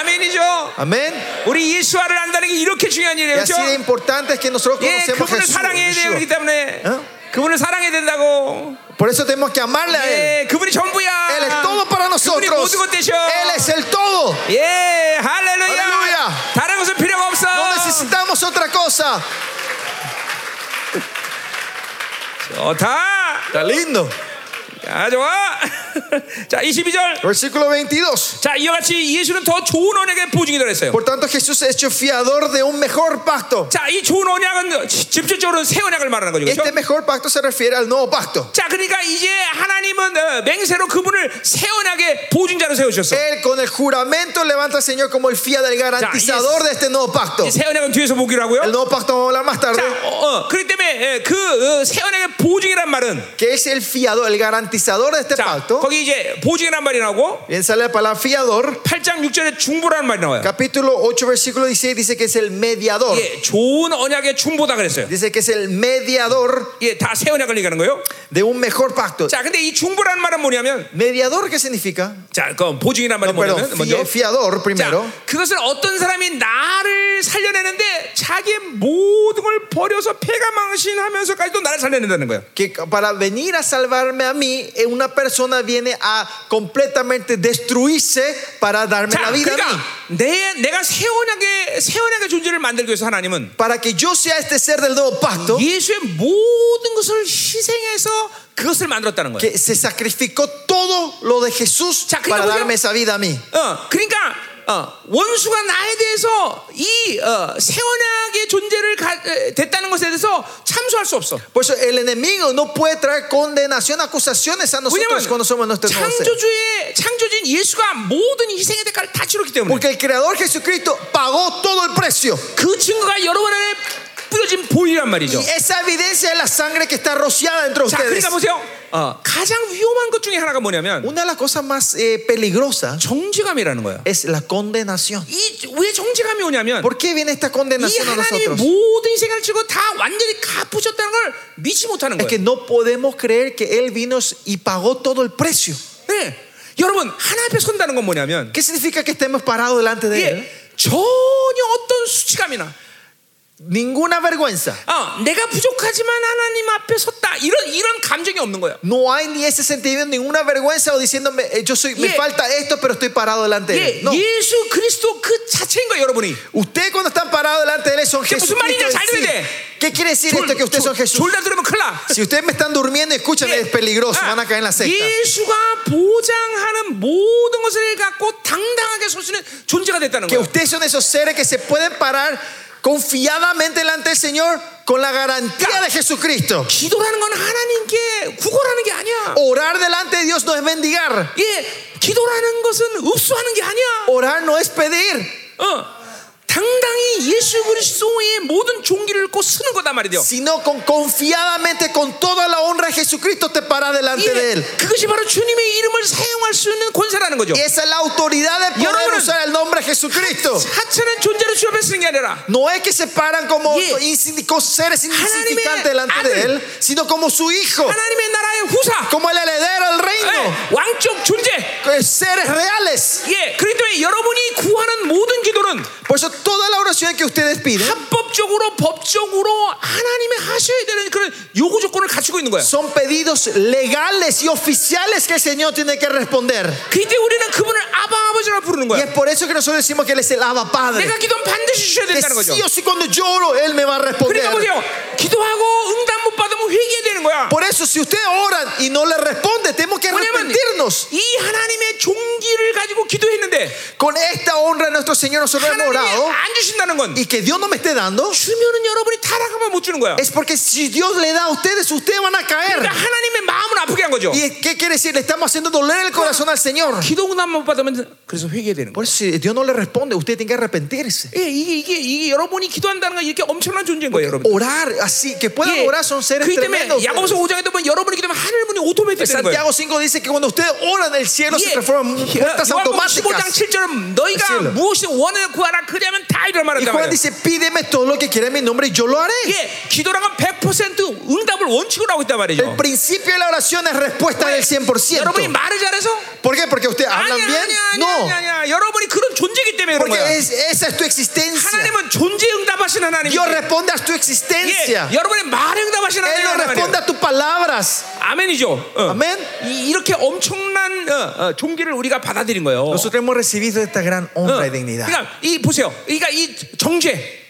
아멘이죠.
Amén.
우리 예수화를 안다는 게 이렇게 중요한
Y
일이에요,
así de
그렇죠?
importante es que nosotros
예,
conocemos a
그분을
Jesús.
사랑해야 돼요. 그렇기
Yeshua.
때문에
어?
그분을 사랑해야 된다고.
Por eso tenemos que amarle a Él.
예, 그분이 전부야.
Él es todo para
그분이
nosotros.
모든 것 되셔.
Él es el todo.
예, 할렐루야.
할렐루야.
다른 것은 필요가 없어.
No necesitamos otra cosa.
어, 좋다.
Está lindo.
아, 좋아. 자, 22절.
Versículo 22.
자, 이와 같이 예수는 더 좋은 언약의 보증이 되었어요.
Por tanto, Jesús es hecho fiador de un mejor pacto.
자, 이 좋은 언약은 직접적으로 새 언약을 말하는 거죠.
Este
그렇죠?
mejor pacto se refiere al nuevo pacto.
자, 그러니까 이제 하나님은 어, 맹세로 그분을 새 언약의 보증자로 세우셨어.
Él con el juramento levanta al Señor como el fiador, el garantizador de este nuevo pacto.
이새 언약은 뒤에서 보기로 하고요.
El nuevo pacto vamos a hablar más tarde.
자, 어, 어, 그렇기 때문에 에, 그 어, 세원의 보증이란 말은
Que es el fiador, el garantizador de este
자,
pacto.
거기 이제 보증이란 말이 나오고
Bien, sale la palabra fiador.
8장 6절에 중보라는 말이 나와요.
Capítulo 8, versículo 16 dice que es el mediador.
예, 좋은 언약의 중보다 그랬어요.
Dice que es el mediador
예, 다 새 언약을 얘기하는 거예요.
de un mejor pacto.
자, 근데 이 중보라는 말은 뭐냐면
¿Mediador qué significa?
자, 그 보증이란 말이
Perdón,
뭐냐면
fi-
먼저
fiador
자,
primero.
그것은 어떤 사람이 나를 살려내는데 자기의 모든 걸 버려서 폐가망신하면서까지도 나를 살려낸다는 거예요.
Que para venir a salvarme a mí, eh, una persona viene a completamente destruirse para darme
자,
la vida
그러니까
a mí.
내 내가 새 언약의 새 언약의 존재를 만들기 위해서 하나님은
Para que yo sea este ser del nuevo pacto,
예수의 모든 것을 희생해서 그것을 만들었다는 거예요.
que se sacrificó todo lo de Jesús
자, 그러니까
para
우리가-
darme esa vida a mí.
어, 그러니까 어, 원수가 나에 대해서 이 어, 세원하게 존재를 가, 에, 됐다는 것에 대해서 참소할 수 없어.
Por eso Pues, eh, el enemigo no puede traer condenación, acusaciones a
왜냐면
nosotros cuando somos nuestros
창조주의 창조주인 예수가 모든 희생의 대가를 다 치렀기 때문에
Porque el Creador Jesucristo pagó todo el precio.
그 증거가 여러분의 뿌려진 보이란 말이죠.
Y esa evidencia es la sangre que está rociada dentro de
자,
ustedes.
그러니까 보세요. 어, 가장 위험한 것 중에 하나가 뭐냐면
Una de las cosas más eh, peligrosas
정죄감이라는 거야.
es la condenación.
이 왜 정죄감이 오냐면
¿Por qué viene esta
이
condenación a
하나님이
nosotros?
모든 생각을 치고 다 완전히 갚으셨다는 걸 믿지 못하는
Es que
거예요.
no podemos creer que Él vino y pagó todo el precio.
네. 여러분 하나 앞에 선다는 건 뭐냐면
¿Qué significa que estemos parados delante de Él?
이게 전혀 어떤 수치감이나
Ninguna vergüenza.
아, 내가 부족하지만 하나님 앞에 섰다 이런 이런 감정이 없는 거예요.
No hay ni ese sentido, ninguna vergüenza o diciéndome, eh, yo soy, me
Yeah.
falta esto, pero estoy parado delante de
예,
Él. No.
예수 그리스도 그 자체인 거예요, 여러분이.
Ustedes cuando están parados delante de Él son
¿Qué
Jesús.
musulmanes ya saben de-
¿Qué quiere decir
졸-
esto que ustedes
졸-
son Jesús?
졸다 들으면 큰일 나.
Si ustedes me están durmiendo, escúchame, es peligroso,
아,
van a caer en la secta.
예수가 보장하는 모든 것을 갖고 당당하게 설 수 있는 존재가 됐다는
Que
거예요.
ustedes son esos seres que se pueden parar confiadamente delante del Señor con la garantía
Ya.
de Jesucristo.
기도라는 건 하나님께 구걸하는 게 아니야.
Orar delante de Dios no es mendigar.
예, 기도라는 것은 읍수하는 게 아니야.
Orar no es pedir,
어. 당당히 예수 그리스도의 모든 종기를 입고 쓰는 거다 말이죠.
sino con confiadamente, con toda la honra de Jesucristo, te paras delante de
예,
Él.
그것이 바로 주님의 이름을 사용할 수 있는 권세라는 거죠.
Y esa es la autoridad de poder
여러분은-
usar el nombre de Jesucristo.
하찮은 존재로 취업해 쓰는 게 아니라
No es que se paran como
Yeah.
insignific- seres insignificantes delante de
아들.
Él, sino como su hijo,
하나님의 나라의 후사,
como el heredero del reino,
예, 왕적 존재.
que es seres reales.
예, 그렇기 때문에 여러분이 구하는 모든 기도는
Por eso toda la oración que ustedes piden
합법적으로, 법적으로 하나님의 하셔야 되는 그런 요구 조건을 갖추고 있는 거야.
son pedidos legales y oficiales que el Señor tiene que responder.
그때 우리는 그분을 아바 아버지라 부르는
Y
거야.
es por eso que nosotros decimos que Él es el Abba Padre.
내가 기도하면 반드시 주셔야
Que
된다는 거죠.
sí o sí cuando yo oro, Él me va a responder.
그러니까 보세요. 기도하고 응답 못 받으면 회개해야 되는 거야.
Por eso si ustedes oran y no le responde, tenemos que
왜냐면
arrepentirnos.
이 하나님의 종기를 가지고 기도했는데
Con esta honra a nuestro Señor nosotros hemos
하나님이
orado
안 주신다는 건
y que Dios no me esté dando.
주면은 여러분이 타락하면 못 주는 거야.
Es porque si Dios le da a ustedes, ustedes van a caer.
그러니까 하나님의 마음을 아프게 한 거죠.
¿Y qué quiere decir? Le estamos haciendo doler el corazón al Señor.
기도 응답 못 받으면 그래서 회개해야 되는 거야.
Por eso si Dios no le responde, usted tiene que arrepentirse.
예, 이게 이게 이게 여러분이 기도한다는 건 이렇게 엄청난 존재인 거예요, 여러분.
Orar así, que puedan
예,
orar son seres
그렇기 때문에
tremendos.
야고보서 5장에도 보면 여러분이 기도하면 하늘문이 오토매틱 되는 거예요.
Este Santiago 5 dice que cuando ustedes oran, el cielo se
예,
transforma en puertas
요한복음 15장
automáticas.
7절은 너희가
Cielo.
무엇이든 원하여 구하라 그리하면 다 이런
Y
말한다
Juan
말이야.
dice, pídeme todo lo que quiera en mi nombre y yo lo haré.
예, 기도라는 건 100% 응답을 원칙으로 하고 있단
El
말이죠.
principio de la oración es respuesta del
여러분이
100%.
말을 잘해서
¿Por qué? Porque ustedes
아니야,
hablan bien.
아니야, 아니야, 아니야,
No,
아니야. 여러분이 그런 존재이기 때문에 그런 거야.
porque es- esa es tu existencia.
하나님은 존재 응답하신 하나님.
Dios responde a tu
예,
existencia.
여러분의 말에 응답하신
Él no
하나님.
responde
말이에요.
a tus palabras.
아멘이죠. 어.
Amén.
이, 이렇게 엄청난 어, 어, 종기를 우리가 받아들인 거예요. 어.
Nosotros hemos recibido esta gran honra y dignidad.
그러니까 이 보세요. 그러니까 이 정죄,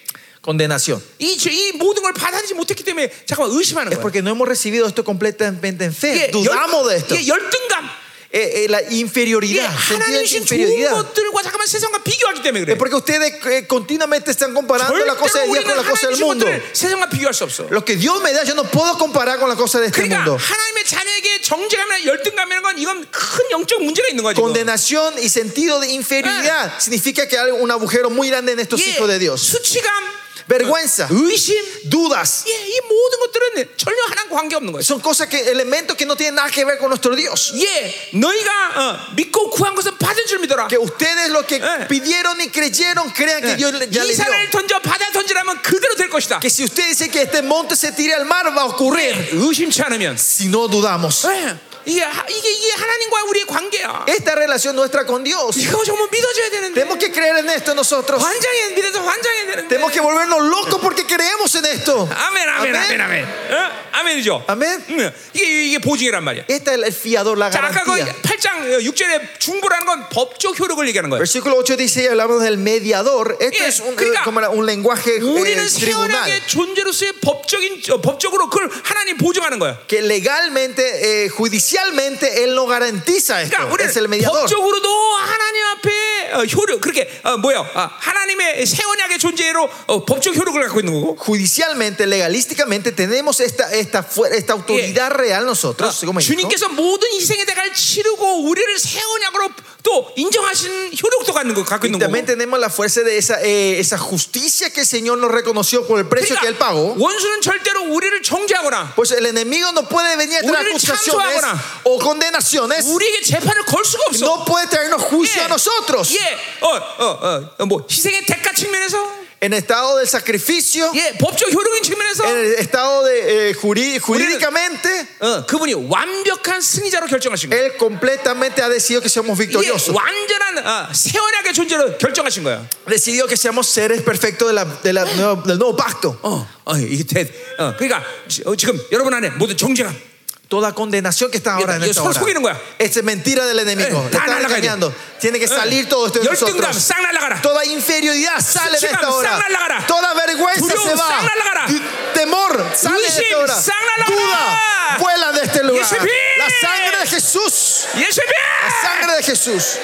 Condenación.
이, 죄, 이 모든 걸 받아들이지 못했기 때문에 잠깐 만 의심하는
Es
거예요.
porque no hemos recibido esto completamente en fe. Dudamos de esto.
이게 열등감,
Eh, eh, la
이게
inferioridad. Sentido de
하나님이신 좋은
inferioridad.
것들과 잠깐만 세상과 비교하기 때문에
Es
그래.
porque ustedes eh, continuamente están comparando la cosa de
절대로
Dios con
우리는
la cosa del
하나님이신
mundo.
것들을 세상과 비교할 수 없어.
Lo que Dios me da, yo no puedo comparar con la cosa de este
그러니까
mundo.
하나님의 자녀에게 정죄감이나 열등감이라는 건 이건 큰 영적 문제가 있는 거죠.
Condenación y sentido de inferioridad significa que hay un agujero muy grande en estos hijos de Dios.
예, 수치감, 아.
Vergüenza,
의심,
dudas,
예, 이 모든 것들은 전혀 하나님 관계 없는 거예요.
son cosas que elementos que no tienen nada que ver con nuestro Dios.
예, 너희가 어, 믿고 구한 것은 받은 줄 믿어라.
Que ustedes lo que
Eh.
pidieron y creyeron, crean que Dios le- ya les dio.
이산을 던져 바다 던지라면 그대로 될 것이다. 예,
Que si usted dice que este monte se tire al mar, va a ocurrir.
의심치 않으면
Si no dudamos,
예, 이게 하- 이게 이게 하나님과 우리의 관계야.
esta relación nuestra con Dios,
이거 정말 믿어줘야 되는데
tenemos que creer en esto nosotros.
환장해 믿어서 환장해야 되는데.
Tenemos que volvernos locos porque creemos en esto.
아멘, 아멘, 아멘,
아멘.
아멘. 어? 아멘이죠.
아멘.
응, 이게 이게 보증이란 말이야.
Este es el fiador, la
자, 아까 그
garantía.
8장 6절에 중보라는 건 법적 효력을 얘기하는 거예요.
Versículo 8 dice, y hablamos del mediador. Esto
Yeah,
es un,
그러니까
eh, como era, un lenguaje eh,
우리는
tribunal.
세원하게 존재로서의 법적인 어, 법적으로 그걸 하나님 보증하는 거야.
Que legalmente, eh, Oficialmente Él no garantiza esto.
그러니까
es el
우리는
mediador.
법적으로도 하나님 앞에 어, 효력 그렇게 어, 뭐야 아, 하나님의 새 언약의 존재로 어, 법적 효력을 갖고 있는 거고
Judicialmente, legalísticamente, tenemos esta, esta, fu- esta autoridad real
아,
nosotros. como hijo.
주님께서 모든 희생의 대가를 치르고 우리를 새 언약으로 또 인정하신 효력도 갖는 거 갖고 있는
También
거고
tenemos la fuerza de esa, eh, esa justicia que el Señor nos reconoció por el precio que Él
그러니까
pagó.
원수는 절대로 우리를 정죄하거나
Pues el enemigo no puede venir a traer
우리를
acusaciones
참소하거나
o condenaciones.
우리에게 재판을 걸 수가 없어
No puede traernos juicio a nosotros.
예, 어, 어, 어, 뭐 희생의 대가 측면에서,
En estado del sacrificio,
예, 법적 효력인 측면에서,
en el estado de, eh, jurí- jurídicamente,
어, 그분이 완벽한 승리자로 결정하신 거예요.
Él completamente ha decidido que seamos
이게
victoriosos.
완전한 아, 새 언약의 존재로 결정하신 거야.
Decidió que seamos seres perfectos de la- de la nueva- del nuevo pacto.
어, 어, 이게 대, 어, 그러니까 지- 어, 지금 여러분 안에 모든 정죄가 어,
Toda condenación que está ahora en
이거 서
esta hora.
속이는 거야.
Esta es mentira del enemigo.
Eh,
Le
다
están
날아가야 돼.
engañando. Tiene que salir todo esto de
열등감
nosotros.
싹 날아가라.
Toda inferioridad sale de esta
Suciedad, ¡sac
hora.
날아가라!
Toda vergüenza
Duelo,
se va.
¡sac 날아가라!
Du- Temor sale de
Duishim,
esta hora.
¡sac 날아가라!
Duda vuela de este lugar.
Yeshua!
La sangre de Jesús.
예수님,
La sangre de Jesús.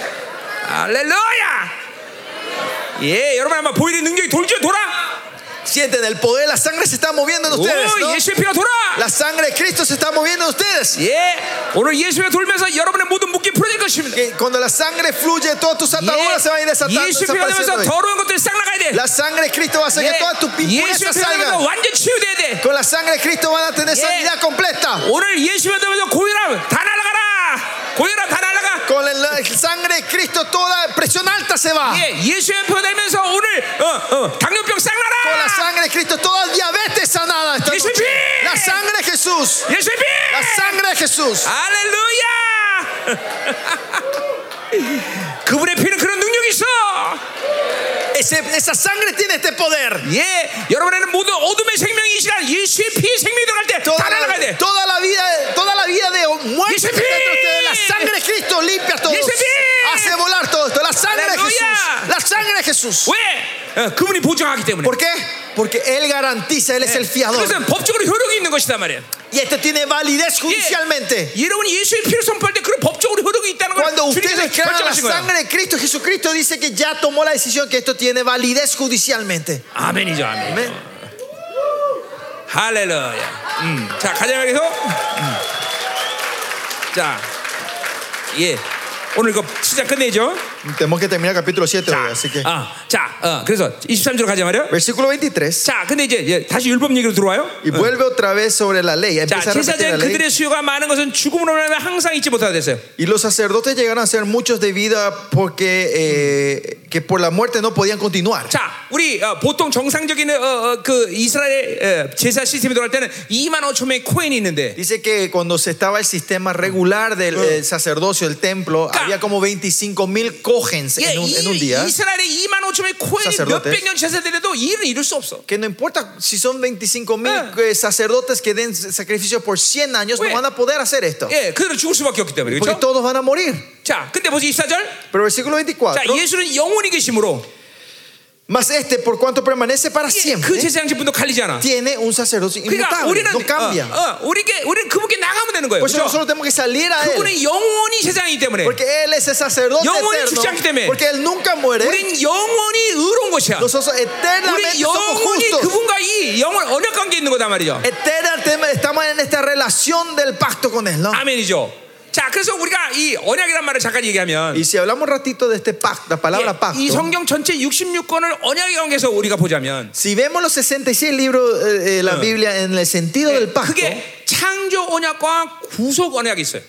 할렐루야. 예, 여러분 아마 보이는 능력이 돌죠 돌아.
Sienten el poder. La sangre se está moviendo en
오,
ustedes. ¿no?
예수의 피가 돌아.
La sangre de Cristo se está moviendo en ustedes.
예, 오늘 예수의 피가 돌면서 여러분의 모든 묶이 풀어질 것입니다.
Que cuando la sangre fluye, todas tus ataduras se van a ir desatando.
예, 예수의 피가
desapareciendo
돌면서
hoy.
더러운 것들이 싹 나가야 돼.
La sangre de Cristo va a hacer que todas tus
예, 예수의
impurezas
피가 돌면서
salgan.
완전 치유돼야 돼.
Con la sangre de Cristo van a tener
Yeah.
sanidad completa.
오늘 예수의 피가 돌면서 고혈압 다 날아가라. 고혈압 다 날아가.
Con la- la sangre de Cristo toda presión alta se va.
예, 예수의 피가 돌면서 오늘 어, 어, 당뇨병 싹
Con la
날아.
sangre de Cristo toda diabetes sanada. esta
Yeshua.
noche. La sangre de Jesús.
예수의 피.
La sangre de Jesús.
Ah. 할렐루야! 그분의 피는 그런 능력이 있어.
Ese- esa sangre tiene este poder.
예, 여러분에는 모두 어둠의 생명이 이 시간 예수의 피의 생명이 들어갈 때 다
Toda
날아가야
la,
돼.
toda la vida, toda la vida de muerte que está
Yeshua.
entre ustedes. La sangre de Cristo limpia todo.
Yeshua.
Hace volar todo esto. La sangre de
Aleluya.
Jesús. La sangre de Jesús.
왜? 어, 그분이 보증하기 때문에.
¿Por qué? Porque Él garantiza, Él es
Eh,
el fiador.
그것은 법적으로 효력이 있는 것이단 말이에요.
Y este tiene validez judicialmente.
여러분 예수의 피를 선포할 때 그런 법적으로 효력이 있다는 걸
Cuando
주님께서
ustedes crean la
결정하신 거예요.
sangre de Cristo, Jesucristo dice que ya tomó la decisión que esto tiene validez judicialmente.
아멘이죠, 아멘.
Amén.
할렐루야. 음. 자, 가자 여기서. 음. 자, 예. 오늘 이거 시작 끝내죠.
Tenemos que terminar el capítulo 7
자,
hoy, así que.
아, 자, 어, 그래서 23절 가자 말이야.
Versículo 23.
자, 근데 이제 예, 다시 율법 얘기로 들어와요.
Y vuelve otra vez sobre la ley.
자,
Empieza a repetir la
제사장
ley.
그들의 수요가 많은 것은 죽음으로 말하면 항상 잊지 못하게 됐어요.
Y los sacerdotes llegaron a ser muchos de vida porque eh, que por la muerte no podían continuar.
자, 우리 어, 보통 정상적인 어, 어, 그 이스라엘 어, 제사 시스템이 들어갈 때는 2만 5천 명의 코인이 있는데
Dice que cuando se estaba el sistema regular del eh, sacerdocio, el templo,
Ca-
había como 25 mil cojens
예,
en un, en un
이,
día.
이스라엘의 2만 5천 명의 코인이
Sacerdotes.
몇백 년 제사드려도 일을 이룰 수 없어.
Que no importa si son 25 mil eh,
Ah.
sacerdotes que den sacrificios por 100 años,
Oye.
no van a poder hacer esto.
예, 그대로 죽을 수밖에 없기 때문에
Porque
그렇죠?
todos van a morir.
자, 근데 보세요 24절.
Pero versículo 24.
자, 예수는 영원히 계심으로
Más este, por cuanto permanece para
예, 그
siempre,
제사장직분도 갈리지 않아.
tiene un sacerdocio
그러니까
inmutable.
우리는
No cambia.
어, 어, 우리게 우리는 그분께 나가면 되는 거예요.
Por eso
그렇죠?
nosotros tenemos que salir a él.
그분은 영원히 제사장이기 때문에
Porque él es el sacerdote
영원히 죽지 않기
eterno.
때문에.
Porque él nunca muere.
우린 영원히 의로운 것이야.
Nosotros eternamente
우리
somos
영원히
justos.
그분과 이 영원 언약 관계 있는 거단 말이죠.
Eternamente estamos en esta relación del pacto con él. ¿no?
Ah. 아멘이죠. 자, 그래서 우리가 이 언약이란 말을 잠깐 얘기하면
Y si hablamos un ratito de este pacto, la palabra
예, 이
pacto.
성경 전체 66권을 언약의 관계에서 우리가 보자면
Si vemos los 66 libros eh, eh, la Biblia en el sentido del pacto,
그게 창조 언약과 구속 언약이 있어요.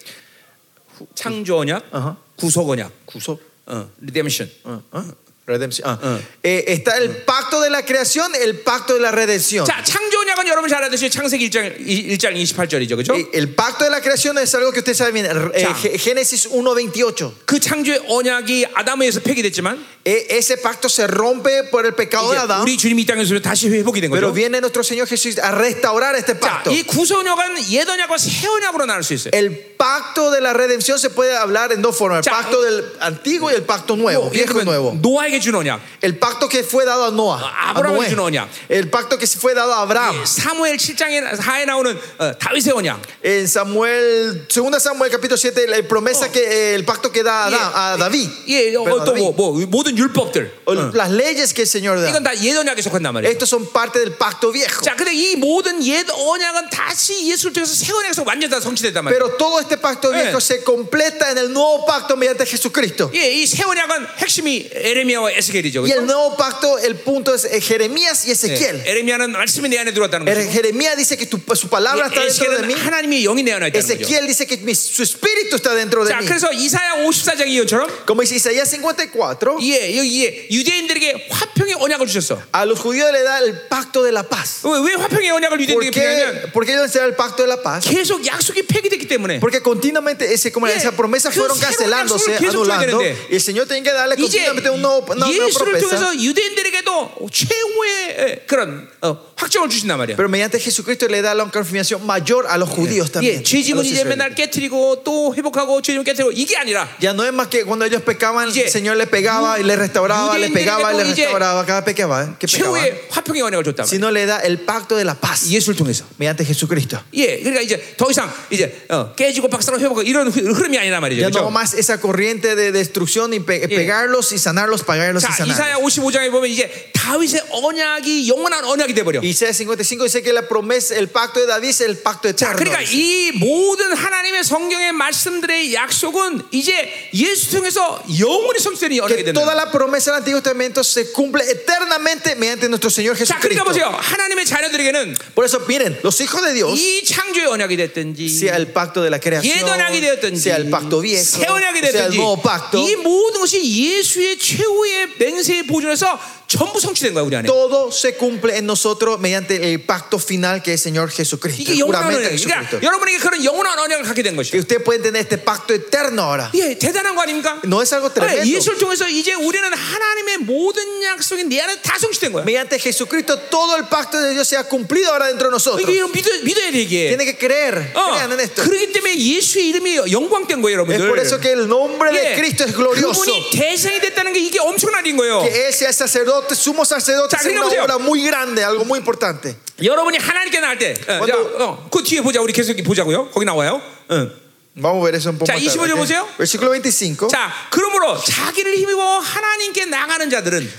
창조 언약,
어허.
구속 언약,
Cuso,
어, redemption.
ah, ah, redemption, ah.
Ah.
Eh, está el pacto de la creación, el pacto de la redención.
자, 창조 언약은 여러분 잘 알듯이 창세기 1장 1장 28절이죠. 그죠?
Eh, El pacto de la creación es algo que ustedes saben bien. eh,
Ya.
Gé- Génesis 1:28.
그 창조의 언약이 아담에 의해서 폐기됐지만
Eh, Ese pacto se rompe por el pecado de
이제
Adán,
우리 주님이 이 땅에서 다시 회복이 된
pero
거죠.
viene nuestro Señor Jesús a restaurar este
자,
pacto.
이 구속 언약은 옛 언약과 새 언약으로 나눌 수 있어요.
El pacto de la redención se puede hablar en dos formas: el
Ya.
pacto del antiguo y el pacto nuevo,
예를
viejo y nuevo.
들면 노아에게 준 언약,
El pacto que fue dado a Noah,
A
a
Abraham
Noé.
es un oña.
el pacto que se fue dado a Abraham,
사무엘 7장에 하에 나오는 어, 다윗의 언약.
En Samuel, 2 Samuel capítulo 7, la promesa que eh, el pacto que da a, Adán- a David.
예,
Perdón, a
어, 또뭐
David.
뭐, 모든 율법들.
O Las leyes que el Señor da.
이건 다 예언약에 속한단 말이에요.
Estos son parte del pacto viejo.
자, 근데 이 모든 옛 언약은 다시 예수를 통해서 새 언약에서 완전 다 성취됐단 말이에요.
Pero todo este pacto
Eh.
viejo se completa en el nuevo pacto mediante Jesucristo.
예, 이 새 언약은 핵심이 에레미야와 에스겔이죠.
Y
그죠?
el nuevo pacto, el punto es eh, Jeremías y
예,
Ezequiel.
에레미야는 말씀이 내 안에 들어왔다는
Eh,
거죠.
Jeremías dice que tu- su palabra está
예,
dentro
에스겔은
de mí.
하나님의 영이 내 안에 있다는 거죠.
Ezequiel dice que mi- su espíritu está dentro de
자,
mí.
그래서 이사야 54장 이언처럼
Como dice Isaías 54,
예, 여기 예, 유대인들에게 화평의 언약을 주셨어.
a los judíos le da el pacto de la paz.
왜, 왜 화평의 언약을
¿Por
유대인들에게
qué,
주냐면
por qué ellos se da el pacto de la paz?
계속 약속이 폐기됐기 때문에
Porque continuamente ese, como
Yeah.
esas promesas
그
fueron
새로운
cancelándose,
약속을 계속 줘야
anulando.
되는데.
Y el Señor tenía que darle
이제
continuamente un nuevo- una nueva
예수를
promesa.
통해서 유대인들에게도 최후의 에, 그런 어, 확정을 주신단 말이야.
Pero mediante Jesucristo le da la confirmación mayor a los judíos también.
예, 죄짐은
a los
이제
israelitas.
맨날 깨뜨리고 또 회복하고 죄짐을 깨뜨리고 이게 아니라
Ya no es más que cuando ellos pecaban,
이제
el Señor le pegaba y le restauraba, le
유대인들에게도
pegaba y le
이제
restauraba cada pecaba, que pecaba.
최후의 화평의 언약을 줬단 말이야.
Sino le da el pacto de la paz
예수를 통해서.
mediante Jesucristo.
예, 그러니까 이제 더 이상 이제 어, 깨지고 박살로 회복하고 이런 흐- 흐름이 아니란 말이죠.
Ya no
그렇죠?
más esa corriente de destrucción y pe- pegarlos y sanarlos, pagarlos y
자,
sanarlos.
이사야 55장에 보면 이제 다윗의 언약이 영원한 언약이 돼 버려.
Isaías 55 dice que la promesa, el pacto de David es el pacto eterno.
그러니까 이 모든 하나님의 성경의 말씀들의 약속은 이제 예수 통해서 영원히 성취되는 언약이
que toda
된다.
la promesa del Antiguo Testamento se cumple eternamente mediante nuestro Señor
자, 그러니까 보세요.
Jesucristo.
하나님의 자녀들에게는
Por eso, miren, los hijos de Dios,
이 창조의 언약이 됐든지
sea el pacto de la creación,
옛 언약이 되었든지
sea el pacto viejo,
새 언약이
sea el
되었든지
nuevo pacto,
이 모든 것이 예수의 최후의 맹세의 보존에서 전부 성취된 거야 우리 안에
todo se cumple en nosotros mediante el pacto final que es el Señor Jesucristo.
이게
el
영원한
juramento de
언약이에요
Jesucristo.
그러니까 여러분에게 그런 영원한 언약을 갖게 된
Que
것이에요
usted puede tener este pacto eterno ahora.
예, 대단한 거 아닙니까?
No es algo
예,
tremendo.
예수를 통해서 이제 우리는 하나님의 모든 약속이 내 안에 다 성취된 거야
Mediante Jesucristo todo el pacto de Dios se ha cumplido ahora dentro de nosotros.
이게 믿어, 믿어야 돼 이게
Tiene que creer,
어,
crean en esto.
그렇기 때문에 예수의 이름이 영광된 거예요
Es
여러분들
por eso que el nombre
예,
de Cristo es glorioso.
그분이 대상이 됐다는 게 이게 엄청난 일인 거예요
que él sea sacerdote, sumo sacerdote,
자,
es una
그러니까 보세요.
obra muy grande, algo muy importante.
여러분이 하나님께 나갈 때, 어,
먼저-
자, 어, 그 뒤에 보자. 우리 계속 보자고요. 거기 나와요. 예. 응.
Vamos a ver eso un poco
자,
más tarde,
25절
¿ok?
보세요.
Versículo 25.
자, 그러므로 자기를 힘입어 하나님께 나가는 자들은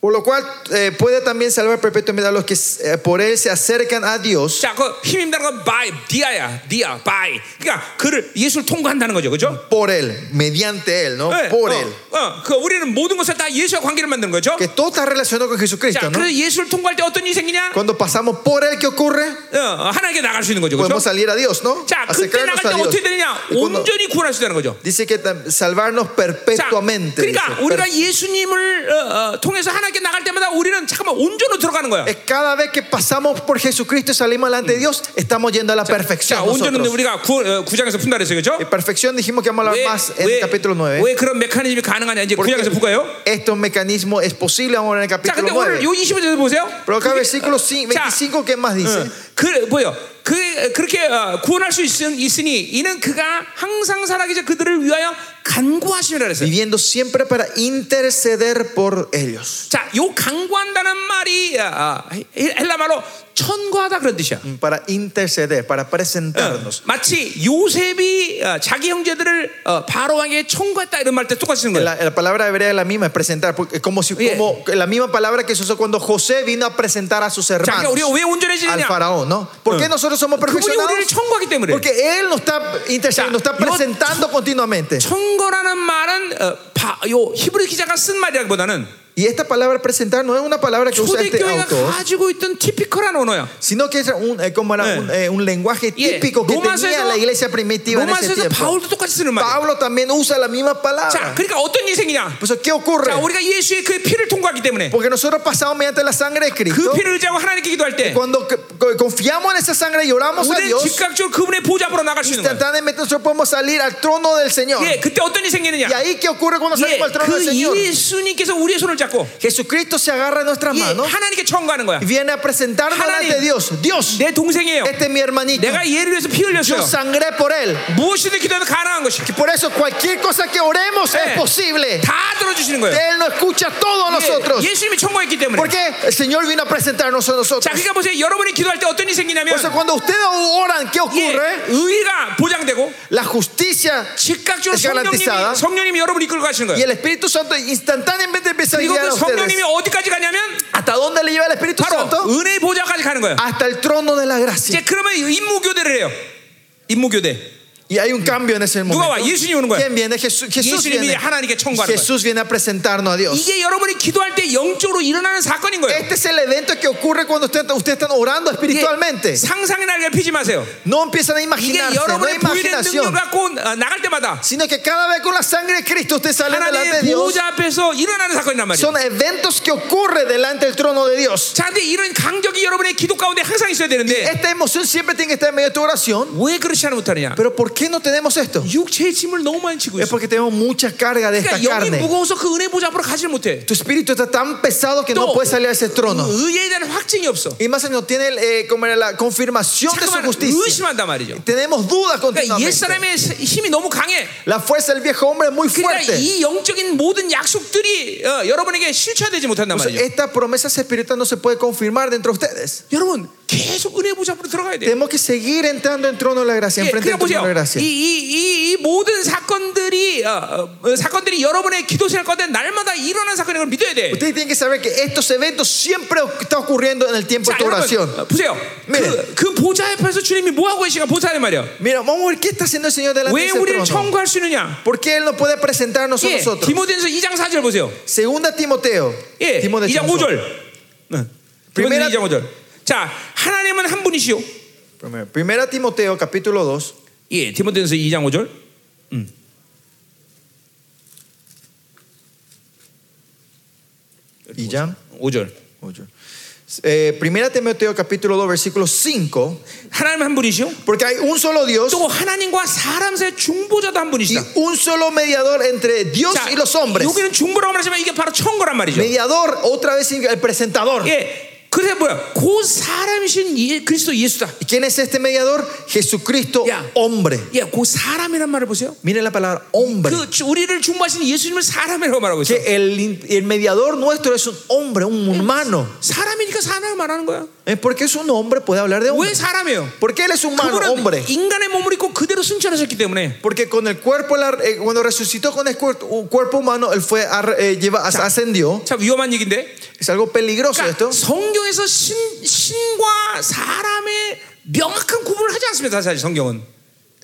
Por lo cual eh, puede también salvar perpetuamente a los que eh, por él se acercan a Dios.
자, 그 힘입다는 건 by 디아야, 디아, by. 그러니까 그를 예수를 통과한다는 거죠, 그렇죠?
Por él, mediante él,
Eh,
¿no? Por él.
어, 어, 그 우리는 모든 것을 다 예수와 관계를 만드는 거죠.
Que todo está relacionado con
자,
Jesucristo, ¿no?
그래서 예수를 통과할 때 어떤 일이 생기냐?
Cuando pasamos por él, ¿qué ocurre?
어, 하나님께 나갈 수 있는 거죠,
Podemos
그렇죠?
salir a Dios, ¿no?
자, 그때 나갈
Acercarnos
때
a Dios.
어떻게 되느냐?
Y cuando-
온전히 구원할 수 있다는 거죠.
dice que tam- salvarnos
자,
perpetuamente.
그러니까
dice.
우리가
Per-
예수님을 어, 어, 통해서 하나님께 나갈 때마다 우리는 잠깐만 온전으로 들어가는 거야.
es cada vez que pasamos por Jesucristo y salimos delante de Dios, estamos yendo a la
자,
perfección.
온전은
nosotros.
우리가 구, 어, 구장에서 푼다 그랬어요. 그죠?
Eh, perfección dijimos que vamos a hablar
왜,
más en el capítulo 9.
왜, 왜 그런 메커니즘이 가능하냐 이제
Porque
구장에서 볼까요?
estos mecanismos es posible vamos a hablar en el
자,
capítulo
근데 오늘
9.
요 20절에서 보세요.
Pero acá
그게-
versículo cin- 25 que más dice.
응. 그 뭐요? 그 그렇게 어, 구원할 수 있음, 있으니 이는 그가 항상 살아계자 그들을 위하여 간구하시느라 그랬어요.
Viviendo siempre para interceder por ellos.
자, 요 간구한다는 말이 아, 아, 헬라 말로 천구하다 그런 뜻이야.
Para interceder, para
Eh.
presentarnos.
마치 요셉이 어, 자기 형제들을 어, 바로에게 청구했다 이런 말 때 똑같이 쓰는 거예요.
La, la palabra hebrea es la misma, es presentar. porque Es como si,
Bien.
como la misma palabra que se usó cuando José vino a presentar a sus
자, 그러니까
hermanos.
우리가 왜
Al
온전해지느냐?
faraón, ¿no? ¿Por
Eh.
qué nosotros somos
그분이
perfeccionados?
우리를 청구하기 때문에.
Porque él nos está intercediendo, nos
Ya,
está
yo-
presentando continuamente.
청거라는 말은 어, 바, 요 히브리 기자가 쓴 말이라기보다는
Y esta palabra presentar no es una palabra que usa este
초대교회가
autor.
가지고 있던 티피컬한 언어야.
sino que es un, eh, como era
Eh.
un, eh, un lenguaje
예,
típico que tenía la iglesia primitiva en ese
로마서에서
tiempo.
바울도 똑같이 쓰는 말이야.
Pablo también usa la misma
자,
palabra.
그러니까 어떤 일이 생기냐?
Pues, ¿Qué ocurre?
자, 우리가 예수의 그 피를 통과하기 때문에
Porque nosotros pasamos mediante la sangre de
그
Cristo.
피를 의지하고 하나님께 기도할 때
Cuando c- c- confiamos en esa sangre y oramos a
우리는
Dios,
즉각적으로 그분의 보좌 앞으로 나갈 수 있는 거야.
instantáneamente nosotros podemos salir al trono del Señor.
예, 그때 어떤 일이 생기느냐?
Y ahí, ¿qué ocurre cuando
예,
salimos al trono del
그
Señor?
예수님께서 우리의 손을 붙잡고
Jesucristo se agarra en nuestras
이
manos
하나님께 청구하는 거야.
y viene a presentarnos
하나님.
delante de Dios. Dios,
내 동생이에요.
este es mi hermanito.
내가 얘를 위해서 피 흘렸어요.
Yo sangré por él.
네. 무엇이든 기도해도 가능한 것이.
Por eso cualquier cosa que oremos
Eh.
es posible.
다 들어주시는 거예요.
Él nos escucha todo a nosotros.
예, 예수님이 청구했기 때문에.
Porque el Señor vino a presentarnos a
자,
nosotros.
그러니까 보세요. 여러분이 기도할 때 어떤 일이 생기냐면
Por eso cuando ustedes oran, ¿qué
예,
ocurre?
의가 보장되고
La justicia
즉각적으로
Es garantizada.
성령님이, 성령님이 여러분을 이끌고 가시는
y
거예요.
el Espíritu Santo instantáneamente empieza a
그리고
guiar
그
a
성령님이
ustedes.
어디까지 가냐면
¿Hasta dónde le lleva el Espíritu
바로
Santo?
은혜의 보좌까지 가는 아, 거예요.
Hasta el trono de la gracia.
이제 그러면 임무교대를 해요. 임무교대.
Y hay un cambio en ese
누가
momento.
와? 예수님이 오는 거예요.
¿Quién viene? Jesús, Jesús
예수님이
viene.
하나님께 청구하는 거예요.
Jesús viene a presentarnos a Dios.
이게 여러분이 기도할 때 영적으로 일어나는 사건인 거예요.
Este es el evento que ocurre cuando usted- ustedes están orando
이게
espiritualmente.
상상의 날개를 피지 마세요.
No empiezan a
이게
imaginarse, no hay
여러분의 부인의 능력
imaginación.
갖고 어, 나갈 때마다
Sino que cada vez con la sangre de Cristo usted sale delante de
하나님의
Dios.
보호자 앞에서 일어나는 사건이란 말이에요.
Son eventos que ocurren delante del trono de Dios.
자, 근데 이런 강력이 여러분의 기도 가운데 항상 있어야 되는데
Esta emoción siempre tiene que estar en medio de tu oración.
왜 그렇지 않아 못하느냐?
Pero ¿por qué no tenemos esto?
육체의 짐을 너무 많이 지고
Es
있어.
porque tenemos mucha carga de esta
그러니까 영이
carne.
무거워서 그 은혜 보좌 앞으로 가지를 못해.
Tu espíritu está tan pesado que no
Todo.
puede salir a ese trono.
의에 대한 확증이 없어.
Y más no tiene eh, como era la confirmación de su
잠깐만
justicia.
의심한단 말이죠.
Tenemos
그러니까 옛
dudas continuamente.
사람의 힘이 너무 강해.
La fuerza del viejo hombre es muy
그러니까
fuerte.
이 영적인 모든 약속들이 어, 여러분에게 실천되지 못한단
Entonces,
말이죠.
Esta promesa espiritual no se puede confirmar dentro de ustedes.
여러분 계속 은혜 보좌 앞으로 들어가야 돼요.
Tenemos que seguir entrando en trono de la gracia,
예,
enfrente
그러니까
del trono
보세요.
de la gracia.
이, 이, 이, 이 모든 사건들이 어, 어, 어, 사건들이 여러분의 기도 생활 가운데 날마다 일어난 사건인 걸 믿어야 돼.
Ustedes tienen que saber que estos eventos siempre está ocurriendo en el tiempo
자,
de tu oración.
여러분, 어, 보세요. 그,
네.
그 보좌 옆에서 주님이 뭐 하고 계신가 보자는 말이야.
Mira, vamos a ver qué está haciendo el Señor delante de
왜
ese
우리를
trono.
청구할 수 있느냐?
¿Por qué Él no puede presentarnos a
예,
nosotros?
디모데전서 2장 4절 보세요.
Segunda Timoteo.
예,
Timoteo
2장 5절. 네.
Primera-
디모데전서 2장 5절. 자, 하나님은 한 분이시요.
Primera- Primera Timoteo, capítulo 2.
예, 디모데전서 2장 5절. 음.
Y ya.
5절.
Ocho. Eh, primera Timoteo, capítulo 2, versículo 5.
하나님은 한 분이시요.
Porque hay un solo Dios
또 하나님과 사람 사이 중보자도 한
y
분이시다.
un solo mediador entre Dios
자,
y los hombres.
여기는 중보라고 말하지만 이게 바로 청거란 말이죠.
Mediador, otra vez significa el presentador.
Eh. 예. 그래서 뭐야? 그 사람이신 예, 그리스도 예수다.
¿Y quién es este mediador? Jesucristo,
Ya.
hombre.
예, 그 사람이란 말을 보세요.
Miren la palabra hombre.
그 주- 우리를 중보하신 예수님을 사람이라고 말하고 있어.
Que el, in- el mediador nuestro es un hombre, un humano.
사람이니까 사람을 말하는 거야.
Es porque es un hombre, puede hablar de hombre.
왜 사람이에요?
Porque él es humano, hombre.
그분은 인간의 몸을 입고 그대로 승천하셨기 때문에
Porque con el cuerpo, la- eh, cuando resucitó con el cuerpo, un cuerpo humano, él fue, ar- eh, lleva, as- ascendió.
참 위험한 얘기인데.
Es algo peligroso esto.
그러니까 성경에서 신, 신과 사람의 명확한 구분을 하지 않습니다. 사실 성경은. 그러니까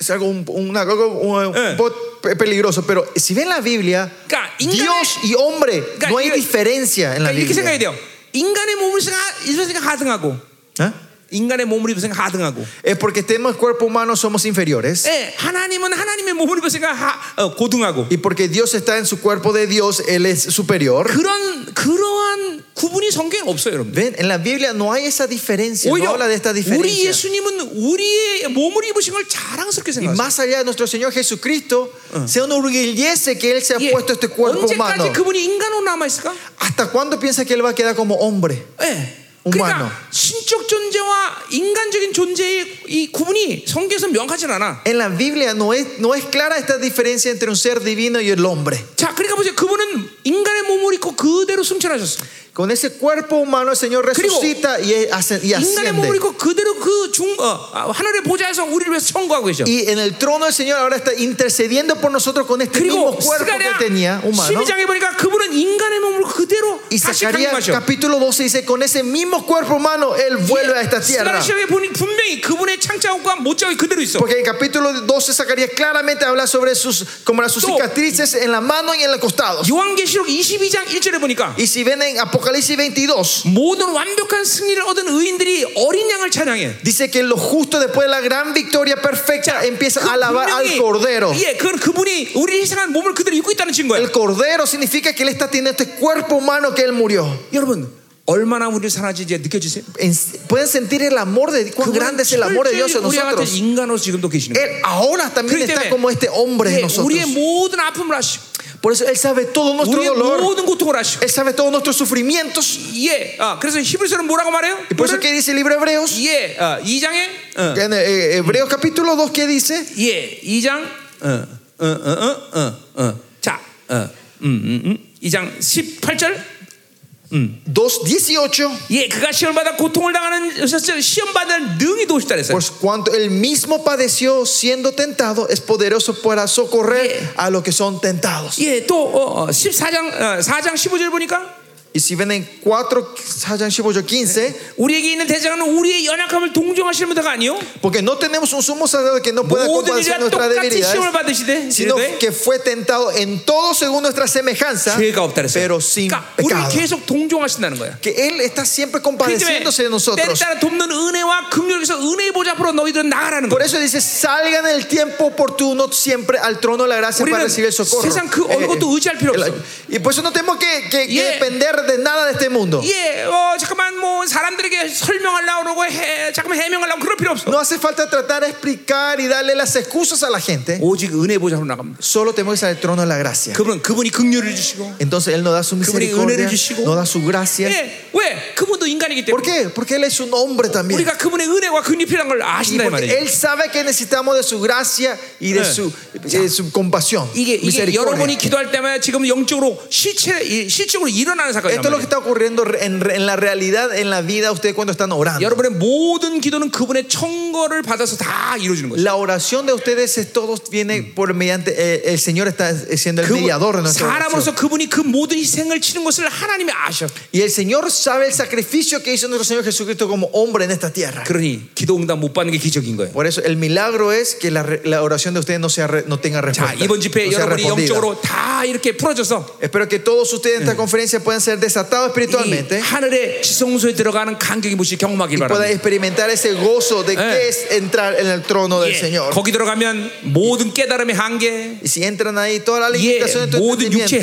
Es algo, un, una- algo, un- un
Eh.
poco pe- peligroso. Pero si ven la Biblia,
그러니까 인간의-
Dios y hombre,
그러니까
no hay
이거-
diferencia en la
그러니까 이렇게 생각해야
Biblia.
돼요. 인간의 몸을 생각, 입으로 생각 하등하고
¿Ah?
인간의 몸을 입으로 생각 하등하고
Es porque tenemos el cuerpo humano, somos inferiores.
예, 하나님은 하나님의 몸을 입으로 생각 하, 어, 고등하고
Y porque Dios está en su cuerpo de Dios, Él es superior.
그런 그러한 구분이 성경에 없어요, 여러분.
Ven, en la Biblia no hay esa diferencia, no
오히려
habla de esta
우리
diferencia.
예수님은 우리의 몸을 입으신 걸 자랑스럽게
Y
생각하세요.
más allá de nuestro Señor Jesucristo, se enorgullece que Él se ha
예,
puesto este cuerpo
언제까지
humano.
그분이 인간으로 남아 있을까?
¿Hasta cuándo piensa que Él va a quedar como hombre?
예.
Humano.
그러니까 신적 존재와 인간적인 존재의 이 구분이 성경에서 명확하진 않아.
En la Biblia no es, no es clara esta diferencia entre un ser divino y el hombre.
자, 그러니까 보세요. 그분은 인간의 몸을 입고 그대로 승천하셨어.
Con ese cuerpo humano el Señor resucita y, asce- y
인간의 몸을
asciende.
입고 그대로 그 중, 어, 아, 하늘의 보좌에서 우리를 위해서 청구하고 계셔.
Y en el trono del Señor ahora está intercediendo por nosotros con
네,
este mismo
그리고
cuerpo
스가랴
que tenía humano.
12장에 보니까 그분은 인간의 몸을 그대로
Y
다시
Zacarías
강림하셔.
capítulo 12 dice, con ese mismo cuerpo humano Él
그
vuelve a esta tierra.
스가랴에 보니 분명히 그분의 창자국과 못자국이 그대로 있어.
Porque en capítulo 12 Zacarías claramente habla sobre sus, como las sus
Tú.
cicatrices en la mano y en los costados.
요한계시록 22장 1절에 보니까
Y si ven en Apocalipsis 22,
모든 완벽한 승리를 얻은 의인들이 어린 양을 찬양해.
dice que los justos después de la gran victoria perfecta empiezan a alabar al
그 분명히,
Cordero.
예, 그건 그분이 우리 희생한 몸을 그대로 입고 있다는 증거예요.
El Cordero significa que Él está teniendo este cuerpo humano que Él murió.
여러분 얼마나 우리를 사랑하는지 이제 느껴지세요?
En- Pueden sentir el amor de cuán grande es el amor de Dios en
우리 같은
nosotros.
인간으로 지금도 계시는 거예요.
Él ahora también
그렇기
está
때문에
como este hombre en
예,
nosotros.
우리의 모든 아픔을 하시고
Por eso Él sabe todo nuestro
우리의
dolor.
모든 고통을 아시고.
Él sabe todos nuestros sufrimientos.
예. 아, 그래서 히브리서는 뭐라고 말해요?
Y por eso que dice el libro de Hebreos,
예. 아, 2장에 어,
en eh, Hebreos capítulo 2, ¿qué dice?
예. 2장 어, 어, 어, 어, 어, 어. 자. 어. 음, 음, 음. 2장 18절.
2, 18.
예, 그가 시험받아 고통을 당하는 시험받는 능이 도시다 그랬어요.
Por cuanto Pues él mismo padeció siendo tentado, es poderoso para socorrer a los que son tentados.
예, 또 어, 어, 14장 어, 4장 15절 보니까
Y si ven en 4, 15,
우리에게 있는 대장은 우리의 연약함을 동정하시는 분가 아니요.
porque no tenemos un sumo sacerdote que no pueda
모든 일이라
compadecer nuestras
똑같이 시험을
debilidades,
받으시되
sino
이르되
que fue tentado en todo según nuestra semejanza,
죄가 없다 그랬어요.
pero sin
그러니까 우리를
pecado.
계속 동정하신다는 거야.
Que él está siempre
그렇기 때문에
compadeciéndose de
때를
nosotros.
따라 돕는 은혜와 긍휼에서 은혜의 보좌 앞으로 너희들은 나가라는
Por
거야.
eso dice, salgan en el tiempo oportuno siempre al trono de la gracia para
우리는
recibir el socorro.
세상 그
Eh,
어느 것도 의지할 필요
El-
없어.
Y por eso no tenemos que, que- que
Yeah.
depender de nada de este mundo.
예, 어, 잠깐만 뭐 사람들에게 설명하려고 그러고 해, 잠깐만 해명하려고 그럴 필요 없어.
No hace falta tratar de explicar y darle las excusas a la gente.
오직 은혜 보좌로 나갑니다.
Solo tenemos que salir al trono de la gracia.
그분은 그분이 긍휼을 주시고
Entonces Él nos da su
분이
misericordia,
은혜를 주시고.
nos da su gracia.
예, 왜? 그분도 인간이기 때문에
¿Por qué? Porque Él es un hombre también.
우리가 그분의 은혜와 긍휼이 필요한 걸
Y
아신다 이
porque
말이에요.
Él sabe que necesitamos de su gracia y de
Yeah.
su, de su compasión.
이게 이게 여러분이
Misericordia.
기도할 때마다 지금 영적으로 실체 이- 실적으로 일어나는 사건이에요.
Esto es lo que está ocurriendo en, en la realidad, en la vida, ustedes cuando están orando.
여러분의 모든 기도는 그분의 청거를 받아서 다 이루어지는 거죠.
La oración de ustedes es todos viene por mediante eh, el Señor está siendo el mediador de
그분,
nuestra oración.
사람으로서 그분이 그 모든 희생을 치는 것을 하나님이 아셔.
Y el Señor sabe el sacrificio que hizo nuestro Señor Jesucristo como hombre en esta tierra.
그러니 기도 응답 못 받는 게 기적인 거예요.
Por eso el milagro es que la, re- la oración de ustedes no, sea re- no tenga respuesta.
자, 뭐, 이번 집회
no sea
여러분이
respondida.
영적으로 다 이렇게 풀어져서
Espero que todos ustedes en esta conferencia puedan ser desatados
이
espiritualmente
하늘의 지성소에 들어가는 간격이 무시 경험하길
puedan
바랍니다.
experimentar ese gozo de
Eh.
qué es entrar en el trono del
예,
Señor.
거기 들어가면 모든 깨달음의 한계, 예,
Y si entran ahí, todas las
Yeah,
limitaciones de tu
모든
entendimiento,
육체의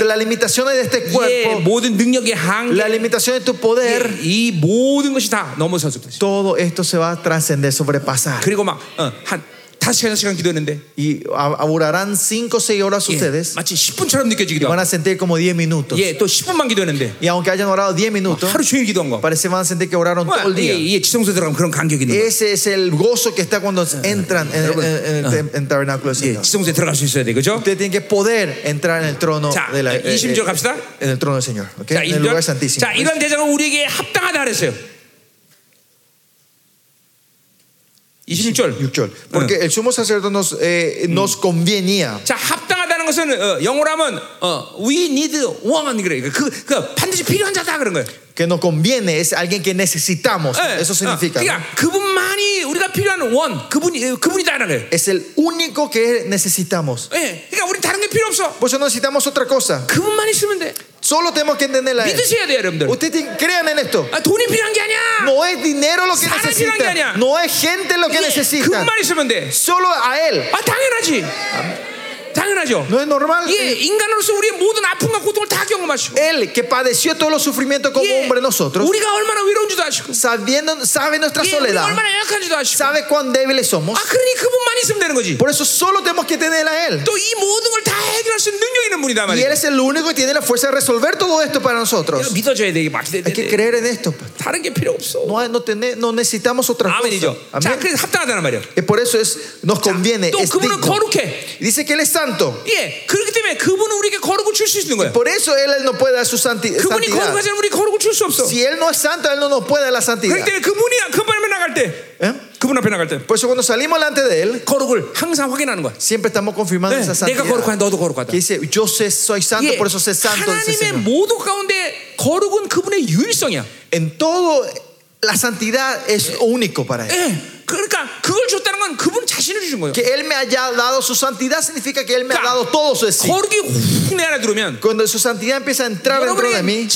한계,
las limitaciones de este
예,
cuerpo,
모든 능력의 한계,
las limitaciones de tu poder,
예, 이 모든 것이 다 넘어서 습니다
todo esto se va a trascender, sobrepasar.
그리고 막한 다섯 시간 시간 기도했는데
Y a- a- durarán 5 o 6 horas
예,
ustedes
마치 10분처럼 느껴지기도
van
하고
a sentir como 10 minutos.
예, 또 10분만 기도했는데
Y aunque hayan orado 10 minutos,
하루 종일 기도한 거
parece van a sentir que oraron todo el
예,
día.
예, 지성소에 들어가면 그런 간격이 있는 거예요
Ese es el gozo que está cuando entran en,
여러분,
en- en- en- en tabernáculo del
예,
Señor.
지성소에 들어갈 수 있어야 돼 그죠?
Usted tiene que poder entrar en el trono
자,
de la- eh,
20절
eh,
갑시다
en el trono del Señor, ¿ok?
자,
en el lugar
20절
santísimo.
자, 이런 대장은 우리에게 합당하다 그랬어요 26절
Yukchol. Porque el sumo sacerdote nos, eh, nos convenía.
자, 합당하다는 것은 어, 영어로 하면 어, we need one 그래 그, 그 반드시 필요한 자다 그런 거예요
Que nos conviene es alguien que necesitamos.
예,
Eso
어,
significa. ¿no?
그러니까 그분만이 우리가 필요한 원 그분이 그분이다라는 거예요.
Es el único que necesitamos.
예, 그러니까 우리 다른 게 필요 없어.
Por eso no necesitamos otra cosa.
그분만 있으면 돼.
Solo tenemos que entenderla.
믿으셔야 돼요, 여러분들.
Ustedes crean en esto.
아, 돈이 필요한 게 아니야.
No es dinero lo que
사람이란 게 아니야.
necesitan. No es gente lo que
예,
necesitan.
그분만 있으면 돼.
Solo a Él.
아, 당연하지. 당연하죠.
No es normal.
예, 인간으로서 우리의 모든 아픔과 고통을 다 경험하시고.
Él que padeció todos los sufrimientos como
예,
hombre nosotros,
우리가 얼마나 위로운지도 아시고.
sabiendo, sabe nuestra
예, 우리가
soledad,
얼마나 약한지도 아시고.
sabe cuán débiles
아,
somos.
그러니 그분만 있으면 되는 거지.
Por eso solo tenemos que tener a Él.
또 이 모든 걸 다 해결할 수 있는 능력 있는 분이다
Y
말이야.
Él es el único que tiene la fuerza de resolver todo esto para nosotros.
믿어줘야 아, 그, 돼. 이게 막 기대-
Hay que creer en esto. pa.
다른 게 필요 없어.
No, hay- no, tener- no necesitamos otra cosa.
아멘이죠. 자,
Amén.
그래서 합당하다는 말이야.
Y por eso es, nos conviene.
또
es
그분은
digno.
거룩해.
Dice que Él es santo.
예, 그렇기 때문에 그분은 우리에게 거룩을 줄 수 있는 거야.
Por eso él, él no puede dar su santi-
그분이
santidad.
거룩하지 않으면 우리 거룩을 줄 수 없어.
Si él no es santo, él no nos puede dar la santidad.
그렇기 때문에 그분이 그분 앞에 나갈 때,
¿Eh?
그분 앞에 나갈 때
Por eso cuando salimos delante de él,
거룩을 항상 확인하는 거야.
siempre estamos confirmando
네,
esa
내가
santidad.
거룩하니 너도 거룩하다.
Que dice, yo sé, soy santo,
예,
por eso sé santo. dice el
하나님의
Señor.
모든 가운데 거룩은 그분의 유일성이야.
En todo, la santidad es único para
Eh.
él.
예, 그러니까 그걸 줬다는 건 그분 자신을 주신 거예요.
Que él me haya dado su santidad significa que él me ha
Claro.
dado todo su sí.
거룩이 훅내 안에 들어오면
Cuando su santidad empieza a entrar dentro de
여러분이
mí,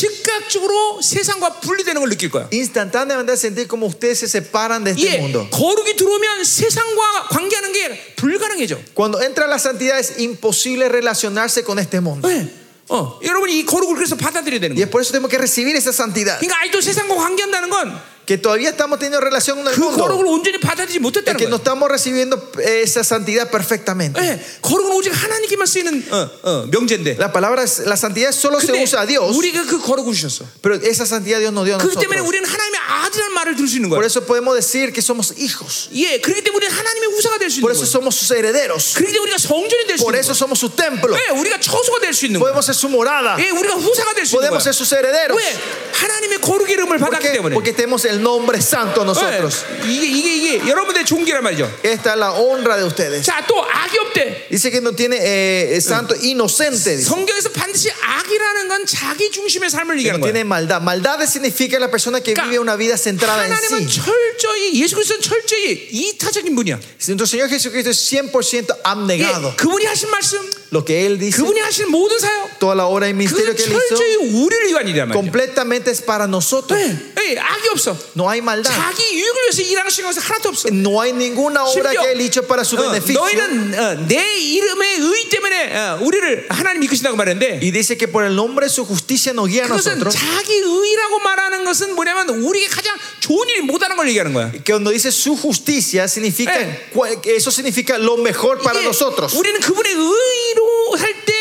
즉각적으로 세상과 분리되는 걸 느낄 거야.
instantáneamente vas a sentir como ustedes se separan de este
예,
mundo.
거룩이 들어오면 세상과 관계하는 게 불가능해져.
Cuando entra la santidad es imposible relacionarse con este mundo.
예. 어, 여러분이 이 거룩을 그래서 받아들여야 되는
Y
거예요.
es por eso tenemos que recibir esa santidad.
그러니까 아직도 세상과 관계한다는 건
que todavía estamos teniendo relación con el
그 거룩을
mundo.
온전히 받아들이지
Es
못했다는
que no
거예요.
estamos recibiendo esa santidad perfectamente.
예, 거룩은 오직 하나님께만 쓰이는 어, 어, 명제인데.
La palabra, la santidad solo se
근데
usa a Dios,
우리가 그 거룩을 주셨어.
pero esa santidad Dios nos dio a
그렇기 때문에
nosotros.
우리는 하나님의 아들이라는 말을 들을 수 있는
Por
거예요.
eso podemos decir que somos hijos.
예, 그렇기 때문에 우리는 하나님의 우사가 될 수 있는
Por eso
거예요.
somos sus herederos.
그렇기 때문에 우리가 성전이 될 수
Por
있는 거예요.
eso somos su templo.
예, 우리가 처소가 될 수 있는 거예요.
Podemos ser su morada.
예, 우리가 후사가 될 수 있는 거예요.
Podemos ser sus herederos.
왜 하나님의 거룩의 뭐 이름을
¿Por
받았기
qué?
때문에.
Porque tenemos el nombre santo nosotros.
예, 이게 이게 이게 여러분들의 종기란 말이죠.
Esta es la honra de ustedes.
자, 또 악이 없대.
Dice que no tiene eh, eh, santo inocente. dice.
성경에서 반드시 악이라는 건 자기 중심의 삶을
Que
얘기하는
No
거예요.
tiene maldad. Maldad significa la persona que
Claro.
vive una vida centrada en
하나님은
sí.
철저히 예수 그리스도는 철저히 이타적인 분이야.
Nuestro Señor Jesucristo es 100%
예,
abnegado.
그분이 하신 말씀,
Lo que Él dice,
그분이 하신 모든 사역,
toda la obra y misterio
그건
que Él hizo,
철저히 우리를 위한 일이란 말이야.
completamente es para nosotros.
예, 예, 악이 없어.
No hay maldad.
자기 유익을 위해서 일하는 것이 하나도 없어.
No hay ninguna obra
심지어,
que Él hizo para su
어,
beneficio.
너희는 어, 내 이름의 의 때문에 어, 우리를 하나님 이끄신다고 말했는데
Y dice que por el nombre de su justicia nos guía a
그것은
nosotros.
자기 의라고 말하는 것은 뭐냐면 우리에게 가장 좋은 일이 못하는 걸 얘기하는 거야.
Que cuando dice su justicia, significa,
Eh.
cual- que eso significa lo mejor para
이게
nosotros.
우리는 그분의 의로 살 때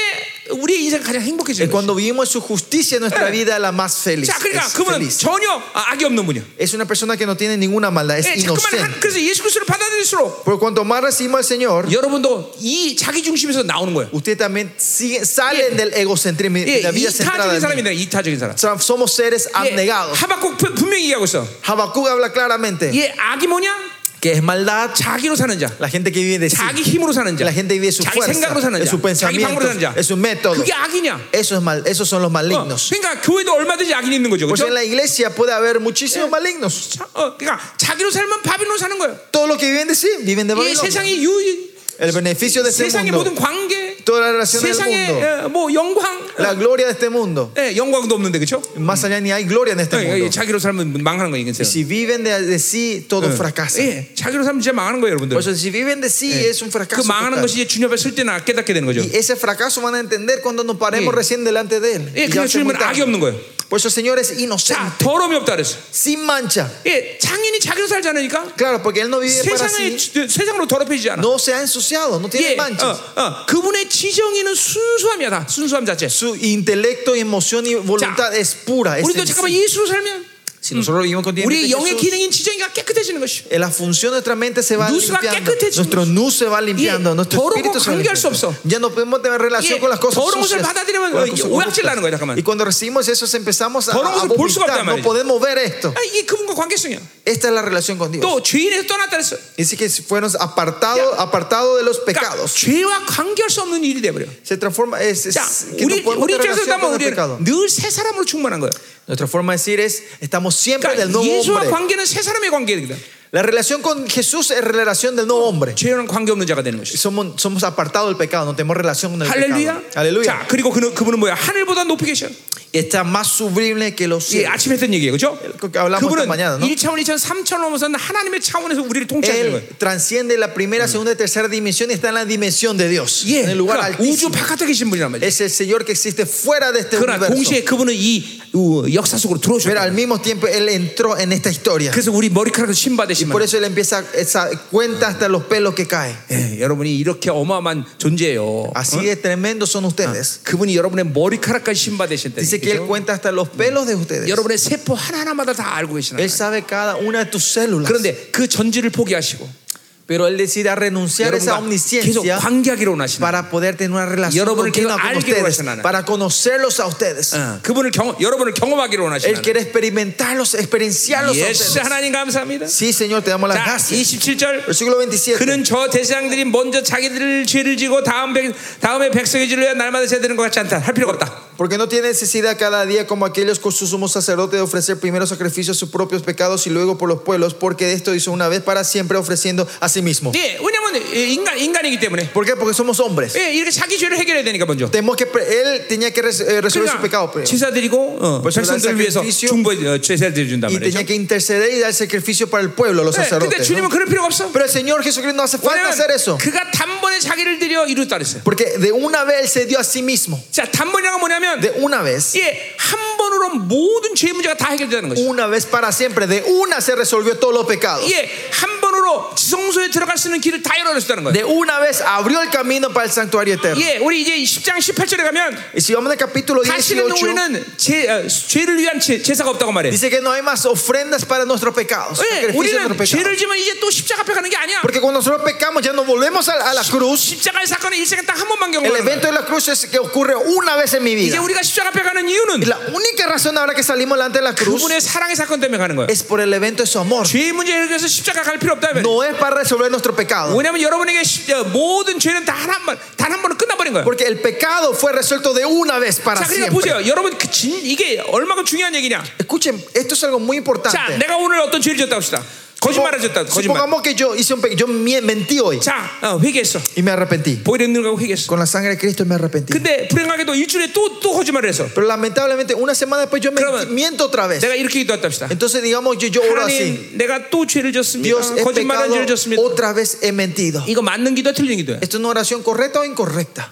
우리의 인생 가장 행복해지는 거야.
Cuando vivimos su justicia, nuestra
Eh.
vida es la más feliz.
자, 그러니까
Es,
그분은
feliz.
전혀 아, 악이 없는 분이야.
Es una persona que no tiene ninguna maldad, es
예, 자꾸만 한-
inocente.
그래서 예수 그리스도를 받아들일수록
Por cuanto más recibimos al Señor,
여러분도 이 자기 중심에서 나오는 거예요.
usted también sigue, salen del egocentrismo y
예,
de la vida centrada.
이타적인
en mí.
사람이다. 이타적인 사람.
Tra- Somos seres
예,
abnegados.
하박국 분- 분명히 얘기하고 있어.
Habacuc habla claramente
예, 악이 뭐냐?
que es maldad
자기로 사는 자.
la gente que vive de sí,
자기 힘으로 사는 자.
la gente que vive de su
자기 생각으로
fuerza,
사는
de
자.
su
자기
pensamiento,
방법으로 사는 자.
de su método.
그게 악이냐?
Eso es mal, esos son los
어,
malignos.
그러니까 교회도 얼마든지 악이 있는 거죠.
Por eso
그렇죠?
en la iglesia puede haber muchísimos malignos.
자, 어, 그러니까 자기로 살면 바빌론 사는 거예요.
Todos los que viven de sí viven de
이
Babilonia.
세상의 유
El beneficio de este
세상의
mundo,
모든 관계,
toda la relación del
세상의
mundo,
어, 뭐 영광, 어,
la gloria de este mundo.
예, 영광도 없는데 그렇죠? 예,
Más allá ni hay gloria en este mundo.
자기로 살면 망하는 거예요, 이건.
Si viven de, de sí, todo fracasa.
예, 자기로 살면 진짜 망하는 거예요, 여러분들.
Por eso, si viven de sí, es un
그
fracaso.
망하는
total.
것이 이제 주님 앞에 설 때나 깨닫게 되는 거죠.
Y ese fracaso van a entender cuando nos paremos
Sí.
recién delante de Él.
예,
Y ya
그냥
se
주님은
juntan.
악이 없는 거예요.
Por eso, el Señor es
자,
inocente,
더러움이 없다 그랬어.
sin mancha.
예, 장인이 자기로 살지 않으니까
Claro, porque Él no vive para
세상에
sí,
주- 세상으로 더럽혀지지 않아.
no se ha ensuciado, no
예,
tiene manchas.
어, 어, 그분의 지정에는 순수함이야 다 순수함 자체.
Su intelecto, emoción y voluntad
Ya.
es pura. es
우리도
sencilla.
잠깐만 예수로 살면
Si nosotros vivimos
우리의
continuamente
영의
Jesús,
기능인 지정이가 깨끗해지는 것이.
eh, la función de nuestra mente se va
Nues가
limpiando.
깨끗해지는
Nuestro nu se va limpiando.
예,
Nuestro
더러운 거
espíritu se va
관계할 수
limpiando.
없어.
Ya no podemos tener relación
예,
con las cosas
더러운 것을
sucias.
받아들이면
con las cosas
오약질 나는 거야, 잠깐만.
corruptas. Y cuando recibimos eso, se empezamos a,
더러운
a
것을 볼 수가 없단
vomitar.
말이지.
No podemos ver esto.
아, 이게 그분과 관계성이야.
Esta es la relación con Dios.
또 죄인에서 떠났다 그랬어.
Dice que fueron apartados apartado de los
그러니까
pecados.
죄와 관계할 수 없는 일이 돼버려.
Se transforma. Es, es-
자,
que no
우리
podemos
우리
tener
입장에서 보면
relación con el
우리는
pecado.
늘 새 사람으로 충만한 거야.
Nuestra forma de decir es: estamos siempre del
그러니까
nuevo
예수와
hombre.
관계는 새 사람의 관계입니다.
La relación con Jesús es relación del nuevo hombre.
죄와는 관계 없는 자가 되는 것이.
Somos, somos apartados del pecado, no tenemos relación con el
그러니까 뭐. 할렐루야.
pecado. Aleluya.
자, 그리고 그, 그분은 뭐야? 하늘보다 높이 계셔.
Está más sublime que los
예,
cielos.
아침에 했던 얘기예요. 그죠?
que hablamos
그분은
esta mañana, ¿no?
1차원, 2차원, 3차원 넘어서 하나님의 차원에서 우리를 통치하는 거예요.
Él transciende la primera, segunda y tercera dimensión y está en la dimensión de Dios.
예,
En el lugar
그러니까 우주
altísimo.
바깥에 계신 분이란 말이에요.
Es el Señor que existe fuera de este
그러나
universo.
동시에 그분은 이 어, 역사 속으로
Pero
들어오셨다.
al mismo tiempo Él entró en esta historia.
그래서 우리 머리카락을 신받으신
Por
분.
eso Él empieza, esa, cuenta hasta los pelos que caen.
예, 여러분이 이렇게 어마어마한 존재예요.
Así de tremendo son ustedes.
그분이 여러분의 머리카락까지 신받으신다.
Dice que Él cuenta hasta los pelos de ustedes.
여러분의 세포 하나하나마다 다 알고 계시나.
Él sabe cada una de tus células.
그런데 그 전지를 포기하시고
Pero Él decide a renunciar a esa
여러분과 계속
omnisciencia
관계하기로 원하시는.
para poder tener una relación
여러분을
continua
계속
con
알기로
ustedes,
하시는 하나님.
para conocerlos a ustedes.
어, 그분을 경험, 여러분을 경험하기로 원하시는.
Él quiere experimentarlos, experienciarlos a
예수
ustedes.
하나님 감사합니다.
Sí, Señor, te damos las
자,
gracias.
27절.
Versículo 27.
그는 저 대제사장들이 먼저 자기들 죄를 지고 다음 백, 다음에 백성의 죄를 위해 날마다 세야 되는 것 같지 않다. 할 필요가 없다.
Porque no tiene necesidad cada día como aquellos con sus sumos sacerdotes de ofrecer primero sacrificios a sus propios pecados y luego por los pueblos, porque esto hizo una vez para siempre ofreciendo a sí mismo.
예, 왜냐면 인간 인간이기 때문에.
¿Por qué? Porque somos hombres.
예, 이렇게 자기 죄를 해결해야 되니까 먼저.
Tenemos que pre- él tenía que res- eh, resolver su pecado
네, 그러니까
primero.
제사 드리고 어,
벌써
백성들을 위해서
sacrificio.
중보 어, 제사를 드려준단
Y
말이죠.
tenía que interceder y dar sacrificio para el pueblo, los
네, 근데
sacerdotes.
주님은
¿no?
그럴 필요가 없어.
Pero el Señor Jesucristo no hace falta
왜냐면
hacer eso.
그가 단번에 자기를 드려 이루었다 그랬어요.
Porque de una vez él se dio a sí mismo.
네. 자, 단번이라는 건 뭐냐면
De una vez.
예, 한 번으로 모든 죄 문제가 다 해결되는 것이.
Una vez para siempre, de una se resolvió todos los pecados.
예, 한 번으로 지성소에 들어갈 수 있는 길을 다 열어줬다는 거예요.
De una vez abrió el camino para el santuario eterno.
예, 우리 이제 10장 18절에 가면
Y si vamos al capítulo
다시는
18,
우리는 죄, 어, 죄를 위한 제, 제사가 없다고 말해.
dice que no hay más ofrendas para nuestros pecados.
예,
sacrificios de
우리는
nuestros pecados.
죄를 지면 이제 또 십자가 앞에 가는 게 아니야.
Porque cuando nosotros pecamos ya no volvemos a, a la cruz.
십자가의 사건은 일생에 딱 한 번만
El
경험하는
evento
거야.
de la cruz es que ocurre una vez en mi
이제
vida.
우리가 십자가 앞에 가는
Y
이유는
la única razón ahora que salimos delante de la cruz
그분의 사랑의 사건 때문에 가는 거야.
es por el evento de su amor.
죄 문제 해결해서 십자가 갈 필요 없다면
No es para resolver nuestro pecado.
왜냐하면 여러분에게 시- 어, 모든 죄는 단 한 번, 단 한 번은 끝나버린 거야.
Porque el pecado fue resuelto de una vez para
자, 그러니까
siempre.
보세요. 여러분, 그 진, 이게 얼마큼 중요한 얘기냐.
Escuchen, esto es algo muy
자,
importante.
내가 오늘 어떤 죄를 지었다 합시다. 거짓말을 지었다. 거짓말.
Supongamos que yo hice un pecado, yo me- mentí hoy
자, 어, 회개했어.
y me arrepentí.
보혈의 눈을 가고 회개했어.
Con la sangre de Cristo me arrepentí.
근데 불행하게도 일주일에 또, 또 거짓말을 했어.
Pero lamentablemente una semana después yo me
Claro.
miento otra vez.
내가 이렇게 기도했다 합시다.
Entonces digamos yo, yo oro así.
하나님, 내가 또 죄를 지었습니다.
Dios he
거짓말한
pecado,
죄를 지었습니다.
otra vez he mentido.
이거 맞는 기도야, 틀린 기도야?
Esto es una oración correcta o incorrecta.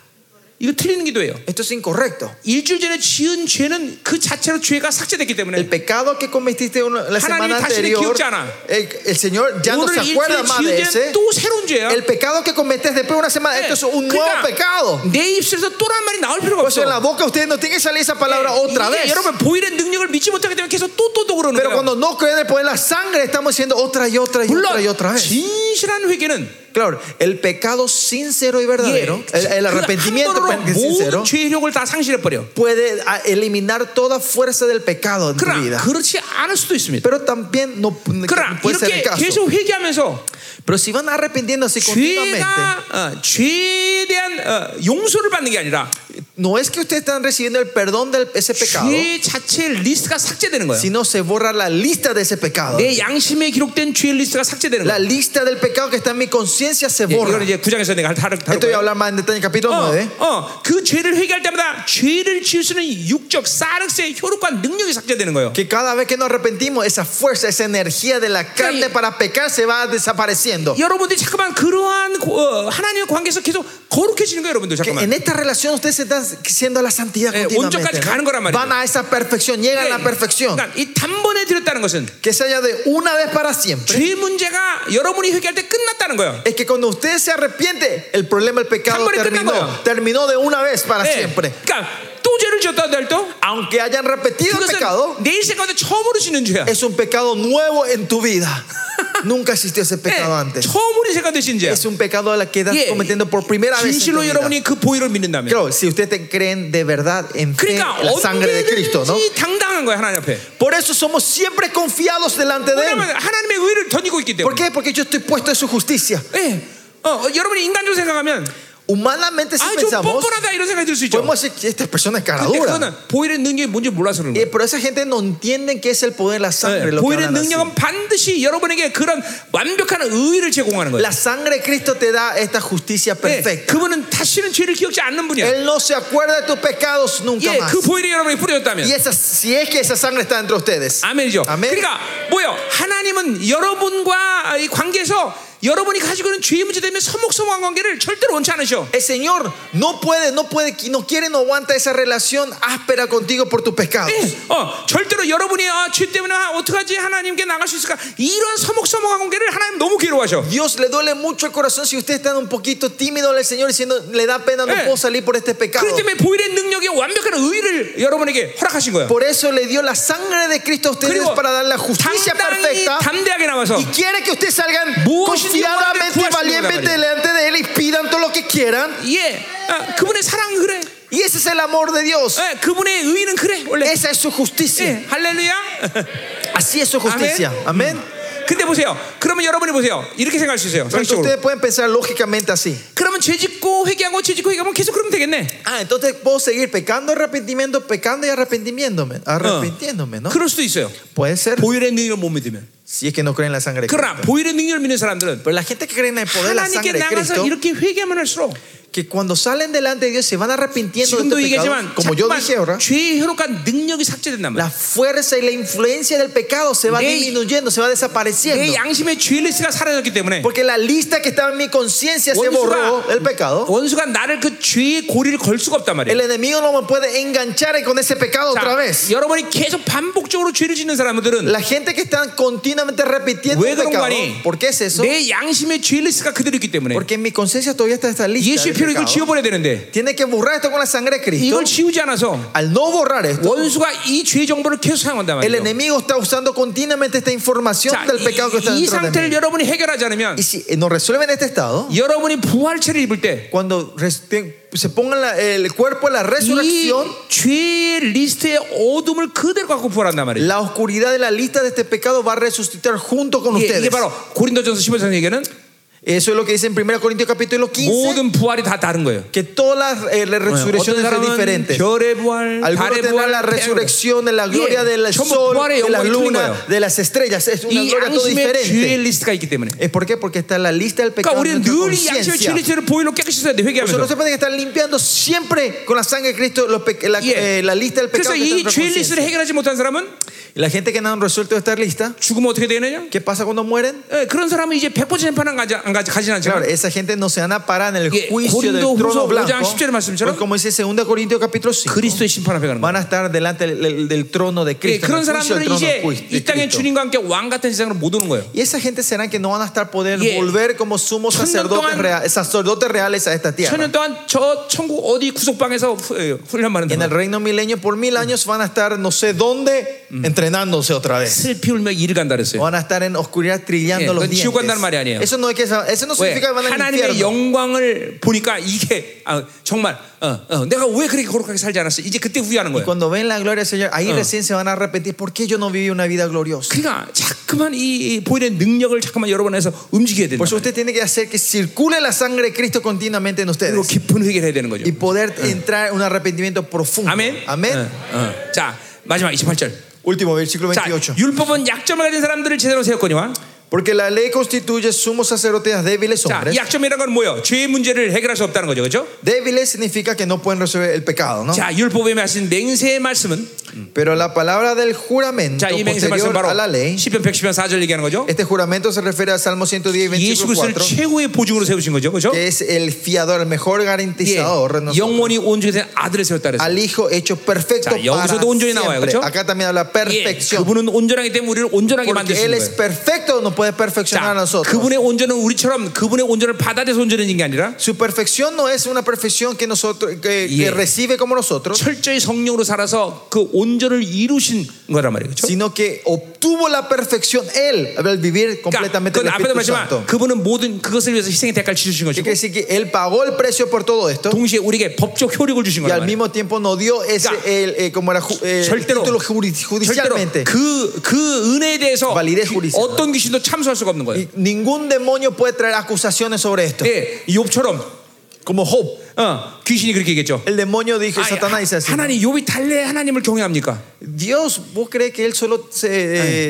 이거 틀리는 기도예요.
Esto es incorrecto.
일주일 전에 지은 죄는 그 자체로 죄가 삭제됐기 때문에
El pecado que cometiste una- la semana
다시는
anterior,
기억지 않아.
el, el Señor ya no
오늘
se acuerda
일주일
más de
지은
ese.
죄는 또 새로운 죄야.
El pecado que cometes después de una semana, esto es un nuevo pecado.
내 입술에서 또란 말이 나올 필요가
Por eso Eh, en la
없어.
boca ustedes no tienen que salir esa palabra otra
이게
vez.
여러분 보일의 능력을 믿지 못하기 때문에 계속 또 또 또 그러는
Pero
거예요.
cuando no creen en el poder de la sangre, estamos diciendo otra y otra y otra y otra
물론
vez.
진실한 회개는 예,
Claro, el pecado sincero y verdadero, el, el arrepentimiento
그
que es
모든
sincero,
죄력을 다 상실해 버려.
puede a- eliminar toda fuerza del pecado en tu
그러나
vida.
그렇지 않을 수도 있습니다.
Pero también no, no
그러나
puede ser el
이렇게
caso.
계속 회개하면서
Pero si van arrepintiéndose continuamente,
죄가 어, 죄에 대한 어, 용서를 받는 게 아니라
no es que ustedes están recibiendo el perdón de ese pecado,
죄 자체의 리스트가 삭제되는 거예요.
sino se borra la lista de ese pecado.
내 양심에 기록된 죄의 리스트가 삭제되는
La
거예요.
lista del pecado que está en mi conciencia se
예, 이거는
borra.
이제 구장에서 내가 다룰
Esto voy
거예요.
a hablar más en detalle en el capítulo 9.
어, 어, 그 죄를 회개할 때마다 죄를 지을 수 있는 육적 사르스의 효력과 능력이 삭제되는 거예요.
Que cada vez que nos arrepentimos, esa fuerza, esa energía de la carne
Sí.
para pecar se va desapareciendo.
여러분들이 자꾸만 그러한 고- 어, 하나님의 관계에서 계속 거룩해지는 거예요, 여러분들
Que
자꾸만.
en esta relación ustedes se están siendo a la santidad
Eh, 온전까지
continuamente.
가는 거란 말이죠.
Van a esa perfección, llegan a la perfección.
그러니까 이 단번에 드렸다는 것은
Que se haya de una vez para siempre.
죄 문제가 여러분이 회개할 때 끝났다는 거예요.
Es que cuando usted se arrepiente, el problema, el pecado
Tambore
terminó.
끝난 거예요.
Terminó de una vez para
예.
siempre.
그러니까 또 죄를 지었다 할때도
Aunque hayan repetido el pecado,
그것은 내 인생 가운데 처음으로 지는 죄야.
es un pecado nuevo en tu vida. Nunca existió ese
예,
pecado antes.
처음으로 인생 가운데 진 죄야.
Es un pecado a la que estás
예,
cometiendo por primera vez. En tu
진실로
vida.
여러분이 그 보혈을 믿는다면
Claro, si ustedes te creen de verdad en fe,
그러니까
en la sangre de Cristo, ¿no?
언제든지 당당한 거야 하나님 앞에
Por eso somos siempre confiados delante de Él.
왜냐하면 하나님의 의를 던지고 있기
¿Por
때문에
qué? Porque yo estoy puesto en su justicia.
예. 어, 어, 여러분이 인간적으로 생각하면 아,
Humanamente, si
아좀
pensamos,
뻔뻔하다 이런 생각이 들 수 있죠
podemos decir que esta persona es
근데
caradura.
그거는 보혈의 능력이 뭔지 몰라서 그런
Eh,
거예요
Pero esa gente no entiende qué es el poder Eh, de la sangre.
예,
lo que
보혈의
hablan así.
능력은 반드시 여러분에게 그런 완벽한 의를 제공하는 거예요
La sangre de Cristo te da esta justicia
예,
perfecta.
그분은 다시는 죄를 기억지 않는 분이야
Él no se acuerda de tus pecados nunca
예,
más.
그 보혈이 여러분이 뿌려졌다면
Y esa, si es que esa sangre está entre ustedes.
아멘이죠.
아멘.
그러니까 뭐요? 하나님은 여러분과 이 관계에서 여러분이 가지고 있는 죄의 문제 때문에 서먹서먹한 관계를 절대로 원치 않으셔.
El Señor no puede, no puede, no quiere, no aguanta esa relación áspera contigo por tus pecados.
예, 어, 절대로 여러분이 아, 죄 때문에 아, 어떡하지 하나님께 나갈 수 있을까? 이런 서먹서먹한 관계를 하나님 너무 괴로워하셔.
Dios le duele mucho el corazón si usted está un poquito tímido al Señor diciendo le da pena no
Eh.
puedo salir por este pecado.
그렇기 때문에 보일의 능력의 완벽한 의를 여러분에게 허락하신 거예요.
Por eso le dio la sangre de Cristo a ustedes
그리고
para dar la justicia
당당히
perfecta.
담대하게 나와서
Y quiere que ustedes salgan
무엇이든지
confiadamente y
구하시는
valientemente
거란
delante de Él y pidan todo lo que quieran.
예, 아, 그분의 사랑 그래.
Y ese es el amor de Dios.
예, 그분의 의는 그래 원래.
Esa es su
예, Eh.
justicia.
할렐루야.
Así es su justicia. Amén.
근데 보세요. 그러면 여러분이 보세요. 이렇게 생각할 수 있어요.
Entonces
상식적으로.
ustedes pueden pensar lógicamente así.
그러면 죄짓고 회개하고 죄짓고 회개하면 계속 그러면 되겠네.
Ah, entonces puedo seguir pecando, arrepentimiento, pecando y arrepentimiéndome, arrepintiéndome, ¿no?
그럴 수도 있어요.
Puede ser.
보혈의 능력을 못 믿으면.
Si es que no creen en la sangre. de
그러나
Cristo.
보혈의 능력을 믿는 사람들은
Pero la gente que cree en el poder de la
하나님께
sangre de
나가서
Cristo,
이렇게 회개하면 할수록
que cuando salen delante de Dios se van arrepintiendo de
지금도 그러니까 뭐
estos pecados,
얘기하지만
como yo dije ahora
자꾸만 죄의 효력과 능력이 삭제된단 말이야.
la fuerza y la influencia del pecado se va
내-
disminuyendo se va
내
desapareciendo
양심의 죄 리스트가 사라졌기 때문에
porque la lista que estaba en mi conciencia se borró
원수가
del pecado
원수가 나를 그 죄의 고리를 걸 수가 없단 말이야.
el enemigo no me puede enganchar con ese pecado
자,
otra vez
여러분이 계속 반복적으로 죄를 짓는 사람들은
la gente que está continuamente repitiendo
왜
el
그런 거
pecado
아니?
¿por qué es eso?
내 양심의 죄 리스트가 그대로 있기 때문에
porque en mi conciencia todavía está esta lista
예수의 피로
del
이걸
pecado.
지워버려야 되는데
tiene que borrar esto con la sangre de Cristo
이걸 지우지 않아서
al no borrar esto
원수가 이 죄 정보를 계속 사용한단
el
말이에요.
enemigo está usando continuamente esta información
자,
del pecado que está
이, 이
dentro de
상태를
mí
여러분이 해결하지 않으면
y si no resuelven este estado
여러분이 부활체를 입을 때 이
cuando res- te- se pongan la- el cuerpo en la resurrección,
죄의 리스트의 어둠을 그대로 갖고 부활한단 말이에요.
la oscuridad de la lista de este pecado va a resucitar junto con
이게, 이게
ustedes.
바로 고린도전서 15장에게는
Eso es lo que dice en 1 Corintios capítulo 15,
모든 부활이 다 다른 거예요.
que todas las eh, las
네, 어떤
resurrecciones son
사람은
diferentes.
별의 부활,
Algunos
달의
tendrán
부활,
la
태양의 부활.
resurrección de la gloria
예,
del
전부
sol,
부활의
de la
영광이 틀린
luna,
거예요.
de las estrellas. Es una
이
gloria todo
양심의 죄의
diferente.
리스트가 있기 때문에.
¿Es por qué? Porque está en la lista del
그러니까
pecado. en
우리는
nuestra
늘 이 양심의 죄
conciencia.
리스트를 보일로 깨끗이 써야 돼 회개하면서.
Nosotros tenemos que estar limpiando siempre con la sangre de Cristo los pe- la,
예.
eh, la lista del pecado.
그래서
que está en
이
nuestra
죄
conciencia.
리스트를 해결하지 못한 사람은
Y La gente que no han resuelto esta lista,
죽으면 어떻게 되느냐?
¿qué pasa cuando mueren?
예, 그런 사람은 이제 100% 재판은 가지, 안 가지, 가진
Claro,
않지만
esa gente no se van a parar en
Yeah,
el juicio del
Corinto
trono
후서 5장
blanco.
10 절의 말씀처럼
Pues como dice 2 Corintios capítulo 5,
그리스도의 심판 앞에 가는 거예요.
van a estar delante del, del- del trono de
예,
Cristo. en
그런
el juicio
사람들은
del trono
이제
de
이 땅에
Cristo.
주님과 함께 왕 같은 세상으로 못 오는 거예요.
Y esa gente serán que no van a estar poder
Yeah.
volver como sumos
천년
sacerdotes,
동안-
rea- sacerdotes reales a esta
천
tierra.
년 동안 저 천국 어디 구석방에서 후- 예, 훈련받는
En el
동안
reino milenio por mil años van a estar no sé dónde
Mm.
entrenándose otra vez.
슬피 울며 일을 간다 그랬어요.
Van a estar en oscuridad trillando
Yeah,
los
그건 지옥 간다는 말이
dientes.
아니에요.
Eso no, es que, eso no
왜?
significa que van al
하나님의
infierno.
영광을 보니까 이게 아, 정말 어, 어, 내가 왜 그렇게 거룩하게 살지 않았어? 이제 그때 후회하는 거예요.
Cuando ven la gloria del Señor, ahí recién se van a arrepentir. ¿Por qué yo no viví una vida gloriosa?
그러니까 자꾸만 이, 이 보이는 능력을 자꾸만 여러 번 해서 움직여야 된다.
Por eso usted tiene que hacer que circule la sangre de Cristo continuamente en
그리고
ustedes
깊은 회개를 해야 되는 거죠.
y poder entrar en un arrepentimiento profundo.
아멘.
Amén.
어, 어. 자 마지막 28절.
Último versículo
자
28.
율법은 약점을 가진 사람들을 제대로 세웠거니와.
Porque la ley constituye sumos sacerdotes débiles
자, 이
hombres.
약점이라는 건 뭐예요? 죄의 문제를 해결할 수 없다는 거죠, 그렇죠?
Débiles significa que no pueden resolver el pecado, ¿no?
자, 율법에 하신 맹세의 말씀은
Pero la palabra del juramento
자, 이 맹세의 말씀은
posterior
바로
a la ley,
시편 110편 4절 얘기하는 거죠.
este juramento se refiere al Salmo 110 y
예수
versículo
그리스도를
4,
최고의 보증으로 세우신 거죠, 그렇죠?
que es el fiador, el mejor
예,
garantizador. de nosotros.
영원히 온전히 된 아들을 세웠다 그랬어요.
al Hijo hecho perfecto
자,
para
여기서도 온전히 나와요,
siempre.
그렇죠?
Acá también habla
예,
perfección.
그분은 온전하기 때문에 우리를 온전하게
porque Él
만드시는
es
거예요.
perfecto, nos puede perfeccionar a
자,
nosotros.
그분의 온전은 우리처럼 그분의 온전을 받아들여서 온전해진 게 아니라
Su perfección no es una perfección que nosotros que,
Yeah.
que recibe como nosotros,
철저히 성령으로 살아서 그 온전을 이루신 거란 말이에요, 그렇죠?
sino que obtuvo la perfección Él al vivir
그러니까
completamente
그건
el
앞에도
Espíritu
말했지만
Santo.
그분은 모든 그것을 위해서 희생의 대가를 치르신
Que
것이고
quiere decir que Él pagó el precio por todo esto
동시에 우리에게 법적 효력을 주신
y
거란
al
말이에요.
mismo tiempo nos dio ese
그러니까
el, eh, como era ju- eh,
절대로
título juri-
절대로
judicialmente.
그, 그 은혜에 대해서
Validez
귀-
judicial.
어떤 귀신도 참수할 수가 없는 거예요.
Y ningún demonio puede traer acusaciones sobre esto.
예, 욥처럼
Como Job,
어, 귀신이 그뭐 그렇게 얘기했죠.
el demonio dijo,
아이,
Satanás dice así.
하나님 욥이 달래 하나님을 경외합니까?
Dios, ¿vos crees que Él solo se,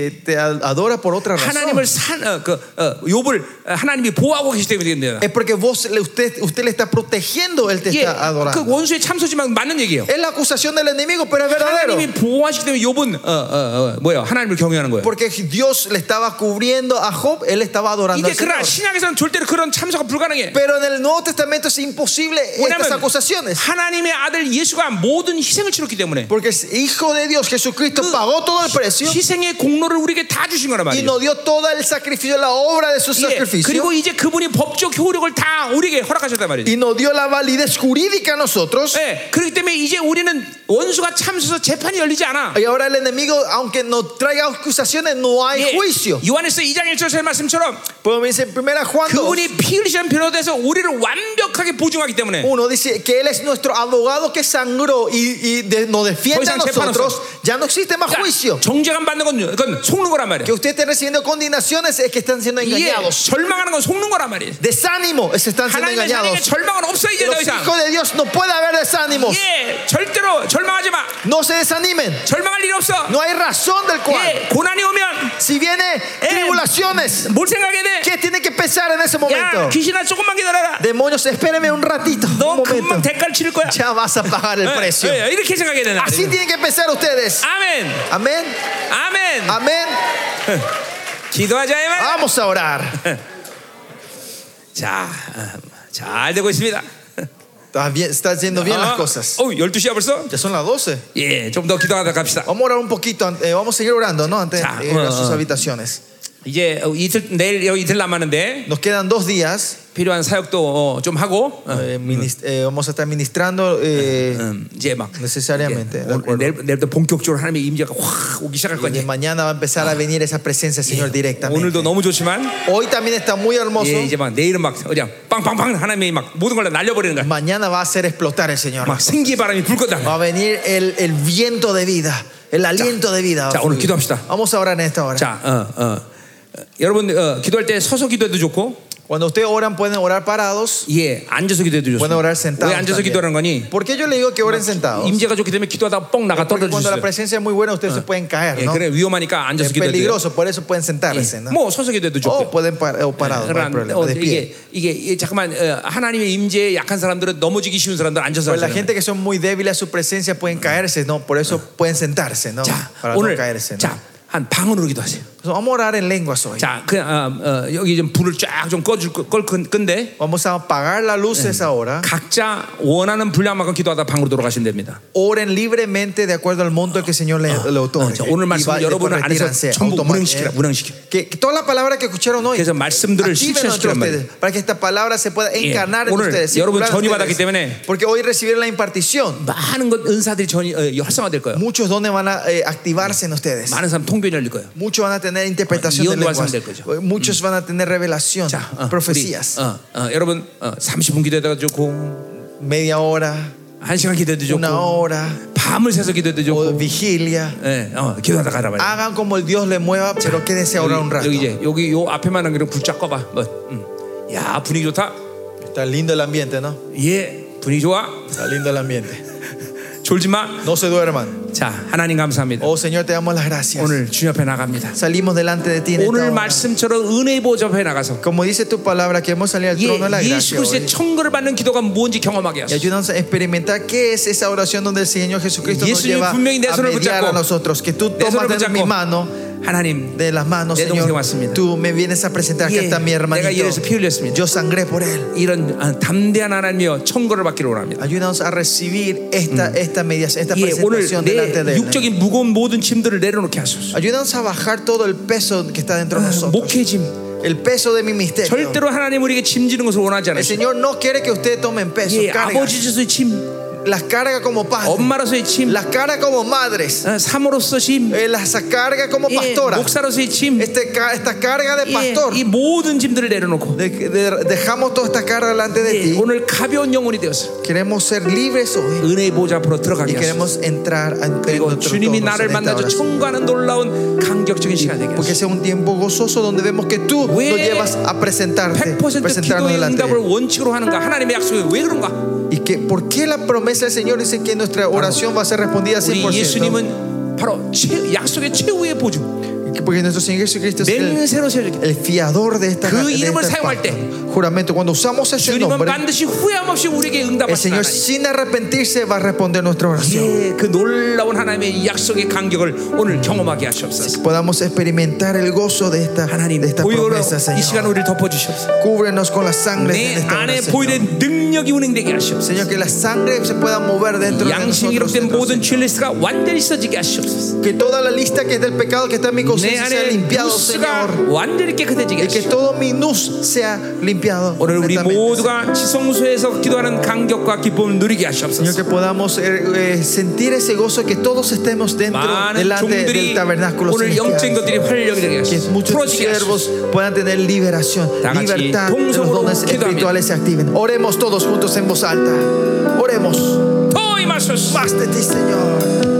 eh, te adora por otra razón?
하나님을 산, 어, 그, 어, 욥을 어, 하나님이 보호하고 계시기 때문에 되겠네요.
Es porque vos, le- usted, usted le está protegiendo, Él te
예,
está adorando.
그 원수의 참소지만 맞는 얘기예요.
Es la acusación del enemigo, pero es verdadero.
하나님이 보호하시기 때문에 욥은 어, 어, 어, 뭐예요? 하나님을 경외하는 거예요.
Porque Dios le estaba cubriendo a Job, Él estaba adorando
이게
al Señor.
그러나 신약에서는 절대로 그런 참소가 불가능해.
Pero en el Nuevo Testamento es imposible estas
왜냐하면
acusaciones.
하나님의 아들 예수가 모든 희생을 치렀기 때문에
Porque es Hijo de Dios, Jesucristo,
그
pagó todo el precio
희생의 공로를 우리에게 다 주신 거란 말이에요.
y nos dio todo el sacrificio, la obra de su
예,
sacrificio.
그리고 이제 그분이 법적 효력을 다 우리에게 허락하셨단 말이죠.
Y nos dio la validez jurídica a nosotros.
예, 그렇기 때문에 이제 우리는 원수가 참수해서 재판이 열리지 않아.
Y ahora el enemigo, aunque nos traiga acusaciones, no hay
예,
juicio.
요한에서 2장 1절의 말씀처럼
Pero me dice en primera Juan 2,
그분이 피 흘리시는 변호돼서 우리를 완벽하게 보증하기 때문에
uno dice que él es nuestro abogado que sangró y, y de- nos defiende a
Pues, San
nosotros. Ya no existe más juicio.
그러니까 정죄감 받는 건 그건 속는 거란
Que
말이에요.
usted esté recibiendo condenaciones es que están siendo
이게
engañados.
절망하는 건 속는 거란 말이에요.
Desánimo es que están siendo
하나님의 사랑에
engañados.
절망은 없어 이제 더
Los
이상.
hijos de Dios no puede haber desánimo.
예, 절대로 절망하지 마.
No se desanimen.
절망할 일 없어.
No hay razón del cual.
예, 고난이 오면
Si viene tribulaciones,
뭘 생각해야 돼?
¿qué tiene que pensar en ese
야, 네,
momento?
귀신아 조금만 기다려라.
Demonios, espéreme un ratito.
너
un
금방
momento.
대가를 치를 거야.
Ya vas a pagar el precio.
예, 예, 이렇게 생각해야 되는
Así
거예요.
tienen que empezar ustedes.
아멘.
Amén.
아멘. 아.
Amén.
기도하자 이말.
Vamos a orar.
자, 어, 잘 되고 있습니다.
Estás, bien, estás haciendo bien las
어,
cosas.
우 12시야 벌써?
Ya son las 12.
예, 좀 더 기도하다 갑시다.
Vamos a orar un poquito. eh, vamos a seguir orando, ¿no? Antes
Ya.
de ir a sus
Ah.
habitaciones.
이제 어, 이틀 내일 여기 이틀 남았는데
Nos quedan dos días.
필요한 사역도 어, 좀 하고 어,
Eh, minis- eh, vamos a estar ministrando eh,
음, 이제 막
necesariamente.
이제
de
오늘,
acuerdo.
내일, 내일부터 본격적으로 하나님의 임재가 확 오기 시작할
Y
거니.
mañana va a empezar a venir esa presencia, Señor,
예.
directamente.
오늘도 너무 좋지만
Hoy también está muy hermoso.
예, 이제 막 내일은 막 그냥 빵빵빵 하나님이 막 모든 걸 다 날려버리는 거야.
Mañana va a hacer explotar el Señor.
막 생기 바람이 불
Va
거다.
a venir el, el viento de vida, el aliento de vida. va a
자, 오늘
fluir.
기도합시다.
Vamos a orar en esta hora.
자, 어, 어. 어, 여러분 어, 기도할 때 서서 기도해도 좋고,
Cuando ustedes oran, pueden orar parados,
예, 앉아서 기도해도
pueden
좋습니다.
orar sentados.
왜 앉아서
también.
기도하는 거니?
¿Por qué yo le digo que oren sentados?
임재가 좋기 때문에 기도하다가 뻥 나가
Porque
떨어질 수
cuando la
있어요.
presencia es muy buena, ustedes se pueden caer,
예,
¿no?
그래 위험하니까 앉아서
Es
기도해도 돼요.
peligroso, por eso pueden sentarse, ¿no?
뭐 서서 기도해도
O
좋고.
pueden par- o parados, no hay
그러나
problema,
어,
de pie.
이게 이게 이- 잠깐만 어, 하나님의 임재에 약한 사람들은 넘어지기 쉬운 사람들 앉아서
Pues la
하잖아요.
gente que son muy débiles a su presencia pueden caerse, ¿no? Por eso pueden sentarse, ¿no?
자
Para no
오늘
caerse, ¿no?
자한 방언으로 기도하세요.
Entonces, vamos a orar en lenguas hoy.
자 그냥 어, 어, 여기 좀 불을 쫙 좀 꺼줄 걸 끈- 끈데
Vamos a apagar las luces ahora.
각자 원하는 분량만큼 기도하다 방으로 돌아가시면 됩니다.
Oren libremente de acuerdo al monto que el Señor le, le
어,
otorgue.
자, 오늘
Y
말씀
va-
은 여러분
después
안에서
retíranse
전부
automáticamente.
운행시키라 운행시켜.
eh. Que, que toda la palabra que escucharon hoy
그래서 말씀들을
activen
실천시키란
nosotros
말이에요.
ustedes para que esta palabra se pueda encarnar en
오늘
ustedes,
여러분
circular en
전이
ustedes.
받았기 때문에
porque hoy recibieron la impartición
많은 것 은사들이 전 어, 활성화될 거예요.
muchos dones van a eh, activarse en ustedes
많은 사람 통변이 열릴 거예요.
muchos van a tener interpretación de
이언도
lenguas
완성될 거죠.
muchos van a tener revelación
자, 어,
profecías
우리, 어, 어, 여러분 어, 30분 기도해도 좋고
media hora
한 시간 기도해도
una
좋고
hora
밤을 새서 기도해도
o
좋고
vigilia
예, 어, 기도하다 가라 말이야.
hagan como el Dios le mueva pero quédense
아,
ahora un rato
여기 이제 여기 요 앞에만 한기로 굴짝 꺼봐. 뭐, 음. 야 분위기 좋다.
está lindo el ambiente ¿no?
예 분위기 좋아.
está lindo el ambiente
졸지 마.
no se duerman
자 하나님 감사합니다.
oh Señor te damos las gracias
오늘 주님 앞에 나갑니다.
salimos delante de ti en esta
오늘
hora.
말씀처럼 은혜 보좌 앞에 나가서
Como dice tu palabra, que hemos salido al
예,
trono de la
예수
gracia.
그리스도의
hoy.
청거를 받는 기도가 뭔지 경험하게
Y
하소서.
ayúdanos a experimentar qué es esa oración donde el Señor Jesucristo nos
예수님
lleva a
분명히 내 손을
mediar
붙잡고,
a nosotros. Que tú
내
tomas
손을
de mi
붙잡고.
mano,
하나님
de las manos,
내 동생
Señor.
왔습니다.
Tú me vienes a presentar
예,
que está mi hermanito.
내가 이래서 피 흘렸습니다.
Yo sangré por él.
이런 아, 담대한 하나님이여 청거를 받기를 원합니다.
Ayúdanos a recibir esta, esta, mediación, esta
예, 오늘
presentación delante Mm. de
내
él.
육적인 무거운 모든 짐들을 내려놓게 하소서. 음,
Ayúdanos a bajar todo el peso que está dentro de nosotros.
목회짐
El peso de mi misterio.
절대로 하나님 우리에게 짐 지는 것을 원하지
El
않으시고
Señor no quiere que ustedes tomen peso.
예,
cargas.
아버지로서의 네. 짐
Las carga como padres.
엄마로서의 짐
Las carga como madres.
어, 사모로서 짐
Eh, la esa carga como
예,
pastora,
목사로서의 짐
este, ca- esta carga de
예,
pastor,
이 모든 짐들을 내려놓고
De- de- dejamos toda esta carga delante de
예,
ti.
오늘 가벼운 영혼이 되어서
Queremos ser libres hoy
은혜의 보좌 앞으로
y
들어가게 하소서
queremos entrar a en
그리고
nuestro trono
주님이
en
나를
esta
만나줘
oración.
청구하는 놀라운 감격적인 시간 되게
Porque
하소서
sea un tiempo gozoso donde vemos que tú nos
왜
llevas a presentarte,
100%
presentarnos
기도의
delante de
응답을
él.
원칙으로 하는가 하나님의 약속이 왜 그런가
Y que, ¿por qué la promesa del Señor dice que nuestra oración va a ser respondida
우리
100%?
예수님은 바로 최- 약속의 최후의 보증
Porque nuestro Señor Jesucristo es el,
맹세로 세워졌기
el fiador de esta,
그
de
이름을
esta
사용할 때
pacto. juramento. Cuando usamos ese
주님은
nombre,
반드시 후회함 없이 우리에게
El
응답하시는
Señor
하나님
sin arrepentirse va a responder nuestra oración.
예, 그 놀라운 하나님의 약속의 간격을 오늘 경험하게 하시옵소서
Podamos experimentar el gozo de esta,
하나님
de esta
보혈로
promesa,
이 시간
Señor.
우리를 덮어주시옵소서
Cúbrenos con la sangre
내
de esta hora,
안에
Señor.
보혈의 능력이 운행되게 하시옵소서
Señor, que la sangre se pueda mover dentro de
양심
nosotros.
기록된
dentro de
모든
nosotros.
죄리스가 완전히 씻어지게 하시옵소서
Que toda la lista que es del pecado que está en mi
내
conciencia sea
안에
limpiado,
뉴스가
Señor.
완전히 깨끗해지게
Y que
하시옵소서
todo mi nus sea limpiado.
오늘 우리
completamente,
모두가 지성소에서 기도하는 간격과 기쁨을 누리게
Señor, que
하시옵소서
podamos eh, eh, sentir ese gozo que todos estemos dentro,
많은
delante del
종들이
tabernáculo.
오늘
celestial.
영적인 것들이 활력이 되게
que
하시옵소서
muchos
풀어지게 하시옵소서
siervos puedan tener liberación,
다 같이
libertad, que los
동성으로
dones
기도합니다.
espirituales se activen. Oremos todos juntos en voz alta. Oremos
더 임하소서
más de ti, Señor.